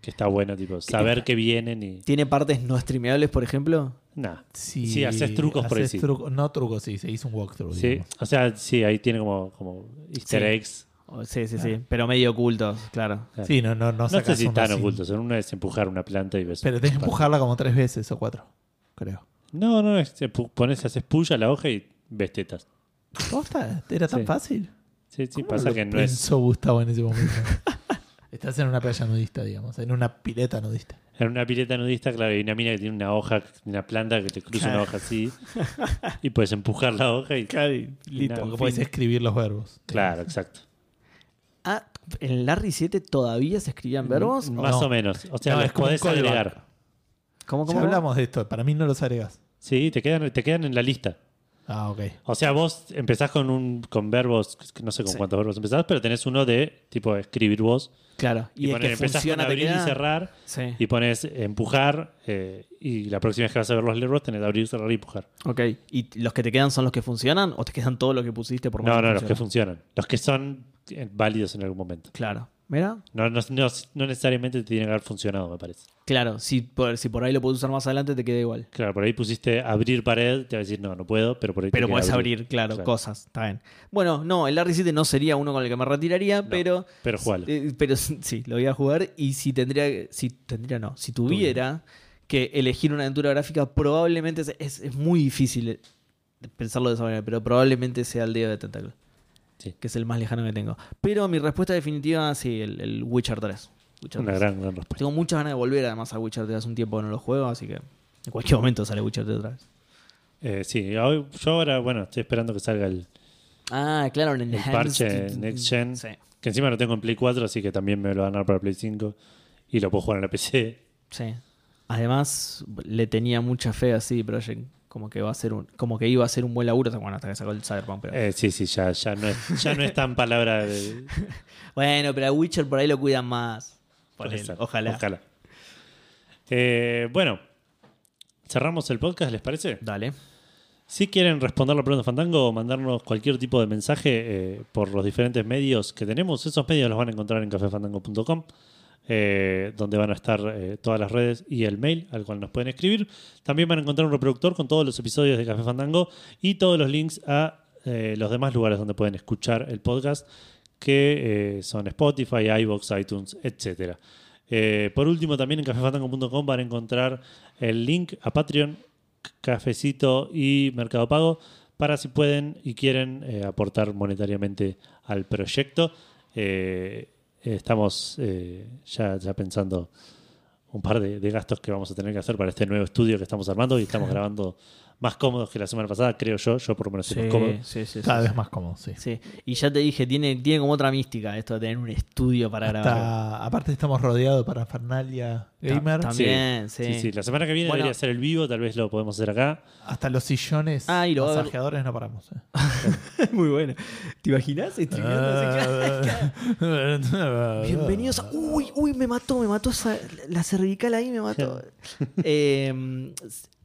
Que está bueno, tipo, saber que vienen y.
¿Tiene partes no streameables, por ejemplo?
Nada.
Si
Sí, haces trucos, por
haces
decir.
truco- No trucos, sí, se hizo un walkthrough.
Sí,
digamos.
o sea, sí, ahí tiene como, como easter
Sí.
eggs.
O- Oh, Sí, sí,
Ah.
sí. Pero medio ocultos, claro.
Claro.
Sí, no, no, no,
No, sé
sacás
si
uno
están
sin-
ocultos. En una es empujar una planta y ves.
Pero tenés que
Vale.
empujarla como tres veces o cuatro, creo.
No, no, es, te pu- pones, haces puya la hoja y ves tetas.
¿Posta? ¿Era tan
Sí.
fácil?
Sí, sí,
¿Cómo
pasa
lo
que no es.
pensó Gustavo en ese momento. Estás en una playa nudista, digamos, en una pileta nudista.
En una pileta nudista, claro, hay una mina que tiene una hoja, una planta que te cruza una hoja así. y puedes empujar la hoja y. listo.
Porque
En
podés
fin.
escribir los verbos.
Claro, exacto.
Ah, ¿en Larry 7 todavía se escribían verbos?
Mm, Más
No.
o menos. O sea,
No,
los
es como
podés
un callback.
agregar.
¿Cómo,
Ya
cómo?
hablamos de esto, para mí no los agregas.
Sí, te quedan, te quedan en la lista.
Ah, ok.
O sea, vos empezás con un con verbos, no sé con
Sí.
cuántos verbos empezás, pero tenés uno de tipo escribir vos.
Claro. Y,
Y,
es
poner,
que
empezás con
funciona, te
abrir y
queda-
cerrar.
Sí.
Y pones empujar. eh, y la próxima vez que vas a ver los libros, tenés abrir, cerrar y empujar.
Ok. ¿Y los que te quedan son los que funcionan o te quedan todos los que pusiste por más
No, no, los que
funcionen?
funcionan. Los que son eh, válidos en algún momento.
Claro. Mira,
No, no, no- no necesariamente te tiene que haber funcionado, me parece.
claro. Si por, si por ahí lo puedes usar más adelante, te queda igual.
Claro, por ahí pusiste abrir pared, te va a decir, no, no puedo, pero por ahí te
Pero
queda
podés abrir, claro, cosas. Está bien. Bueno, no, el Larry 7 no sería uno con el que me retiraría,
No,
pero.
pero jugalo.
Eh, pero sí, lo voy a jugar. Y si tendría. Si tendría, no. Si tuviera que elegir una aventura gráfica, probablemente. Es, es- es muy difícil eh, pensarlo de esa manera, pero probablemente sea el Día de Tentacle.
Sí.
Que es el más lejano que tengo. Pero mi respuesta definitiva, sí, el, el Witcher 3. Witcher
Una
3.
gran, gran respuesta.
Tengo muchas ganas de volver además a Witcher 3. Hace un tiempo que no lo juego, así que en cualquier momento sale Witcher 3 otra vez.
Eh, sí, hoy- yo ahora, bueno, estoy esperando que salga el.
Ah, claro, en
El parche Next Gen.
Sí,
Que encima lo tengo en Play 4, así que también me lo van a dar para Play 5. Y lo puedo jugar en la PC.
sí. Además, le tenía mucha fe así, Project, como que va a ser un, como que iba a ser un buen laburo, bueno, hasta que sacó el Cyberpunk, pero.
Eh, sí, sí, ya, ya, no es, ya no es tan palabra de.
Bueno, pero a Witcher por ahí lo cuidan más. Por
Puede
él,
ser.
ojalá.
Eh, bueno, cerramos el podcast, ¿les parece?
Dale.
Si quieren responder la pregunta de Fandango o mandarnos cualquier tipo de mensaje eh, por los diferentes medios que tenemos, esos medios los van a encontrar en cafefandango.com. eh, donde van a estar eh, todas las redes y el mail al cual nos pueden escribir. También van a encontrar un reproductor con todos los episodios de Café Fandango y todos los links a eh, los demás lugares donde pueden escuchar el podcast, que eh, son Spotify, iBox, iTunes, etc. Eh, por último, también en cafefandango.com van a encontrar el link a Patreon, Cafecito y Mercado Pago para si pueden y quieren eh, aportar monetariamente al proyecto. Eh, estamos eh, ya, ya pensando un par de, de gastos que vamos a tener que hacer para este nuevo estudio que estamos armando y estamos grabando más cómodos que la semana pasada, creo yo. Yo por lo menos estoy más cómodo.
sí, sí,
Cada
sí,
vez más cómodo, sí.
sí. Y ya te dije, tiene, tiene como otra mística esto de tener un estudio para grabar.
Está- aparte estamos rodeados para Fernalia Gamer.
Ta- También, sí.
sí, La semana que viene
Bueno.
debería ser el vivo, tal vez lo podemos hacer acá.
Hasta los sillones
Ah, y lo va a ver-
masajeadores no paramos. eh.
Muy bueno. ¿Te imaginas? streameando
Ah.
así? Bienvenidos a... Uy, uy, me mató, me mató esa- la cervical ahí, me mató. Eh,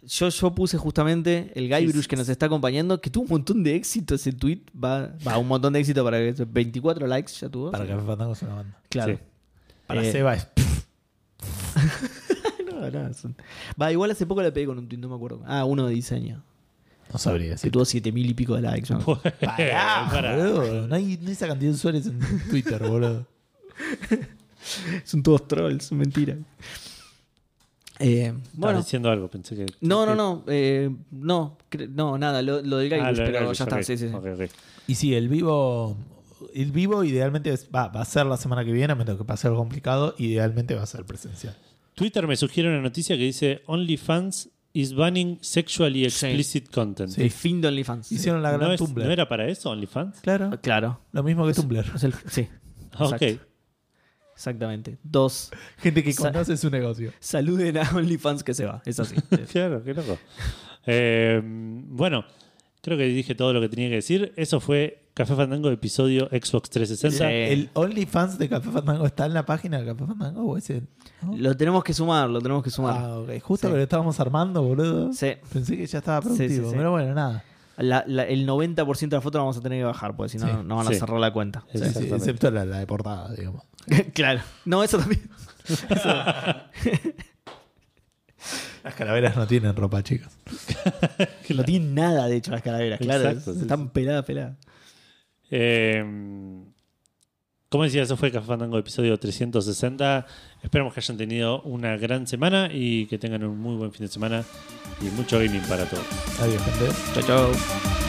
yo, yo puse justamente el Guybrush que nos está acompañando, que tuvo un montón de éxito ese tweet. Va, va, un montón de éxito para que 24 likes ya tuvo.
Para Café Fandango es una banda.
claro.
Sí.
Para
Eh,
Seba es
No, no, son- Va, igual hace poco le pegué con un tweet, no me acuerdo. Ah, uno de diseño.
No sabría
Que
decir.
tuvo 7000 y pico de likes. ¿no?
Pará,
Pará.
boludo. No hay no hay esa cantidad de usuarios en Twitter, boludo.
Son todos trolls, son mentiras. Eh,
Estaba
bueno.
diciendo algo, pensé que.
No, no, no. eh, no, cre- no, nada. Lo, lo del
Ah, lo
Guybrush,
de
pero
Guybrush,
ya está.
ok,
sí, sí, sí.
ok, ok.
Y sí, el vivo. El vivo idealmente es- va, va a ser la semana que viene, a menos que pase algo complicado. Idealmente va a ser presencial.
Twitter me sugiere una noticia que dice OnlyFans is banning sexually
Sí.
explicit content.
Sí.
El fin de OnlyFans.
Hicieron la gran
¿No, es-
Tumblr.
no era para eso OnlyFans?
Claro,
Claro.
lo mismo que Tumblr.
Es el- sí,
Ah, ok.
Exacto. exactamente. Dos.
Gente que
Sa-
conoce su negocio.
Saluden a OnlyFans que se va. Es así.
Claro, qué loco. Eh, bueno, creo que dije todo lo que tenía que decir. Eso fue Café Fandango, episodio Xbox 360.
Sí. Eh.
¿El OnlyFans de Café Fandango está en la página de Café Fandango o ese? no?
lo tenemos que sumar, lo tenemos que sumar.
Ah, ok. Justo
Sí.
que lo estábamos armando, boludo.
Sí.
Pensé que ya estaba
Sí, sí,
productivo,
sí.
pero bueno, nada.
La- la- el 90% de la foto la vamos a tener que bajar, porque si no,
Sí.
no van a
Sí.
cerrar la cuenta.
Sí, sí,
Exactamente.
excepto la, la de portada, digamos.
claro. No, eso también.
Las calaveras no tienen ropa, chicos.
No tienen nada, de hecho, las calaveras. Claro.
Exacto, sí,
están peladas, peladas.
Eh, como decía, eso fue Café Fandango, episodio 360. Esperamos que hayan tenido una gran semana y que tengan un muy buen fin de semana y mucho gaming para todos.
Adiós, gente.
Chau, chau.